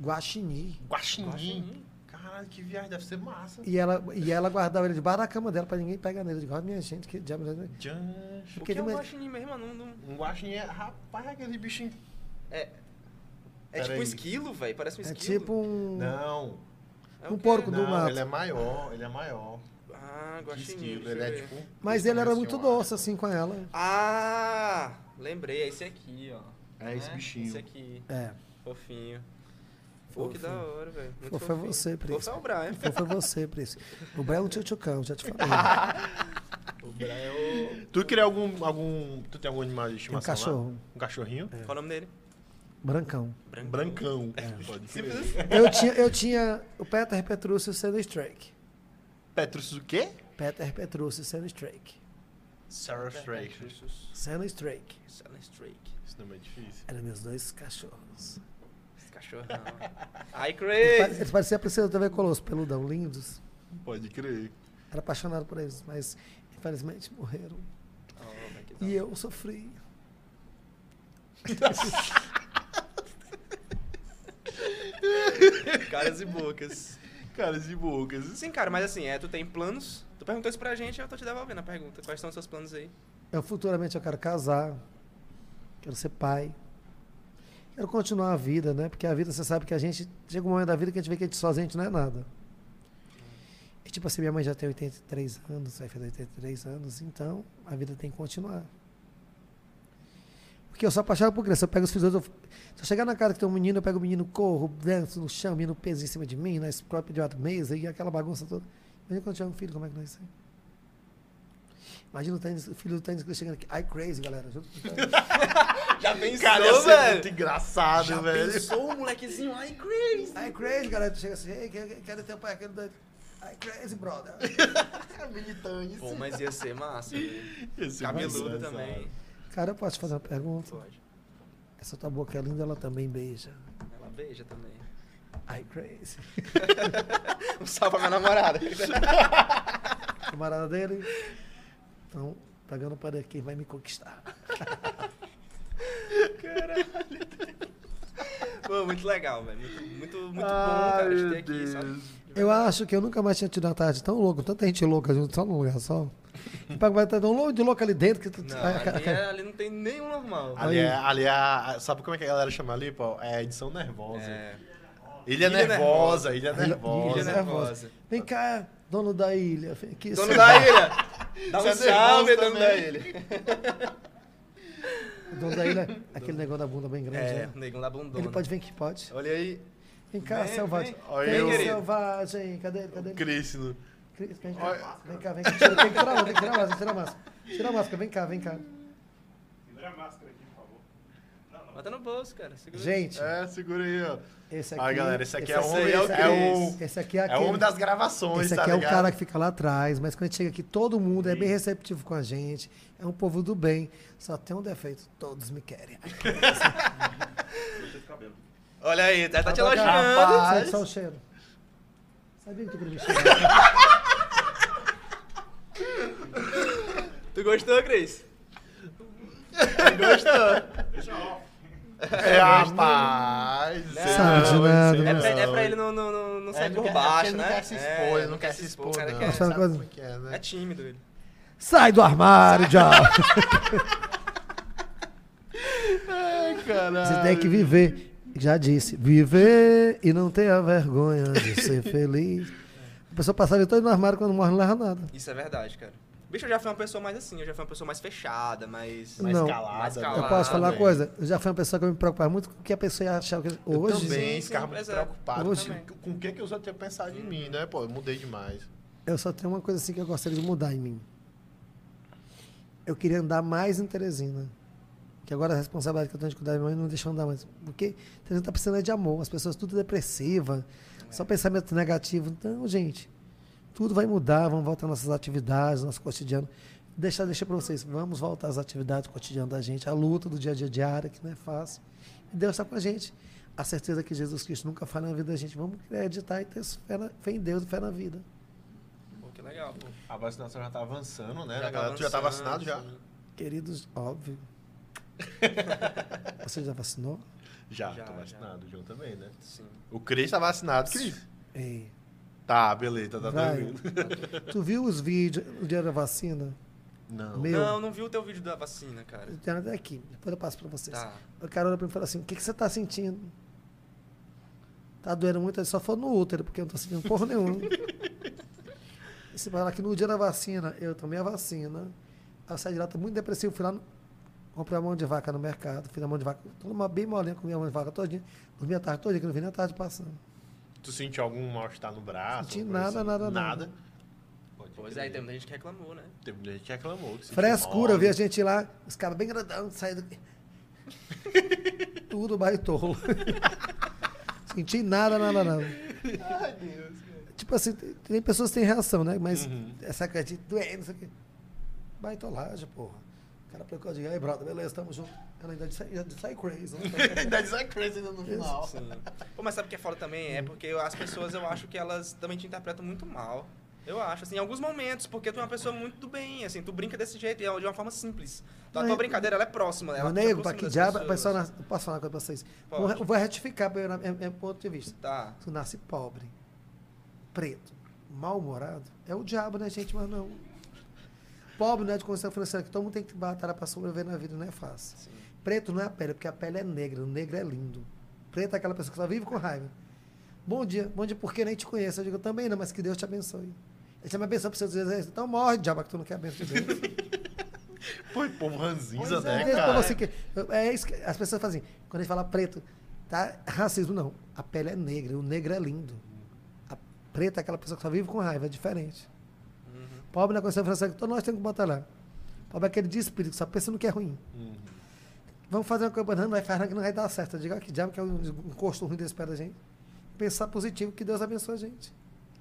[SPEAKER 4] guaxini.
[SPEAKER 3] Guaxinim. Caralho, que viagem, deve ser massa.
[SPEAKER 4] E ela, e ela guardava ele debaixo da cama dela pra ninguém pegar nele. Eu digo, "Ah, minha gente, que diabo. né?"
[SPEAKER 3] Jancho.
[SPEAKER 2] O que
[SPEAKER 4] Porque
[SPEAKER 2] é um
[SPEAKER 4] tem uma-
[SPEAKER 2] guaxinim mesmo? Não, não...
[SPEAKER 3] Um guaxinim é, rapaz, aquele bichinho...
[SPEAKER 2] É, é
[SPEAKER 3] Pera
[SPEAKER 2] tipo um
[SPEAKER 3] aí.
[SPEAKER 2] esquilo, velho. Parece um
[SPEAKER 4] É
[SPEAKER 2] esquilo.
[SPEAKER 4] tipo um.
[SPEAKER 3] Não,
[SPEAKER 2] É
[SPEAKER 4] um
[SPEAKER 2] o quê?
[SPEAKER 4] porco. do
[SPEAKER 3] não,
[SPEAKER 4] mato.
[SPEAKER 3] ele é maior, ele é maior.
[SPEAKER 2] Ah,
[SPEAKER 3] Que
[SPEAKER 2] guaxinim.
[SPEAKER 3] esquilo,
[SPEAKER 2] deixa
[SPEAKER 3] ele
[SPEAKER 2] eu
[SPEAKER 3] é
[SPEAKER 2] ver.
[SPEAKER 3] tipo... um-
[SPEAKER 4] Mas ele era
[SPEAKER 3] assim,
[SPEAKER 4] muito
[SPEAKER 3] eu
[SPEAKER 4] doce
[SPEAKER 3] acho.
[SPEAKER 4] assim com ela.
[SPEAKER 2] Ah, lembrei. É esse aqui, ó.
[SPEAKER 3] É esse
[SPEAKER 2] Né?
[SPEAKER 3] bichinho.
[SPEAKER 2] Esse aqui,
[SPEAKER 4] É.
[SPEAKER 2] fofinho. Pô, que da hora, velho. Muito
[SPEAKER 4] Fofo é
[SPEAKER 2] fofinho.
[SPEAKER 4] você, Príncipe.
[SPEAKER 2] Fofo é o Brian.
[SPEAKER 4] Então foi você, Príncipe. O Brian é um tchutchucão, já te falei.
[SPEAKER 2] o Brian é o...
[SPEAKER 3] Tu queria algum, algum... Tu tem algum animal de
[SPEAKER 4] Tem
[SPEAKER 3] estimação
[SPEAKER 4] um
[SPEAKER 3] lá?
[SPEAKER 4] cachorro,
[SPEAKER 3] Um cachorrinho?
[SPEAKER 2] Qual é o nome dele?
[SPEAKER 4] brancão.
[SPEAKER 2] Branco.
[SPEAKER 3] Brancão.
[SPEAKER 4] É.
[SPEAKER 3] Pode
[SPEAKER 2] assim-
[SPEAKER 3] ser.
[SPEAKER 4] Eu tinha, eu tinha o Peter Petrus e o Sam Strake.
[SPEAKER 3] Petrus o quê?
[SPEAKER 4] Peter Petrus e o Sam Strake.
[SPEAKER 3] Sarah Strake.
[SPEAKER 4] Sam Strake.
[SPEAKER 2] Silent Strike.
[SPEAKER 3] Isso não é difícil.
[SPEAKER 4] Eram meus dois cachorros.
[SPEAKER 2] Esse cachorro não. Ai,
[SPEAKER 4] Eles,
[SPEAKER 2] Crazy!
[SPEAKER 4] eles pareciam a princesa da TV Colosso, peludão, lindos.
[SPEAKER 3] Pode crer.
[SPEAKER 4] Era apaixonado por eles, mas infelizmente morreram.
[SPEAKER 2] Oh, vai que dá.
[SPEAKER 4] E eu sofri.
[SPEAKER 2] Caras e bocas.
[SPEAKER 3] Caras e bocas.
[SPEAKER 2] Sim, cara, mas assim, é, tu tem planos? Tu perguntou isso pra gente, eu tô te devolvendo a pergunta. Quais são os seus planos aí?
[SPEAKER 4] Eu futuramente eu quero casar, quero ser pai, quero continuar a vida, né? Porque a vida, você sabe que a gente chega um momento da vida que a gente vê que a gente sozinho a gente não é nada. E tipo assim, minha mãe já tem 83 anos, vai fazer 83 anos, então a vida tem que continuar. Porque eu sou apaixonado por criança, eu pego os filhos, eu, se eu chegar na casa que tem um menino, eu pego o menino, corro, danço no chão, o menino peso em cima de mim, na própria de outra mesa e aquela bagunça toda. Imagina quando tiver um filho, como é que não é isso aí? Imagina o, Tênis, o filho do Tênis Cruz chegando aqui. Ai, crazy, galera. junto com o Tênis.
[SPEAKER 2] Já pensou,
[SPEAKER 3] Cara, ia ser muito engraçado,
[SPEAKER 2] Já
[SPEAKER 3] velho.
[SPEAKER 2] pensou o molequezinho? Ai, Crazy!
[SPEAKER 4] Ai, crazy, galera. Tu chega assim, ei, quero, quero ter o pai, quero doido. Ai, crazy, brother.
[SPEAKER 3] Militante.
[SPEAKER 2] Pô, mas ia ser massa. velho. Cabeludo também.
[SPEAKER 4] Cara, eu posso te fazer uma pergunta?
[SPEAKER 2] Pode.
[SPEAKER 4] Essa tua boca é linda, ela também beija.
[SPEAKER 2] Ela beija também.
[SPEAKER 4] Ai, crazy.
[SPEAKER 2] Um salve pra minha namorada.
[SPEAKER 4] Camarada dele. Então, pagando para quem vai me conquistar.
[SPEAKER 2] Pô, muito legal, velho. Muito, muito, muito bom,
[SPEAKER 3] Ai,
[SPEAKER 2] cara, de ter
[SPEAKER 3] meu
[SPEAKER 2] aqui, sabe?
[SPEAKER 3] Deus.
[SPEAKER 4] Eu acho que eu nunca mais tinha tido uma tarde tão louca, tanta gente louca junto, só num lugar só. O Pago vai estar tá tão louco de louco ali dentro que tu. tá-
[SPEAKER 2] Não,
[SPEAKER 4] Ai, cara,
[SPEAKER 2] ali, é- ali não tem nenhum normal.
[SPEAKER 3] Ali é, ali é a- Sabe como é que a galera chama ali, Paulo? É a edição nervosa.
[SPEAKER 2] É.
[SPEAKER 3] Ilha,
[SPEAKER 2] Ilha
[SPEAKER 3] nervosa,
[SPEAKER 2] nervosa.
[SPEAKER 3] ilha
[SPEAKER 4] Ilha-
[SPEAKER 3] nervosa.
[SPEAKER 2] Ilha
[SPEAKER 4] Ilha
[SPEAKER 2] nervosa.
[SPEAKER 4] é nervosa. Vem cá, dono da ilha. Vem aqui,
[SPEAKER 2] Dono
[SPEAKER 4] seu-
[SPEAKER 2] da ilha! Dá
[SPEAKER 3] Você
[SPEAKER 2] um
[SPEAKER 3] é
[SPEAKER 2] salve,
[SPEAKER 3] nervoso
[SPEAKER 2] dono
[SPEAKER 3] também.
[SPEAKER 2] da ilha.
[SPEAKER 4] O dono da ilha, aquele negócio da bunda bem grande.
[SPEAKER 2] É,
[SPEAKER 4] né?
[SPEAKER 2] negão da bundona.
[SPEAKER 4] Ele pode vir que pode.
[SPEAKER 2] Olha aí.
[SPEAKER 4] Vem cá,
[SPEAKER 2] Vem,
[SPEAKER 4] selvagem.
[SPEAKER 2] vem.
[SPEAKER 3] Olha
[SPEAKER 4] Vem,
[SPEAKER 3] eu-
[SPEAKER 4] selvagem. Cadê ele? Cadê ele?
[SPEAKER 3] Crisno.
[SPEAKER 4] Cris, vem
[SPEAKER 3] Olha-
[SPEAKER 4] cá. Vem cá, vem cá. Tira, tem que tirar a máscara, tem que tirar a máscara, tira a máscara. Tira a máscara, vem cá, vem cá.
[SPEAKER 5] Segura a máscara aqui, por favor.
[SPEAKER 2] Bota no bolso, cara. Segura.
[SPEAKER 4] Gente,
[SPEAKER 3] É, segura aí, ó.
[SPEAKER 4] esse aqui.
[SPEAKER 3] Ai, galera, esse aqui é
[SPEAKER 2] esse
[SPEAKER 3] o
[SPEAKER 2] aí
[SPEAKER 3] homem.
[SPEAKER 2] é o
[SPEAKER 3] É
[SPEAKER 2] Cris.
[SPEAKER 3] o.
[SPEAKER 4] Esse aqui é
[SPEAKER 3] É
[SPEAKER 4] aquele.
[SPEAKER 3] o homem das gravações,
[SPEAKER 4] Esse
[SPEAKER 3] tá
[SPEAKER 4] aqui é o
[SPEAKER 3] ligado?
[SPEAKER 4] cara que fica lá atrás, mas quando a gente chega aqui, todo mundo é bem receptivo com a gente, é um povo do bem, só tem um defeito, todos me querem.
[SPEAKER 5] Deixa esse cabelo.
[SPEAKER 2] Olha aí, tá, tá te
[SPEAKER 4] Rapaz,
[SPEAKER 2] elogiando.
[SPEAKER 4] Sente só o cheiro. Sabia que tu queria me cheirar?
[SPEAKER 2] Tu gostou, Cris?
[SPEAKER 5] Deixa ó.
[SPEAKER 3] É, rapaz.
[SPEAKER 4] Sabe de nada,
[SPEAKER 2] É
[SPEAKER 4] Não.
[SPEAKER 2] pra, é pra ele não, não, não, não sair
[SPEAKER 3] ele
[SPEAKER 2] por
[SPEAKER 3] quer-
[SPEAKER 2] baixo,
[SPEAKER 3] ele
[SPEAKER 2] né?
[SPEAKER 3] não quer se expor, ele É, não quer se expor,
[SPEAKER 2] cara,
[SPEAKER 3] não.
[SPEAKER 2] quer- né?
[SPEAKER 4] Sabe
[SPEAKER 2] sabe?
[SPEAKER 4] uma coisa?
[SPEAKER 3] Como é que é,
[SPEAKER 2] É
[SPEAKER 3] né?
[SPEAKER 2] tímido ele.
[SPEAKER 4] Sai do armário, diabo!
[SPEAKER 3] Ai, caralho.
[SPEAKER 4] Você tem que viver. Já disse, viver e não ter a vergonha de ser feliz. A pessoa passava todo no armário quando morre não leva nada.
[SPEAKER 2] Isso é verdade, cara. Bicho, eu já fui uma pessoa mais assim, eu já fui uma pessoa mais fechada, mais.
[SPEAKER 3] Mais
[SPEAKER 4] Não.
[SPEAKER 3] calada.
[SPEAKER 2] Mais
[SPEAKER 3] né?
[SPEAKER 2] calada.
[SPEAKER 4] Eu posso falar uma
[SPEAKER 3] velho.
[SPEAKER 4] coisa? Eu já fui uma pessoa que eu me preocupava muito com o que a pessoa ia achar. que-
[SPEAKER 3] Eu
[SPEAKER 4] Hoje,
[SPEAKER 3] também,
[SPEAKER 2] Sim,
[SPEAKER 3] ficava
[SPEAKER 2] sim,
[SPEAKER 3] muito
[SPEAKER 2] pois é.
[SPEAKER 3] preocupado.
[SPEAKER 4] Hoje-
[SPEAKER 3] Com- Com o que, que os outros iam pensar de mim, né? Pô, eu mudei demais.
[SPEAKER 4] eu só tenho uma coisa assim que eu gostaria de mudar em mim. Eu queria andar mais em Teresina. Que agora a responsabilidade que eu tenho de cuidar da minha mãe não deixa eu andar mais. Porque Teresina tá precisando é de amor. As pessoas tudo depressiva, só pensamento negativo. Então, gente, tudo vai mudar. Vamos voltar às nossas atividades, nosso cotidiano. Deixa, deixa para vocês. Vamos voltar às atividades cotidianas da gente, à luta do dia a dia diária, que não é fácil. E Deus está com a gente. A certeza que Jesus Cristo nunca falha na vida da gente. Vamos acreditar e ter fé, na- fé em Deus e fé na vida.
[SPEAKER 2] Pô, que legal, pô.
[SPEAKER 3] A vacinação já tá avançando, né?
[SPEAKER 2] tá
[SPEAKER 3] a galera, tu já tá
[SPEAKER 2] avançando,
[SPEAKER 3] vacinado já?
[SPEAKER 2] sim.
[SPEAKER 4] Queridos, óbvio. Você já vacinou?
[SPEAKER 3] Já,
[SPEAKER 2] Já,
[SPEAKER 3] tô
[SPEAKER 2] já.
[SPEAKER 3] vacinado. O João também, né?
[SPEAKER 2] assim. Sim.
[SPEAKER 3] O Cris tá vacinado. Cris.
[SPEAKER 4] Ei.
[SPEAKER 3] Tá, beleza, tá
[SPEAKER 4] Vai.
[SPEAKER 3] tranquilo.
[SPEAKER 4] Tu viu os vídeos do dia da vacina?
[SPEAKER 3] Não.
[SPEAKER 4] Meu.
[SPEAKER 2] Não, não vi o teu vídeo da vacina, cara.
[SPEAKER 4] Eu tenho até aqui, depois eu passo pra vocês.
[SPEAKER 2] Tá.
[SPEAKER 4] O cara olha pra mim e fala assim: o que, que você tá sentindo? Tá doendo muito? Ele só foi no útero, porque eu não tô sentindo porra nenhuma. E Você fala que no dia da vacina, eu tomei a vacina, aí eu saí de lá, tô muito depressivo, fui lá, no- comprei a mão de vaca no mercado, fiz a mão de vaca, toda uma bem molinha, comi a mão de vaca todinha, dormi a tarde todinha, que não vi nem a tarde passando.
[SPEAKER 3] Tu sentiu algum mal-estar no braço?
[SPEAKER 4] Senti
[SPEAKER 3] alguma coisa
[SPEAKER 4] nada, nada,
[SPEAKER 3] nada.
[SPEAKER 4] nada.
[SPEAKER 3] Pode
[SPEAKER 2] Pois
[SPEAKER 3] crer.
[SPEAKER 2] é, e tem muita gente que reclamou, né?
[SPEAKER 3] Teve gente que reclamou. Que sentiu
[SPEAKER 4] Frescura, eu
[SPEAKER 3] mal.
[SPEAKER 4] vi a gente lá, os caras bem grandão, saindo. Tudo baitolo. Senti nada, nada, nada. Tipo assim, tem tem pessoas que têm reação, né? Mas
[SPEAKER 2] Uhum.
[SPEAKER 4] essa coisa de doendo, isso aqui. Baitolagem, porra. O cara procurou de aí, brother, beleza, tamo junto. Ela ainda sai, ainda sai crazy. né?
[SPEAKER 1] Ainda diz a crazy ainda no final.
[SPEAKER 2] Sim. Pô, mas sabe o que é foda também? É porque as pessoas, eu acho que elas também te interpretam muito mal. Eu acho, assim, em alguns momentos, porque tu é uma pessoa muito do bem, assim, tu brinca desse jeito, e é de uma forma simples. Então, a
[SPEAKER 4] Não,
[SPEAKER 2] tua
[SPEAKER 4] é-
[SPEAKER 2] brincadeira, ela é próxima, ela
[SPEAKER 4] Meu
[SPEAKER 2] tá
[SPEAKER 4] nego, pra
[SPEAKER 2] próxima
[SPEAKER 4] que
[SPEAKER 2] das
[SPEAKER 4] diabo.
[SPEAKER 2] pessoas.
[SPEAKER 4] Posso falar posso falar uma coisa pra vocês?
[SPEAKER 2] Pode.
[SPEAKER 4] Vou, vou retificar meu, meu, é, meu ponto de vista.
[SPEAKER 2] Tá.
[SPEAKER 4] Tu nasce pobre, preto, mal-humorado. É o diabo, né, gente? Mas não. Pobre não é de condição financeira, que todo mundo tem que batalhar pra sobreviver na vida, não é fácil.
[SPEAKER 2] Sim.
[SPEAKER 4] Preto não é a pele, porque a pele é negra, o negro é lindo. Preto é aquela pessoa que só vive com raiva. Bom dia, bom dia, porque nem te conheço. Eu digo, também não, mas que Deus te abençoe. Ele chama a pessoa para seus desejos, então morre, diabo, que tu não quer a benção de Deus.
[SPEAKER 3] Pô, povo ranzinza,
[SPEAKER 4] Pois é,
[SPEAKER 3] né,
[SPEAKER 4] Deus, pra
[SPEAKER 3] cara?
[SPEAKER 4] você que- é isso que as pessoas fazem. Quando a gente fala preto, tá racismo não. A pele é negra, o negro é lindo. A preta é aquela pessoa que só vive com raiva, é diferente.
[SPEAKER 2] Uhum.
[SPEAKER 4] Pobre é na Constituição Francesa, que todos assim, "Então nós temos que batalhar. Pobre é aquele de espírito, que só pensa no que é ruim.
[SPEAKER 3] Uhum.
[SPEAKER 4] Vamos fazer uma campanha, não vai fazer que não vai dar certo. Eu digo, ah, que diabo que é um encosto ruim desse pé da gente. Pensar positivo, que Deus abençoe a gente.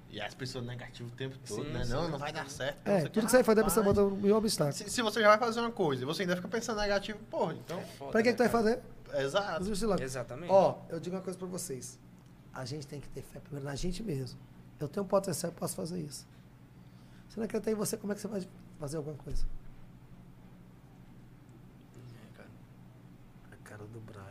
[SPEAKER 3] E as pessoas negativas o tempo todo,
[SPEAKER 2] Sim,
[SPEAKER 3] né?
[SPEAKER 2] sim.
[SPEAKER 3] Não, não vai dar certo. não
[SPEAKER 4] É,
[SPEAKER 3] sei o
[SPEAKER 4] tudo que você vai fazer, a
[SPEAKER 3] Então Rapaz,
[SPEAKER 4] pessoa bota um mil obstáculo.
[SPEAKER 3] Se, se você já vai fazer uma coisa e você ainda fica pensando negativo, porra, então.
[SPEAKER 4] Pra que, que tu vai fazer?
[SPEAKER 3] Exato.
[SPEAKER 4] Mas, sei lá,
[SPEAKER 2] Exatamente.
[SPEAKER 4] Ó, eu digo uma coisa pra vocês. A gente tem que ter fé primeiro na gente mesmo. Eu tenho um potencial, eu posso fazer isso. Se não acreditar em você, como é que você vai fazer alguma coisa?
[SPEAKER 2] É, cara,
[SPEAKER 4] A cara do Brian.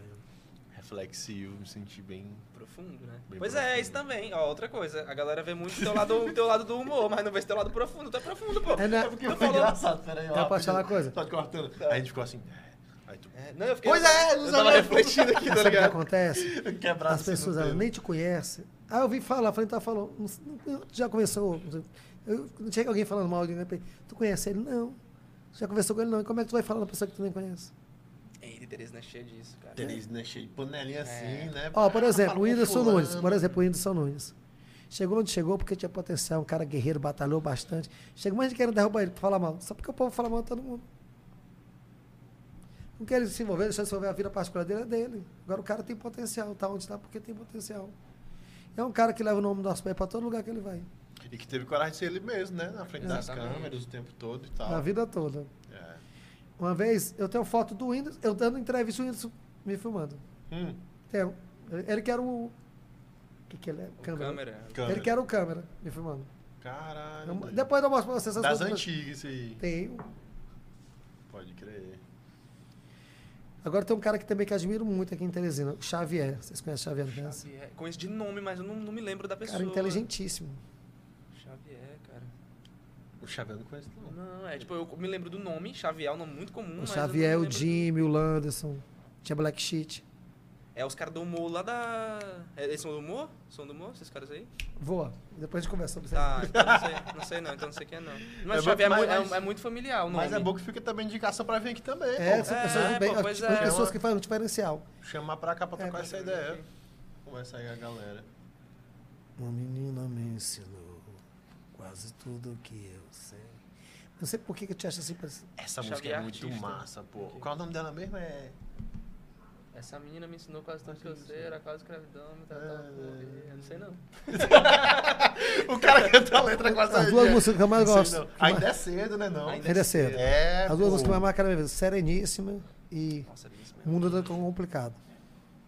[SPEAKER 3] Reflexivo, me senti bem.
[SPEAKER 2] profundo, né?
[SPEAKER 3] Bem
[SPEAKER 2] pois é,
[SPEAKER 3] profundo.
[SPEAKER 2] isso também. Ó, outra coisa, a galera vê muito o teu lado, o teu lado do humor, mas não vê esse teu lado profundo. Tu é profundo, pô.
[SPEAKER 4] É, né?
[SPEAKER 2] Tu
[SPEAKER 3] Porque foi
[SPEAKER 2] falou-
[SPEAKER 3] engraçado, peraí.
[SPEAKER 4] Eu posso falar uma coisa?
[SPEAKER 3] Tá te cortando. Aí a gente ficou assim. é. Aí tu.
[SPEAKER 2] É, não, eu fiquei...
[SPEAKER 3] Pois é, não
[SPEAKER 2] eu
[SPEAKER 3] sabe-
[SPEAKER 2] tava refletindo aqui, tá
[SPEAKER 4] Ah, Sabe o que
[SPEAKER 2] ligado?
[SPEAKER 4] acontece?
[SPEAKER 3] Quebrado assim
[SPEAKER 4] As pessoas elas nem te conhecem. Ah, eu vim falar, falei, tá falando. não- não- não- Já conversou? Eu, não chega alguém falando mal de mim. eu falei, Tu conhece ele? Não. Já conversou com ele? Não. E como é que tu vai falar da pessoa que tu nem conhece?
[SPEAKER 2] Eita, Tereza, não é cheia disso, cara.
[SPEAKER 3] Tênis, né? Cheio de panelinha assim, né?
[SPEAKER 4] Ó, por
[SPEAKER 3] Ah,
[SPEAKER 4] exemplo,
[SPEAKER 3] fala com
[SPEAKER 4] o Whindersson
[SPEAKER 3] fulano.
[SPEAKER 4] Nunes. Por exemplo, o Whindersson Nunes. Chegou onde chegou porque tinha potencial, um cara guerreiro, batalhou bastante. Chegou mais de querendo derrubar ele pra falar mal. Só porque o povo fala mal de todo mundo. Não quer ele se envolver, deixar ele se envolver, a vida particular dele é dele. Agora o cara tem potencial, tá onde tá porque tem potencial. É um cara que leva o nome do nosso país pra todo lugar que ele vai.
[SPEAKER 3] E que teve coragem de ser ele mesmo, né? Na frente das
[SPEAKER 2] Exatamente.
[SPEAKER 3] câmeras o tempo todo e tal.
[SPEAKER 4] Na vida toda.
[SPEAKER 3] É.
[SPEAKER 4] Uma vez, eu tenho foto do Whindersson, eu dando entrevista, o Whindersson me filmando.
[SPEAKER 3] Hum,
[SPEAKER 4] Tenho. Ele, ele que era o... O que que ele é?
[SPEAKER 2] O câmera.
[SPEAKER 3] câmera.
[SPEAKER 4] Ele que era o câmera, me filmando.
[SPEAKER 3] Caralho.
[SPEAKER 4] Eu-
[SPEAKER 3] doido.
[SPEAKER 4] depois eu mostro pra vocês essas
[SPEAKER 3] Das
[SPEAKER 4] fotos.
[SPEAKER 3] antigas, isso aí.
[SPEAKER 4] Tem.
[SPEAKER 3] Pode crer.
[SPEAKER 4] Agora tem um cara que também que admiro muito aqui em Teresina, o Xavier. Vocês conhecem o Xavier? Xavier. Né?
[SPEAKER 2] Xavier. Conheço de nome, mas eu não, não me lembro da pessoa.
[SPEAKER 4] Cara inteligentíssimo.
[SPEAKER 2] Xavier, cara.
[SPEAKER 3] O Xavier eu não conheço, não.
[SPEAKER 2] Não, é tipo, eu me lembro do nome, Xavier é um nome muito comum.
[SPEAKER 4] o
[SPEAKER 2] mas eu
[SPEAKER 4] Xavier, é
[SPEAKER 2] não
[SPEAKER 4] o
[SPEAKER 2] lembro-
[SPEAKER 4] Jimmy, o Landerson. Tinha Black Sheet.
[SPEAKER 2] É os caras do humor lá da. É, Eles são do humor? São do humor, esses caras aí?
[SPEAKER 4] Voa. Depois a gente conversa sobre isso.
[SPEAKER 2] Tá, então não sei, não sei não, então não sei quem é não. Mas
[SPEAKER 3] É bom-
[SPEAKER 2] Xavier é,
[SPEAKER 3] mas-
[SPEAKER 2] mu- é um- é muito familiar o nome.
[SPEAKER 3] Mas é bom que fica também indicação pra vir aqui também,
[SPEAKER 4] É,
[SPEAKER 3] pô.
[SPEAKER 4] são
[SPEAKER 2] É,
[SPEAKER 4] pessoas,
[SPEAKER 2] é,
[SPEAKER 4] bem,
[SPEAKER 2] pô, pois
[SPEAKER 4] tipo,
[SPEAKER 2] é.
[SPEAKER 4] pessoas que fazem um diferencial.
[SPEAKER 3] Chamar pra cá pra
[SPEAKER 4] É,
[SPEAKER 3] trocar
[SPEAKER 4] mas-
[SPEAKER 3] essa ideia. Conversar aí com a galera.
[SPEAKER 4] Uma menina me ensinou quase tudo que eu sei. Não sei por que, que eu te acho assim. parecido.
[SPEAKER 3] Essa
[SPEAKER 2] Xavier
[SPEAKER 3] música é muito
[SPEAKER 2] artista.
[SPEAKER 3] massa, pô.
[SPEAKER 2] Aqui.
[SPEAKER 3] Qual é o nome dela mesmo? É.
[SPEAKER 2] Essa menina me ensinou quase tudo que eu sei, era quase escravidão, me
[SPEAKER 3] tratava com pobreza.
[SPEAKER 2] não sei não.
[SPEAKER 3] O cara canta a letra com essa
[SPEAKER 4] As duas músicas que eu mais
[SPEAKER 3] Não
[SPEAKER 4] gosto.
[SPEAKER 3] sei, não.
[SPEAKER 4] que mais-
[SPEAKER 3] Ainda é cedo, né? Não.
[SPEAKER 4] Ainda é cedo.
[SPEAKER 3] É.
[SPEAKER 4] As duas
[SPEAKER 3] pô.
[SPEAKER 4] músicas que mais marcaram a minha vida. Sereníssima e
[SPEAKER 2] Nossa, era isso
[SPEAKER 4] O
[SPEAKER 2] mesmo.
[SPEAKER 4] Mundo é tão complicado.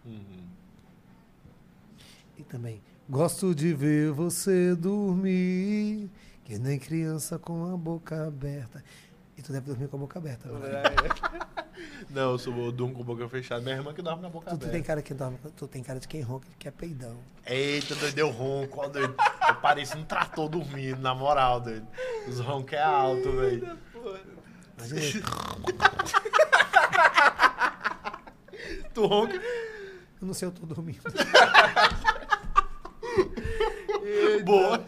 [SPEAKER 3] Uhum.
[SPEAKER 4] E também, gosto de ver você dormir, que nem criança com a boca aberta. E tu deve dormir com a boca aberta. né?
[SPEAKER 3] É, Não, eu sou eu durmo com a boca fechada. Minha irmã que dorme na boca
[SPEAKER 4] Tu, tu tem
[SPEAKER 3] aberta.
[SPEAKER 4] cara que dorme, tu tem cara de quem ronca, que é peidão.
[SPEAKER 3] Eita, doido, deu ronco. ó, doido. Eu pareço um trator dormindo, na moral, doido. Os roncos é alto, velho.
[SPEAKER 4] Imagina,
[SPEAKER 3] Tu ronca.
[SPEAKER 4] eu não sei, eu tô dormindo.
[SPEAKER 3] Boa.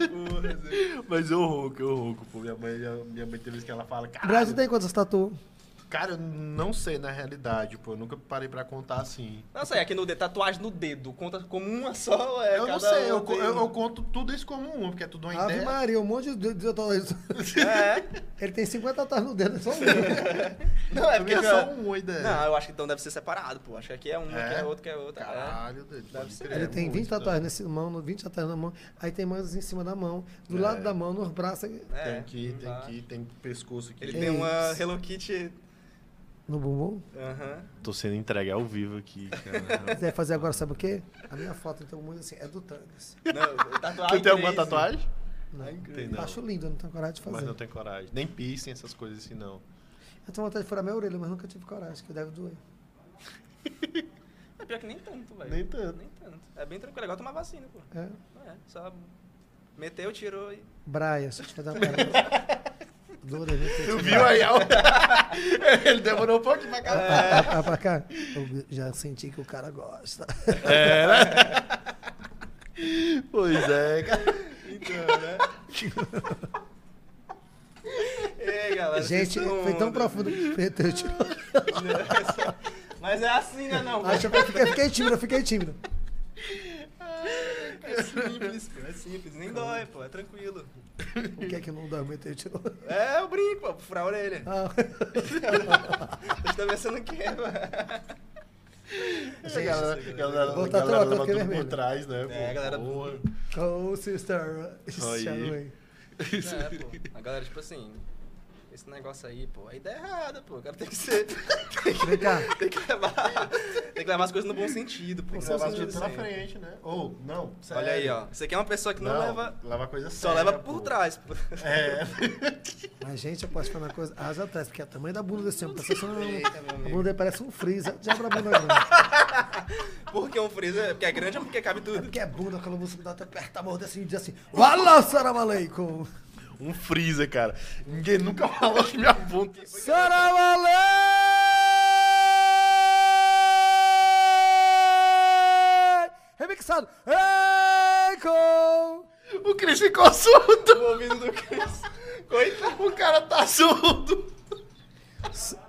[SPEAKER 3] Mas eu ronco, eu ronco, pô. Minha mãe, minha mãe tem vezes que ela fala,
[SPEAKER 4] O
[SPEAKER 3] cara.
[SPEAKER 4] Brasil tem quantas tá tatu?
[SPEAKER 3] Cara, eu não sei na realidade, pô. Eu nunca parei pra contar assim.
[SPEAKER 2] Não sei, é aqui no de tatuagem no dedo, conta como uma só, é
[SPEAKER 3] eu não
[SPEAKER 2] cada
[SPEAKER 3] sei, eu,
[SPEAKER 2] uma tem- um.
[SPEAKER 3] eu- eu conto tudo isso como um, porque é tudo uma
[SPEAKER 4] Ave
[SPEAKER 3] ideia.
[SPEAKER 4] Maria, um monte de... de- de-
[SPEAKER 2] É.
[SPEAKER 4] Ele tem 50 tatuagens no dedo, é só um.
[SPEAKER 2] Não, é porque
[SPEAKER 3] Porque é
[SPEAKER 2] já-
[SPEAKER 3] só um, uma ideia.
[SPEAKER 2] Não, eu acho que então deve ser separado, pô. Acho que aqui é um,
[SPEAKER 3] É?
[SPEAKER 2] aqui é outro, que é outro. É.
[SPEAKER 3] Caralho, doido.
[SPEAKER 2] Deve
[SPEAKER 3] pode
[SPEAKER 2] ser.
[SPEAKER 3] crer,
[SPEAKER 4] Ele
[SPEAKER 3] é
[SPEAKER 4] tem
[SPEAKER 3] muito,
[SPEAKER 4] 20
[SPEAKER 3] né?
[SPEAKER 4] tatuagens nesse mão, 20 tatuagens na mão, aí tem mais em cima da mão, do
[SPEAKER 3] É.
[SPEAKER 4] lado da mão, nos braços.
[SPEAKER 2] É,
[SPEAKER 3] Tem aqui, tem
[SPEAKER 2] lá.
[SPEAKER 3] aqui, tem pescoço aqui.
[SPEAKER 2] Ele
[SPEAKER 4] É
[SPEAKER 2] tem uma
[SPEAKER 4] isso.
[SPEAKER 2] Hello Kitty
[SPEAKER 4] No bumbum?
[SPEAKER 2] Aham.
[SPEAKER 3] Tô sendo entregue ao vivo aqui, cara.
[SPEAKER 4] Deve fazer agora, sabe o quê? A minha foto, então, muito assim, é do Tangas.
[SPEAKER 2] Não, tatuagem.
[SPEAKER 3] tu tem alguma
[SPEAKER 2] crazy.
[SPEAKER 3] tatuagem?
[SPEAKER 4] Não.
[SPEAKER 2] Ah,
[SPEAKER 3] Tem não.
[SPEAKER 4] Acho lindo, né? eu não tenho coragem de fazer.
[SPEAKER 3] Mas não tem coragem. Nem piercing, essas coisas assim, não.
[SPEAKER 4] Eu tenho vontade de furar minha orelha, mas nunca tive coragem, que deve doer.
[SPEAKER 2] É pior que nem tanto, velho.
[SPEAKER 3] Nem tanto.
[SPEAKER 2] Nem tanto. É bem tranquilo. É igual tomar vacina, pô.
[SPEAKER 4] É.
[SPEAKER 2] É, só meteu, tirou e.
[SPEAKER 4] Braia, só te fazer uma pergunta. Dura, gente.
[SPEAKER 3] Tu viu aí? Ele demorou um pouquinho pra cá.
[SPEAKER 4] Ah, ah, ah, pra cá. Eu já senti que o cara gosta.
[SPEAKER 3] É, né? Pois é, cara.
[SPEAKER 2] Ei, galera.
[SPEAKER 4] Gente,
[SPEAKER 2] vocês são é
[SPEAKER 4] foi tão
[SPEAKER 2] onda. né? Ah,
[SPEAKER 4] profundo. Eu tiro-
[SPEAKER 2] Mas é assim, né, não?
[SPEAKER 4] Acho que eu fiquei, fiquei tímido, eu fiquei tímido.
[SPEAKER 2] É simples, pô. É simples. Nem dói, pô. É tranquilo.
[SPEAKER 4] O que é que não dói muito? Eu tiro.
[SPEAKER 2] É o brinco, pô. Furar a orelha.
[SPEAKER 4] Ah,
[SPEAKER 2] Vocês estão pensando que é, mano.
[SPEAKER 3] A galera, a galera,
[SPEAKER 4] Vou
[SPEAKER 3] a
[SPEAKER 4] tatuar,
[SPEAKER 3] galera
[SPEAKER 4] tô
[SPEAKER 3] leva
[SPEAKER 4] aqui
[SPEAKER 3] tudo
[SPEAKER 4] vermelho.
[SPEAKER 3] por trás, né?
[SPEAKER 2] É, a galera-
[SPEAKER 3] Boa.
[SPEAKER 4] oh, sister.
[SPEAKER 3] Aí.
[SPEAKER 4] Aí.
[SPEAKER 2] É, pô. A galera, tipo assim, esse negócio aí, pô, a ideia é errada, pô. O cara tem que ser. Tem que,
[SPEAKER 4] Vem cá.
[SPEAKER 2] tem que levar. Tem que levar as coisas no bom sentido, pô.
[SPEAKER 3] Tem
[SPEAKER 2] no
[SPEAKER 3] que
[SPEAKER 2] bom
[SPEAKER 3] levar as
[SPEAKER 2] sentido
[SPEAKER 3] coisas pra
[SPEAKER 2] sempre.
[SPEAKER 3] frente, né? Ou, não.
[SPEAKER 2] Olha aí,
[SPEAKER 3] sério.
[SPEAKER 2] ó. Isso aqui é uma pessoa que não,
[SPEAKER 3] Não,
[SPEAKER 2] leva.
[SPEAKER 3] leva coisa
[SPEAKER 2] Só
[SPEAKER 3] séria,
[SPEAKER 2] leva por
[SPEAKER 3] pô.
[SPEAKER 2] trás, pô.
[SPEAKER 3] É.
[SPEAKER 4] Mas, gente, eu posso falar uma coisa. Arrasa atrás, porque é o tamanho da bunda desse homem. Tá parecendo um-
[SPEAKER 2] Eita, meu
[SPEAKER 4] a
[SPEAKER 2] amigo.
[SPEAKER 4] bunda dele parece um freezer. Já pra bunda grande.
[SPEAKER 2] Porque um freezer. Porque é grande ou porque cabe
[SPEAKER 4] É
[SPEAKER 2] tudo?
[SPEAKER 4] porque é bunda, aquela música dá até perto da morda assim e diz assim: Wala, Saramaleikum!
[SPEAKER 3] Um freezer, cara. Ninguém nunca falou que minha bunda.
[SPEAKER 4] Saramalei! Remixado. Eiko!
[SPEAKER 3] O Cris ficou surdo.
[SPEAKER 2] O ouvido do Chris.
[SPEAKER 3] Coitado, o cara tá surdo.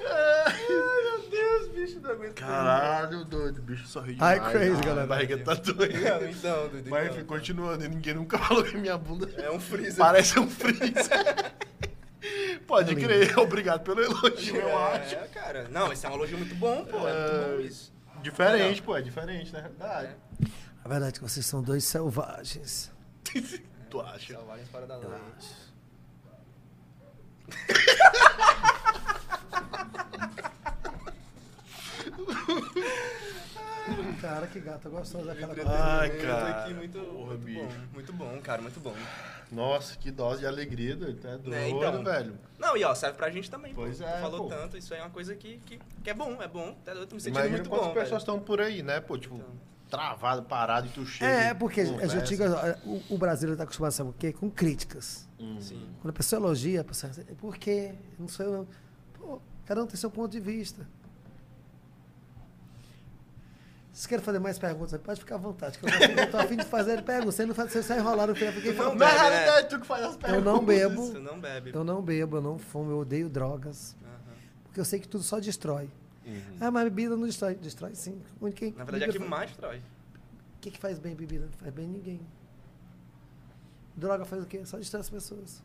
[SPEAKER 3] É.
[SPEAKER 2] Meu Deus, bicho, não aguento.
[SPEAKER 3] Caralho, doido. O bicho sorriu
[SPEAKER 4] Ai,
[SPEAKER 3] demais.
[SPEAKER 4] crazy,
[SPEAKER 3] Ah,
[SPEAKER 4] galera.
[SPEAKER 3] A barriga tá
[SPEAKER 2] Não,
[SPEAKER 3] doendo.
[SPEAKER 2] então, doido.
[SPEAKER 3] Mas
[SPEAKER 2] então.
[SPEAKER 3] enfim, continuando. Ninguém nunca falou que minha bunda
[SPEAKER 2] É um freezer.
[SPEAKER 3] parece um freezer.
[SPEAKER 4] É
[SPEAKER 3] Pode crer. Obrigado pelo elogio, eu acho.
[SPEAKER 2] É, cara. Não, esse é um elogio muito bom, pô. É muito bom isso.
[SPEAKER 3] Diferente, pô. É diferente, na realidade.
[SPEAKER 4] A verdade é que vocês são dois selvagens.
[SPEAKER 3] Tu acha?
[SPEAKER 2] Salvarem fora da lei.
[SPEAKER 4] Cara, que gata gostosa aquela
[SPEAKER 3] Ai,
[SPEAKER 2] Eu tô
[SPEAKER 3] cara.
[SPEAKER 2] aqui muito,
[SPEAKER 3] Porra,
[SPEAKER 2] muito
[SPEAKER 3] bicho.
[SPEAKER 2] bom. Muito bom, cara, muito bom.
[SPEAKER 3] Nossa, que dose de alegria, doido. Tá doido,
[SPEAKER 2] É, então.
[SPEAKER 3] velho.
[SPEAKER 2] Não, e ó, serve pra gente também. pô.
[SPEAKER 3] Pois
[SPEAKER 2] Tu
[SPEAKER 3] é,
[SPEAKER 2] falou
[SPEAKER 3] pô.
[SPEAKER 2] tanto, isso aí é uma coisa que, que, que é bom, é bom. Tá, eu tô me sentindo
[SPEAKER 3] Imagina
[SPEAKER 2] muito
[SPEAKER 3] quantas
[SPEAKER 2] bom. Então.
[SPEAKER 3] pessoas
[SPEAKER 2] Pessoas...
[SPEAKER 3] estão por aí, né? Pô, tipo, travado, parado e tu chega.
[SPEAKER 4] É,
[SPEAKER 3] e assim,
[SPEAKER 4] porque eu já
[SPEAKER 3] conversa.
[SPEAKER 4] te digo, o, o brasileiro tá acostumado, sabe o quê? Com críticas.
[SPEAKER 2] Sim.
[SPEAKER 4] Quando a pessoa elogia, a pessoa diz, por quê? Não sou eu, não. Pô, cada um tem seu ponto de vista. Vocês querem fazer mais perguntas? Pode ficar à vontade, que eu tô- eu tô afim de fazer perguntas. Você não faz, você sai enrolado, porque fiquei
[SPEAKER 2] Não,
[SPEAKER 4] falando.
[SPEAKER 3] Na
[SPEAKER 2] bebe, né?
[SPEAKER 3] realidade, é tu que faz as
[SPEAKER 4] Eu
[SPEAKER 3] perguntas.
[SPEAKER 4] não
[SPEAKER 3] Hum.
[SPEAKER 4] bebo,
[SPEAKER 2] Isso, não bebe. né?
[SPEAKER 4] eu não bebo, eu não fumo, eu odeio drogas.
[SPEAKER 2] Aham.
[SPEAKER 4] Porque eu sei que tudo só destrói. Ah, mas bebida não destrói. Destrói sim. Onde quem-
[SPEAKER 2] Uhum. Na verdade, é que
[SPEAKER 4] bebida-
[SPEAKER 2] mais destrói.
[SPEAKER 4] O que, que faz bem bebida? Não faz bem ninguém. Droga faz o quê? Só destrói as pessoas.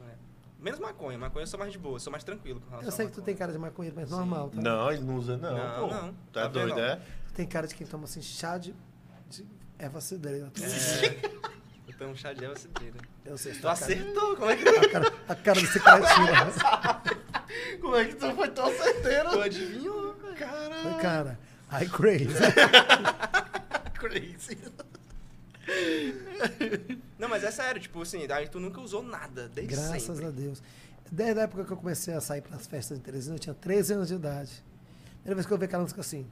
[SPEAKER 2] não é? Menos maconha. Maconha eu sou mais de boa, eu sou mais tranquilo com relação
[SPEAKER 4] Eu sei
[SPEAKER 2] à
[SPEAKER 4] que tu tem
[SPEAKER 2] maconha.
[SPEAKER 4] cara de maconheiro, mas
[SPEAKER 2] Sim.
[SPEAKER 4] normal, tá?
[SPEAKER 3] Não, ele não usa, não.
[SPEAKER 2] Não,
[SPEAKER 3] pô.
[SPEAKER 2] não.
[SPEAKER 3] Tá
[SPEAKER 2] Tá bem,
[SPEAKER 3] doido,
[SPEAKER 2] não.
[SPEAKER 3] é?
[SPEAKER 4] Tu tem cara de quem toma assim chá de, de é erva cidreira.
[SPEAKER 2] Eu tenho um chá de erva cidreira.
[SPEAKER 4] Eu sei.
[SPEAKER 2] Tu
[SPEAKER 4] tua tá cara,
[SPEAKER 2] acertou, como é que
[SPEAKER 4] a cara, a cara é de secretinho.
[SPEAKER 3] Como é que tu foi tão certeiro?
[SPEAKER 2] tu adivinhou, velho?
[SPEAKER 3] Caralho,
[SPEAKER 4] Foi, cara. Ai, crazy.
[SPEAKER 3] crazy.
[SPEAKER 2] Não, mas é sério, tipo assim, aí tu nunca usou nada, desde
[SPEAKER 4] Graças
[SPEAKER 2] sempre.
[SPEAKER 4] a Deus. Desde a época que eu comecei a sair para as festas de Teresina, eu tinha 13 anos de idade. Primeira vez que eu vi aquela música assim.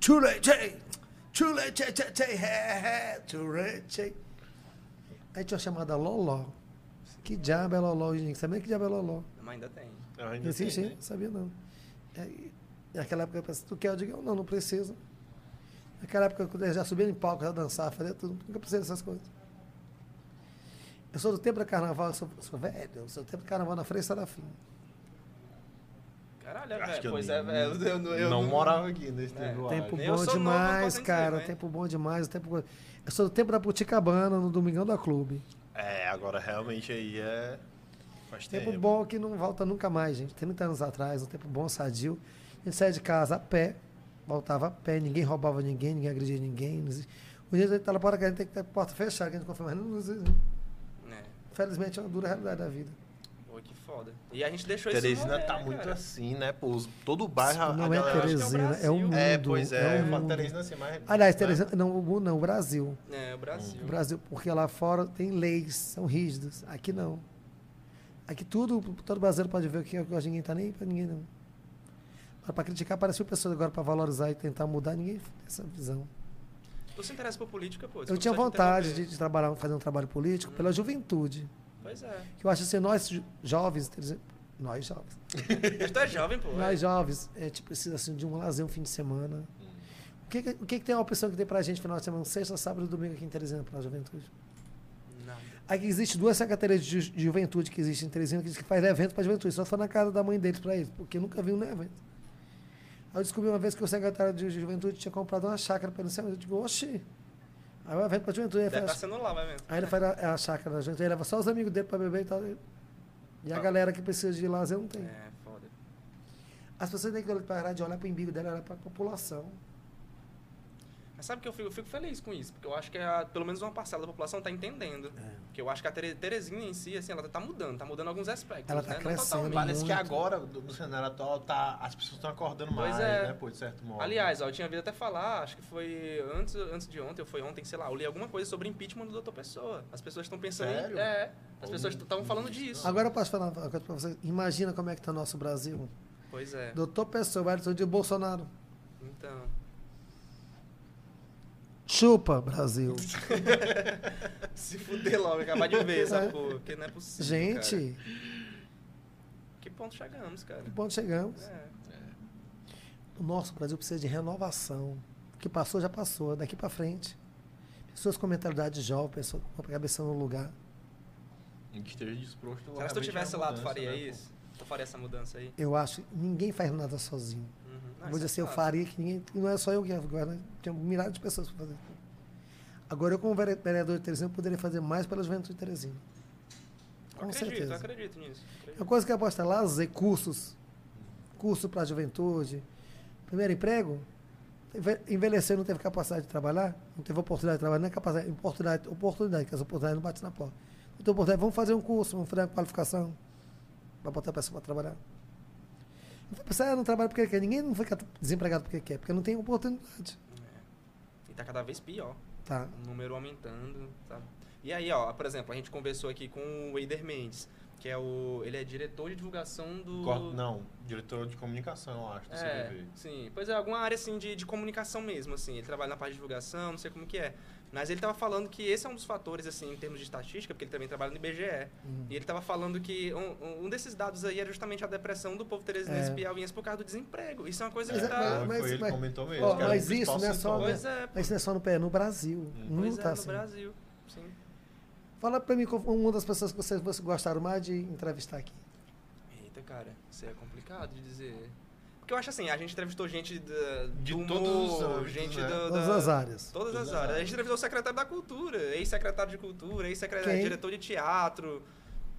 [SPEAKER 4] Chule, chei, chule, chei, chei, chei, he, he, chule, chei. Aí tinha uma chamada Loló. Que diabo é Loló, gente? Sabia que diabo é Loló?
[SPEAKER 2] Mas ainda tem.
[SPEAKER 3] Ainda
[SPEAKER 4] Eu assisti,
[SPEAKER 3] tem, né?
[SPEAKER 4] não sabia não. Aí, naquela época eu pensei, tu quer? Eu digo, não, não precisa. Naquela época, quando eu já subia em palco, já dançava, fazia tudo, nunca precisei dessas coisas. Eu sou do tempo do carnaval, eu sou, sou velho, eu sou do tempo do carnaval na Frei Serafim.
[SPEAKER 2] Caralho, é,
[SPEAKER 3] Acho que
[SPEAKER 2] velho.
[SPEAKER 3] eu
[SPEAKER 2] Pois
[SPEAKER 3] nem-
[SPEAKER 2] é, velho. Eu, eu, eu
[SPEAKER 3] não morava aqui nesse
[SPEAKER 2] É,
[SPEAKER 3] tempo. eu
[SPEAKER 4] tempo
[SPEAKER 2] eu
[SPEAKER 4] bom
[SPEAKER 2] sou novo, não posso
[SPEAKER 4] demais,
[SPEAKER 2] nem
[SPEAKER 4] cara,
[SPEAKER 2] dizer, né?
[SPEAKER 4] tempo bom demais, tempo bom. Eu sou do tempo da Puticabana, no Domingão da Clube.
[SPEAKER 3] acho. É, agora realmente aí é... Faz tempo.
[SPEAKER 4] Tempo bom que não volta nunca mais, gente. 30 anos atrás, um tempo bom, sadio. A gente saía de casa a pé, voltava a pé, ninguém roubava ninguém, ninguém agredia ninguém. não existe- O dia tá na porta que a gente tem que ter a porta fechada, que a gente confirma. Mas não, não existe, não.
[SPEAKER 2] É.
[SPEAKER 4] Felizmente é uma dura realidade da vida.
[SPEAKER 2] Pô, que foda. foda. E a gente deixou isso.
[SPEAKER 3] Teresina
[SPEAKER 2] rolê,
[SPEAKER 3] tá
[SPEAKER 2] é, cara.
[SPEAKER 3] muito assim, né? Pô, os- todo o bairro. a- a
[SPEAKER 4] Não é
[SPEAKER 3] galera-
[SPEAKER 4] Teresina, é o mundo.
[SPEAKER 3] É, pois é.
[SPEAKER 4] o
[SPEAKER 3] uma
[SPEAKER 4] mundo.
[SPEAKER 3] Teresina assim, mais.
[SPEAKER 4] Aliás,
[SPEAKER 3] né?
[SPEAKER 4] Teresina, não, o mundo não, o Brasil.
[SPEAKER 3] assim.
[SPEAKER 2] É, o Brasil.
[SPEAKER 4] O Brasil, porque lá fora tem leis, são rígidas. Aqui não. Aqui tudo, todo brasileiro pode ver o que é o que hoje ninguém tá nem aí pra ninguém não. Agora, pra criticar, apareceu pessoas agora pra valorizar e tentar mudar, ninguém tem essa visão.
[SPEAKER 2] Tu se interessa por política, pô?
[SPEAKER 4] Eu
[SPEAKER 2] desculpa
[SPEAKER 4] tinha
[SPEAKER 2] só te
[SPEAKER 4] vontade de,
[SPEAKER 2] interromper. Uhum.
[SPEAKER 4] de trabalhar, fazer um trabalho político pela juventude.
[SPEAKER 2] Pois é.
[SPEAKER 4] Que eu acho assim, nós jo- jovens, quer dizer, nós jovens,
[SPEAKER 2] Mas tu é jovem, pô.
[SPEAKER 4] nós jovens, a gente precisa assim, de um lazer, um fim de
[SPEAKER 2] Hum.
[SPEAKER 4] semana. O que, que- o que, que tem uma opção que tem pra gente final de semana, sexta, sábado e domingo aqui em Teresina, pra juventude?
[SPEAKER 2] Não.
[SPEAKER 4] Aqui existe duas secretarias de ju- de juventude que existem em Teresina, que diz que faz evento para juventude. Só foi na casa da mãe deles para eles, porque eu nunca vi um evento. Aí eu descobri uma vez que o secretário de ju- juventude tinha comprado uma chácara para não sei onde. Eu digo, oxi. Aí o evento para juventude. Ele
[SPEAKER 2] Deve
[SPEAKER 4] É, faz-
[SPEAKER 2] estar sendo lá, vai mesmo.
[SPEAKER 4] Aí ele faz a, a chácara da juventude, ele leva só os amigos dele para beber e tal. E a
[SPEAKER 2] Ah.
[SPEAKER 4] galera que precisa de lazer não tem.
[SPEAKER 2] É, foda.
[SPEAKER 4] As pessoas têm que parar de olhar para o umbigo dela, olhar para a população.
[SPEAKER 2] Mas sabe que eu fico, eu fico feliz com isso, porque eu acho que a- pelo menos uma parcela da população tá entendendo.
[SPEAKER 4] É.
[SPEAKER 2] Que eu acho que a Tere- Teresina em si, assim, ela tá mudando, tá mudando alguns aspectos.
[SPEAKER 4] Ela
[SPEAKER 2] né?
[SPEAKER 4] tá
[SPEAKER 2] Não
[SPEAKER 4] crescendo.
[SPEAKER 2] totalmente.
[SPEAKER 4] Vale-
[SPEAKER 3] Parece que
[SPEAKER 4] Muito.
[SPEAKER 3] agora, do- no cenário atual, tá, as pessoas estão acordando
[SPEAKER 2] Pois
[SPEAKER 3] mais,
[SPEAKER 2] é.
[SPEAKER 3] né? Pô, de certo modo.
[SPEAKER 2] Aliás, ó, eu tinha vindo até falar, acho que foi antes, antes de ontem, ou foi ontem, sei lá, eu li alguma coisa sobre impeachment do doutor Pessoa. As pessoas estão pensando
[SPEAKER 3] Sério?
[SPEAKER 2] em. É, as
[SPEAKER 3] Ou
[SPEAKER 2] pessoas
[SPEAKER 3] não-
[SPEAKER 2] estavam falando
[SPEAKER 3] não sei
[SPEAKER 2] disso.
[SPEAKER 4] Agora eu posso falar uma coisa para vocês. Imagina como é que está o nosso Brasil.
[SPEAKER 2] Pois é.
[SPEAKER 4] Doutor Pessoa, Edson de Bolsonaro.
[SPEAKER 2] Então.
[SPEAKER 4] Chupa, Brasil.
[SPEAKER 2] Se fuder logo, acabar de ver essa
[SPEAKER 4] É.
[SPEAKER 2] porra, porque não é possível. cara.
[SPEAKER 4] Gente,
[SPEAKER 2] Que ponto chegamos, cara?
[SPEAKER 4] que ponto chegamos?
[SPEAKER 2] É.
[SPEAKER 4] O nosso Brasil precisa de renovação. O que passou, já passou. Daqui para frente. Pessoas com mentalidade jovem, pessoas com a cabeça no lugar.
[SPEAKER 3] Que esteja
[SPEAKER 2] Será que se
[SPEAKER 3] disposto
[SPEAKER 2] eu
[SPEAKER 3] realmente à
[SPEAKER 2] tivesse lá, tu
[SPEAKER 3] mudança,
[SPEAKER 2] faria
[SPEAKER 3] né, pô?
[SPEAKER 2] isso? Tu faria essa mudança aí?
[SPEAKER 4] Eu acho que ninguém faz nada sozinho.
[SPEAKER 2] Uhum.
[SPEAKER 4] Vou dizer assim, eu faria que ninguém. e Não é só eu que agora, né? Tem milhares de pessoas para fazer. Agora, eu, como vere- vereador de Teresina, eu poderia fazer mais pela juventude de Teresina.
[SPEAKER 2] Com
[SPEAKER 4] Com
[SPEAKER 2] acredito, certeza.
[SPEAKER 4] certeza.
[SPEAKER 2] Eu acredito nisso. Acredito.
[SPEAKER 4] Uma coisa que eu aposto é lazer, cursos. Curso para a juventude. Primeiro emprego. Enve- Envelheceu, não teve capacidade de trabalhar, não teve oportunidade de trabalhar, não é capacidade, oportunidade, oportunidade, que as oportunidades não batem na porta. Então, oportunidade, vamos fazer um curso, vamos fazer uma qualificação para botar a pessoa para trabalhar. Não vai pensar, ah, não trabalha porque quer. Ninguém não fica desempregado porque quer, porque não tem oportunidade.
[SPEAKER 2] E tá cada vez pior.
[SPEAKER 4] Tá.
[SPEAKER 2] O número aumentando, sabe? E aí, ó, por exemplo, a gente conversou aqui com o Eider Mendes, que é o... Ele é diretor de divulgação do...
[SPEAKER 3] Cor- Não, diretor de comunicação, eu acho, do
[SPEAKER 2] É,
[SPEAKER 3] CBV.
[SPEAKER 2] sim. Pois é, alguma área assim de, de comunicação mesmo, assim. Ele trabalha na parte de divulgação, não sei como que é. Mas ele tava falando que esse é um dos fatores, assim, em termos de estatística, porque ele também trabalha no IBGE.
[SPEAKER 4] Uhum.
[SPEAKER 2] E ele tava falando que um, um desses dados aí era justamente a depressão do povo teresinense
[SPEAKER 4] É.
[SPEAKER 2] piauiense por causa do desemprego. Isso é uma coisa
[SPEAKER 4] Mas
[SPEAKER 2] que
[SPEAKER 4] é-
[SPEAKER 2] tá...
[SPEAKER 3] Foi-
[SPEAKER 4] mas-
[SPEAKER 3] foi ele
[SPEAKER 4] mas-
[SPEAKER 3] que comentou mesmo.
[SPEAKER 4] ó,
[SPEAKER 3] que era o
[SPEAKER 4] mas
[SPEAKER 3] principal
[SPEAKER 4] isso não é só-
[SPEAKER 3] sintoma.
[SPEAKER 2] Pois é,
[SPEAKER 4] Mas isso não é só no pé, é no Brasil. Não
[SPEAKER 2] pois é,
[SPEAKER 4] tá
[SPEAKER 2] no
[SPEAKER 4] assim.
[SPEAKER 2] Brasil. Sim.
[SPEAKER 4] Fala para mim qual foi uma das pessoas que vocês vocês gostaram mais de entrevistar aqui.
[SPEAKER 2] Eita, cara, isso é complicado de dizer. Porque eu acho assim, a gente entrevistou gente da,
[SPEAKER 3] De
[SPEAKER 2] do
[SPEAKER 3] todos
[SPEAKER 2] humor,
[SPEAKER 3] os âmbitos,
[SPEAKER 2] gente
[SPEAKER 3] né?
[SPEAKER 2] da,
[SPEAKER 4] Todas
[SPEAKER 2] da-
[SPEAKER 4] as áreas.
[SPEAKER 2] Todas as
[SPEAKER 3] Todas as
[SPEAKER 2] áreas. A
[SPEAKER 3] áreas.
[SPEAKER 2] gente entrevistou o secretário da Cultura, ex-secretário de Cultura, ex-secretário,
[SPEAKER 4] Quem?
[SPEAKER 2] diretor de teatro.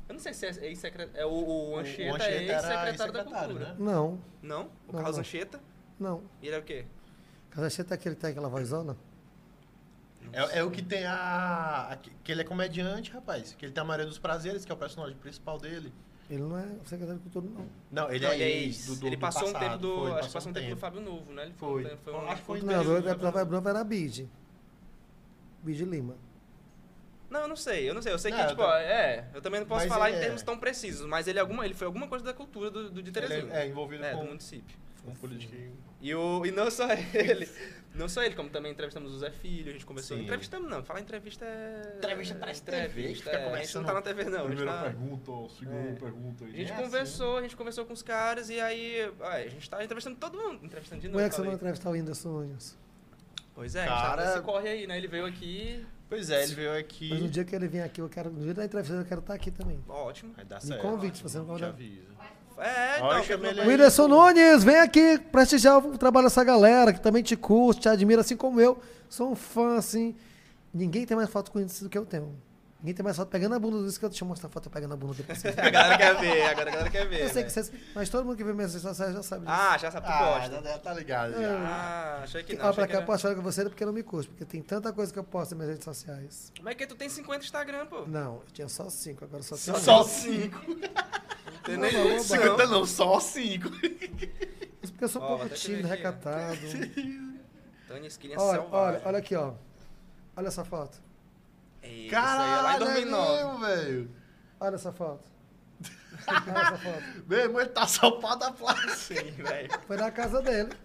[SPEAKER 2] Eu não sei se é ex-secretário. É o, o
[SPEAKER 3] O
[SPEAKER 2] Anchieta,
[SPEAKER 3] Anchieta
[SPEAKER 2] é
[SPEAKER 3] era
[SPEAKER 2] ex-secretário da
[SPEAKER 3] ex-secretário,
[SPEAKER 2] Cultura.
[SPEAKER 3] né?
[SPEAKER 4] Não,
[SPEAKER 2] Não? O
[SPEAKER 4] Não,
[SPEAKER 2] Carlos
[SPEAKER 4] não.
[SPEAKER 2] Anchieta?
[SPEAKER 4] não.
[SPEAKER 2] E ele é o quê?
[SPEAKER 4] Casacheta é aquele que tem aquela vozona?
[SPEAKER 3] É, é o que tem a, a- Que que ele é comediante, rapaz. Que ele tem a Maria dos Prazeres, que é o personagem principal dele.
[SPEAKER 4] Ele não é secretário de cultura, não.
[SPEAKER 3] Não, ele
[SPEAKER 2] Não,
[SPEAKER 3] é ex. do- do-
[SPEAKER 2] ele
[SPEAKER 3] do
[SPEAKER 2] passou um
[SPEAKER 3] passado,
[SPEAKER 2] tempo do.
[SPEAKER 3] foi,
[SPEAKER 2] acho que passou um tempo do Fábio Novo, né? Ele
[SPEAKER 3] Foi.
[SPEAKER 2] um- Foi um,
[SPEAKER 3] Acho que foi né?
[SPEAKER 4] Não, agora
[SPEAKER 3] Ele
[SPEAKER 4] da
[SPEAKER 3] não
[SPEAKER 4] Prova Brava era a Bid. Bid Lima.
[SPEAKER 2] Não, eu não sei, eu não sei. Eu sei
[SPEAKER 3] Não,
[SPEAKER 2] que,
[SPEAKER 3] eu
[SPEAKER 2] tipo,
[SPEAKER 3] tam-
[SPEAKER 2] é, eu também não posso
[SPEAKER 3] Mas
[SPEAKER 2] falar
[SPEAKER 3] ele
[SPEAKER 2] em
[SPEAKER 3] é-
[SPEAKER 2] termos tão precisos, mas ele, é alguma, ele foi alguma coisa da cultura do, do de
[SPEAKER 3] Ele
[SPEAKER 2] Teresina.
[SPEAKER 3] é, é envolvido
[SPEAKER 2] É, do
[SPEAKER 3] com
[SPEAKER 2] município.
[SPEAKER 3] um politiquinho.
[SPEAKER 2] E, o, e não só ele. Não só ele, como também entrevistamos o Zé Filho, a gente conversou.
[SPEAKER 3] Sim.
[SPEAKER 2] Entrevistamos não, falar entrevista é.
[SPEAKER 3] Entrevista atrás de
[SPEAKER 2] entrevista,
[SPEAKER 3] TV, que fica
[SPEAKER 2] é, A gente não tá
[SPEAKER 3] conversando
[SPEAKER 2] na TV, não. A gente, tá-
[SPEAKER 3] pergunta, segunda
[SPEAKER 2] É.
[SPEAKER 3] pergunta. assim.
[SPEAKER 2] a gente conversou, a gente conversou com os caras e aí. ai, a gente tá entrevistando todo mundo. Entrevistando de
[SPEAKER 4] Como
[SPEAKER 2] novo.
[SPEAKER 4] é que você não
[SPEAKER 2] falei.
[SPEAKER 4] entrevistar o Whindersson Nunes?
[SPEAKER 2] Pois é, a gente
[SPEAKER 3] Cara-
[SPEAKER 2] tá nesse corre aí, né? Ele veio aqui.
[SPEAKER 3] Pois é, ele veio
[SPEAKER 4] Mas no
[SPEAKER 3] aqui.
[SPEAKER 4] dia que ele vem aqui, eu quero. No dia da entrevista, eu quero estar aqui também.
[SPEAKER 2] Ó, Ótimo.
[SPEAKER 3] Vai dar
[SPEAKER 4] Me convide, se você não
[SPEAKER 3] Te
[SPEAKER 4] convidar.
[SPEAKER 3] avisa.
[SPEAKER 2] É, então.
[SPEAKER 3] Ó, eu
[SPEAKER 2] que
[SPEAKER 3] chamei
[SPEAKER 2] meu-
[SPEAKER 3] ele aí.
[SPEAKER 4] Whindersson Nunes, vem aqui prestigiar o trabalho dessa galera que também te curte, te admira, assim como eu. Sou um fã, assim. Ninguém tem mais foto com isso do que eu tenho. Ninguém tem mais foto pegando a bunda do que eu Deixa eu mostrar a foto pegando a bunda depois. que vocês
[SPEAKER 2] A galera quer ver, agora a galera quer ver.
[SPEAKER 4] Eu sei
[SPEAKER 2] né?
[SPEAKER 4] que vocês. Mas todo mundo que vê minhas redes sociais já sabe disso.
[SPEAKER 2] Ah, já sabe, tu
[SPEAKER 3] Ah,
[SPEAKER 2] gosta.
[SPEAKER 3] já, já tá ligado.
[SPEAKER 4] É.
[SPEAKER 3] Já.
[SPEAKER 2] Ah, achei que não.
[SPEAKER 4] ah,
[SPEAKER 2] achei
[SPEAKER 4] pra
[SPEAKER 2] que
[SPEAKER 4] cá eu
[SPEAKER 2] era-
[SPEAKER 4] posso falar com você porque não me curte, porque tem tanta coisa que eu posto nas minhas redes sociais.
[SPEAKER 2] Como é que tu tem 50 Instagram, pô?
[SPEAKER 4] Não, eu tinha só cinco, agora só
[SPEAKER 3] Só,
[SPEAKER 4] tenho.
[SPEAKER 3] cinco.
[SPEAKER 2] Tem nem
[SPEAKER 4] Não, não,
[SPEAKER 2] isso, não.
[SPEAKER 3] 50 não, só 5.
[SPEAKER 4] Isso porque eu sou um
[SPEAKER 2] Ó,
[SPEAKER 4] pouco
[SPEAKER 2] até que
[SPEAKER 4] tímido,
[SPEAKER 2] energia. um
[SPEAKER 4] recatado.
[SPEAKER 2] Tony Skinner é
[SPEAKER 4] Olha,
[SPEAKER 2] selvagem.
[SPEAKER 4] olha, olha aqui, ó. Olha essa foto.
[SPEAKER 2] Ei, isso aí é lá em
[SPEAKER 3] Caralho, é
[SPEAKER 2] 2009.
[SPEAKER 3] mesmo, velho.
[SPEAKER 4] Olha essa foto. Olha essa foto.
[SPEAKER 3] Meu irmão, ele tá salpado a placa.
[SPEAKER 2] Sim, velho.
[SPEAKER 4] Foi na casa dele.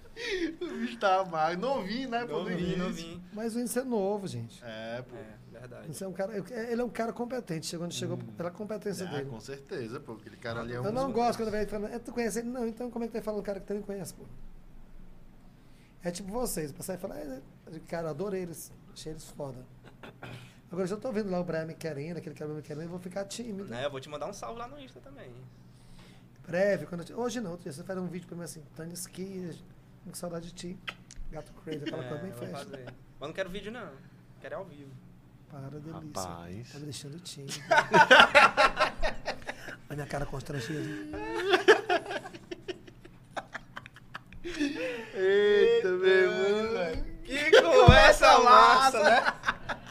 [SPEAKER 3] O bicho tá magro. Novinho,
[SPEAKER 4] é
[SPEAKER 3] né?
[SPEAKER 2] Não
[SPEAKER 3] Poderia.
[SPEAKER 2] vim, não vim.
[SPEAKER 4] Mas o Índice é novo, gente.
[SPEAKER 3] É, pô.
[SPEAKER 2] É, verdade. Hum.
[SPEAKER 4] Índice é um cara, ele é um cara competente. Chegou onde chegou pela competência
[SPEAKER 2] É,
[SPEAKER 3] Ah,
[SPEAKER 4] dele.
[SPEAKER 3] com certeza, pô. Aquele cara ali é um...
[SPEAKER 4] Eu não gosto quando vem falando, "É, tu conhece ele? Não, então como é que tu vai falar um cara que tu nem conhece, pô? É tipo vocês, passar e falar, "É, é, cara, adorei eles, achei eles foda. Agora eu já tô vendo lá o Brian McKerena, aquele cara McKerena, eu vou ficar tímido.
[SPEAKER 2] Né, eu vou te mandar um salve lá no Insta também.
[SPEAKER 4] Breve, quando eu te- hoje não, outro dia você faz um vídeo pra mim assim, Tânia Skinner, com saudade de ti, gato crazy, aquela
[SPEAKER 2] É,
[SPEAKER 4] coisa bem
[SPEAKER 2] vou
[SPEAKER 4] festa.
[SPEAKER 2] fazer. Mas não quero vídeo, não. Quero é ao vivo.
[SPEAKER 4] Para, delícia.
[SPEAKER 3] Rapaz.
[SPEAKER 4] Tá me deixando tímido. A minha cara constrangida.
[SPEAKER 3] Eita, meu irmão.
[SPEAKER 2] Que conversa massa, né?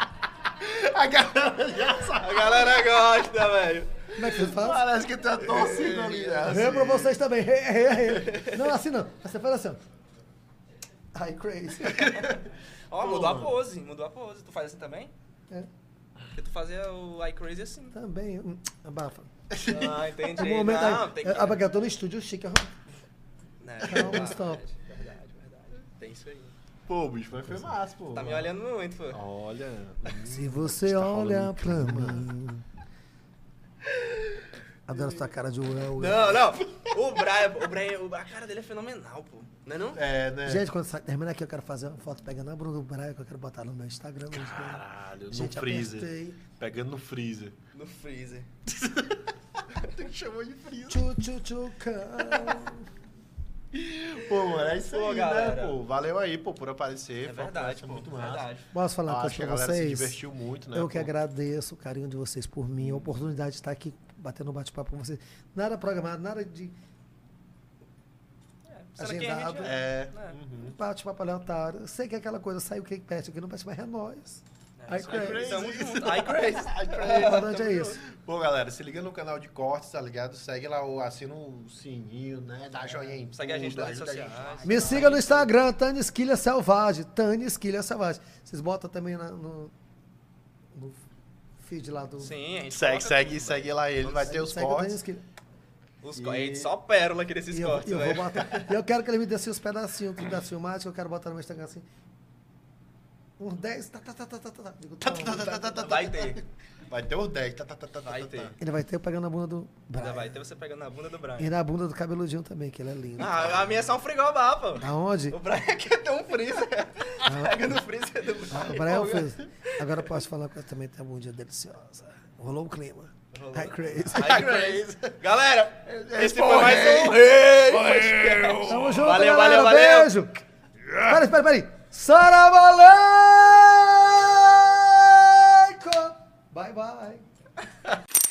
[SPEAKER 3] A galera já
[SPEAKER 2] A
[SPEAKER 3] sabe.
[SPEAKER 2] galera gosta, velho.
[SPEAKER 4] Como é que você faz?
[SPEAKER 3] Parece que tem a torcida ali. né?
[SPEAKER 4] Eu é pra
[SPEAKER 3] Assim.
[SPEAKER 4] vocês também. Hey, hey, hey. Não, assim não. Você faz assim. ó. Ai, crazy.
[SPEAKER 2] Ó, mudou a pose, mudou a pose. Tu faz assim também?
[SPEAKER 4] É,
[SPEAKER 2] Porque tu fazia o iCrazy assim.
[SPEAKER 4] também. hum, Abafa.
[SPEAKER 2] Ah, entendi.
[SPEAKER 4] É um momento
[SPEAKER 2] não,
[SPEAKER 4] aí.
[SPEAKER 2] tem
[SPEAKER 4] é,
[SPEAKER 2] que...
[SPEAKER 4] abaca, eu tô no estúdio chique. ó.
[SPEAKER 2] Né,
[SPEAKER 4] Calma,
[SPEAKER 2] verdade,
[SPEAKER 4] stop.
[SPEAKER 2] Verdade, verdade. Tem isso aí.
[SPEAKER 3] Pô, bicho, mas foi massa, pô.
[SPEAKER 2] Tá me olhando muito, pô.
[SPEAKER 3] Olha.
[SPEAKER 4] Se você
[SPEAKER 3] Tá rolando
[SPEAKER 4] olha
[SPEAKER 3] um
[SPEAKER 4] pra mim. Adoro essa cara de Well.
[SPEAKER 2] Não, não. O Brian, o Brian, o- a cara dele é fenomenal, pô. Não é não?
[SPEAKER 3] É, né?
[SPEAKER 4] Gente, quando sa- terminar aqui, eu quero fazer uma foto pegando a Bruno Braga que eu quero botar no meu Instagram. hoje, né?
[SPEAKER 3] Caralho,
[SPEAKER 4] Gente,
[SPEAKER 3] no freezer.
[SPEAKER 4] apertei.
[SPEAKER 3] Pegando no freezer.
[SPEAKER 2] No freezer.
[SPEAKER 3] Tem que chamar de freezer.
[SPEAKER 4] Tchu, tchu, tchu, cão.
[SPEAKER 3] Pô, mano, é isso
[SPEAKER 2] Pô,
[SPEAKER 3] aí,
[SPEAKER 2] galera.
[SPEAKER 3] né, pô? Valeu aí, pô, por aparecer.
[SPEAKER 2] É
[SPEAKER 3] Foi uma
[SPEAKER 2] verdade,
[SPEAKER 3] conversa
[SPEAKER 2] pô.
[SPEAKER 3] Muito massa.
[SPEAKER 2] verdade.
[SPEAKER 4] Posso falar uma
[SPEAKER 3] Ah,
[SPEAKER 4] coisa
[SPEAKER 3] acho que a
[SPEAKER 4] pra
[SPEAKER 3] galera se
[SPEAKER 4] vocês?
[SPEAKER 3] divertiu muito, né?
[SPEAKER 4] Eu que
[SPEAKER 3] pô?
[SPEAKER 4] agradeço o carinho de vocês por mim, a oportunidade de estar aqui batendo um bate-papo com vocês. Nada programado, nada de
[SPEAKER 2] É, será que
[SPEAKER 4] Agendado.
[SPEAKER 2] a gente...
[SPEAKER 3] É.
[SPEAKER 2] É.
[SPEAKER 3] Uhum.
[SPEAKER 4] bate-papo aleatório. Eu sei que é aquela coisa, sai o que perde aqui, não bate mais é nós.
[SPEAKER 2] É, isso aí.
[SPEAKER 4] iCrazy.
[SPEAKER 2] Tamo junto. iCrazy.
[SPEAKER 4] O importante é isso.
[SPEAKER 3] Pô, galera, se liga no canal de cortes, tá ligado? Segue lá, o- assina o sininho, né? Dá joinha em
[SPEAKER 2] É. Segue a gente
[SPEAKER 3] tudo,
[SPEAKER 2] nas redes
[SPEAKER 3] ajuda a gente
[SPEAKER 2] sociais.
[SPEAKER 4] Me siga no Instagram, Tânia Esquilha Selvagem. Tânia Esquilha Selvagem. Vocês botam também na- no, no feed lá do.
[SPEAKER 2] Sim, a gente
[SPEAKER 3] Segue,
[SPEAKER 2] coloca
[SPEAKER 3] segue,
[SPEAKER 2] tudo,
[SPEAKER 3] segue lá ele, vai ter os
[SPEAKER 4] Segue o Tânia
[SPEAKER 3] cortes.
[SPEAKER 4] Esquilha.
[SPEAKER 2] velho. Os co- A gente só pérola aqui desses
[SPEAKER 4] E eu,
[SPEAKER 2] cortes,
[SPEAKER 4] eu vou
[SPEAKER 2] velho.
[SPEAKER 4] botar. E eu quero que ele me dê assim, os pedacinhos da filmagem, eu quero botar no meu Instagram assim. Uns 10. Tá, tá, tá, tá, tá, tá. Digo,
[SPEAKER 3] Tá, tá, tá, tá, tá, tá, tá.
[SPEAKER 2] Vai ter.
[SPEAKER 3] Vai ter os 10. Tá, tá, tá, tá, tá,
[SPEAKER 2] Vai
[SPEAKER 3] tá,
[SPEAKER 2] ter.
[SPEAKER 3] tá.
[SPEAKER 4] Ele vai ter eu pegando a bunda do.
[SPEAKER 2] Ainda
[SPEAKER 4] Brian.
[SPEAKER 2] vai ter você pegando na bunda do
[SPEAKER 4] E
[SPEAKER 2] Brian.
[SPEAKER 4] na bunda do cabeludinho também, que ele é lindo.
[SPEAKER 2] Ah, a minha é só um frigobá, pô.
[SPEAKER 4] Aonde?
[SPEAKER 2] O Brian quer ter um freezer. Pega no freezer do Brian.
[SPEAKER 4] Ah, O Brian é um
[SPEAKER 2] Pô,
[SPEAKER 4] fez. Agora eu posso falar que também tem uma bundinha deliciosa. Rolou o clima.
[SPEAKER 2] Rolou.
[SPEAKER 4] Ai, crazy.
[SPEAKER 2] iCrazy. Galera, esse foi
[SPEAKER 3] Morreu.
[SPEAKER 2] mais um Rei Podcast.
[SPEAKER 4] Tamo junto,
[SPEAKER 2] Valeu,
[SPEAKER 4] galera.
[SPEAKER 2] valeu, valeu.
[SPEAKER 4] Beijo. Espera, espera, espera aí. Sara Malenko! Bye, bye.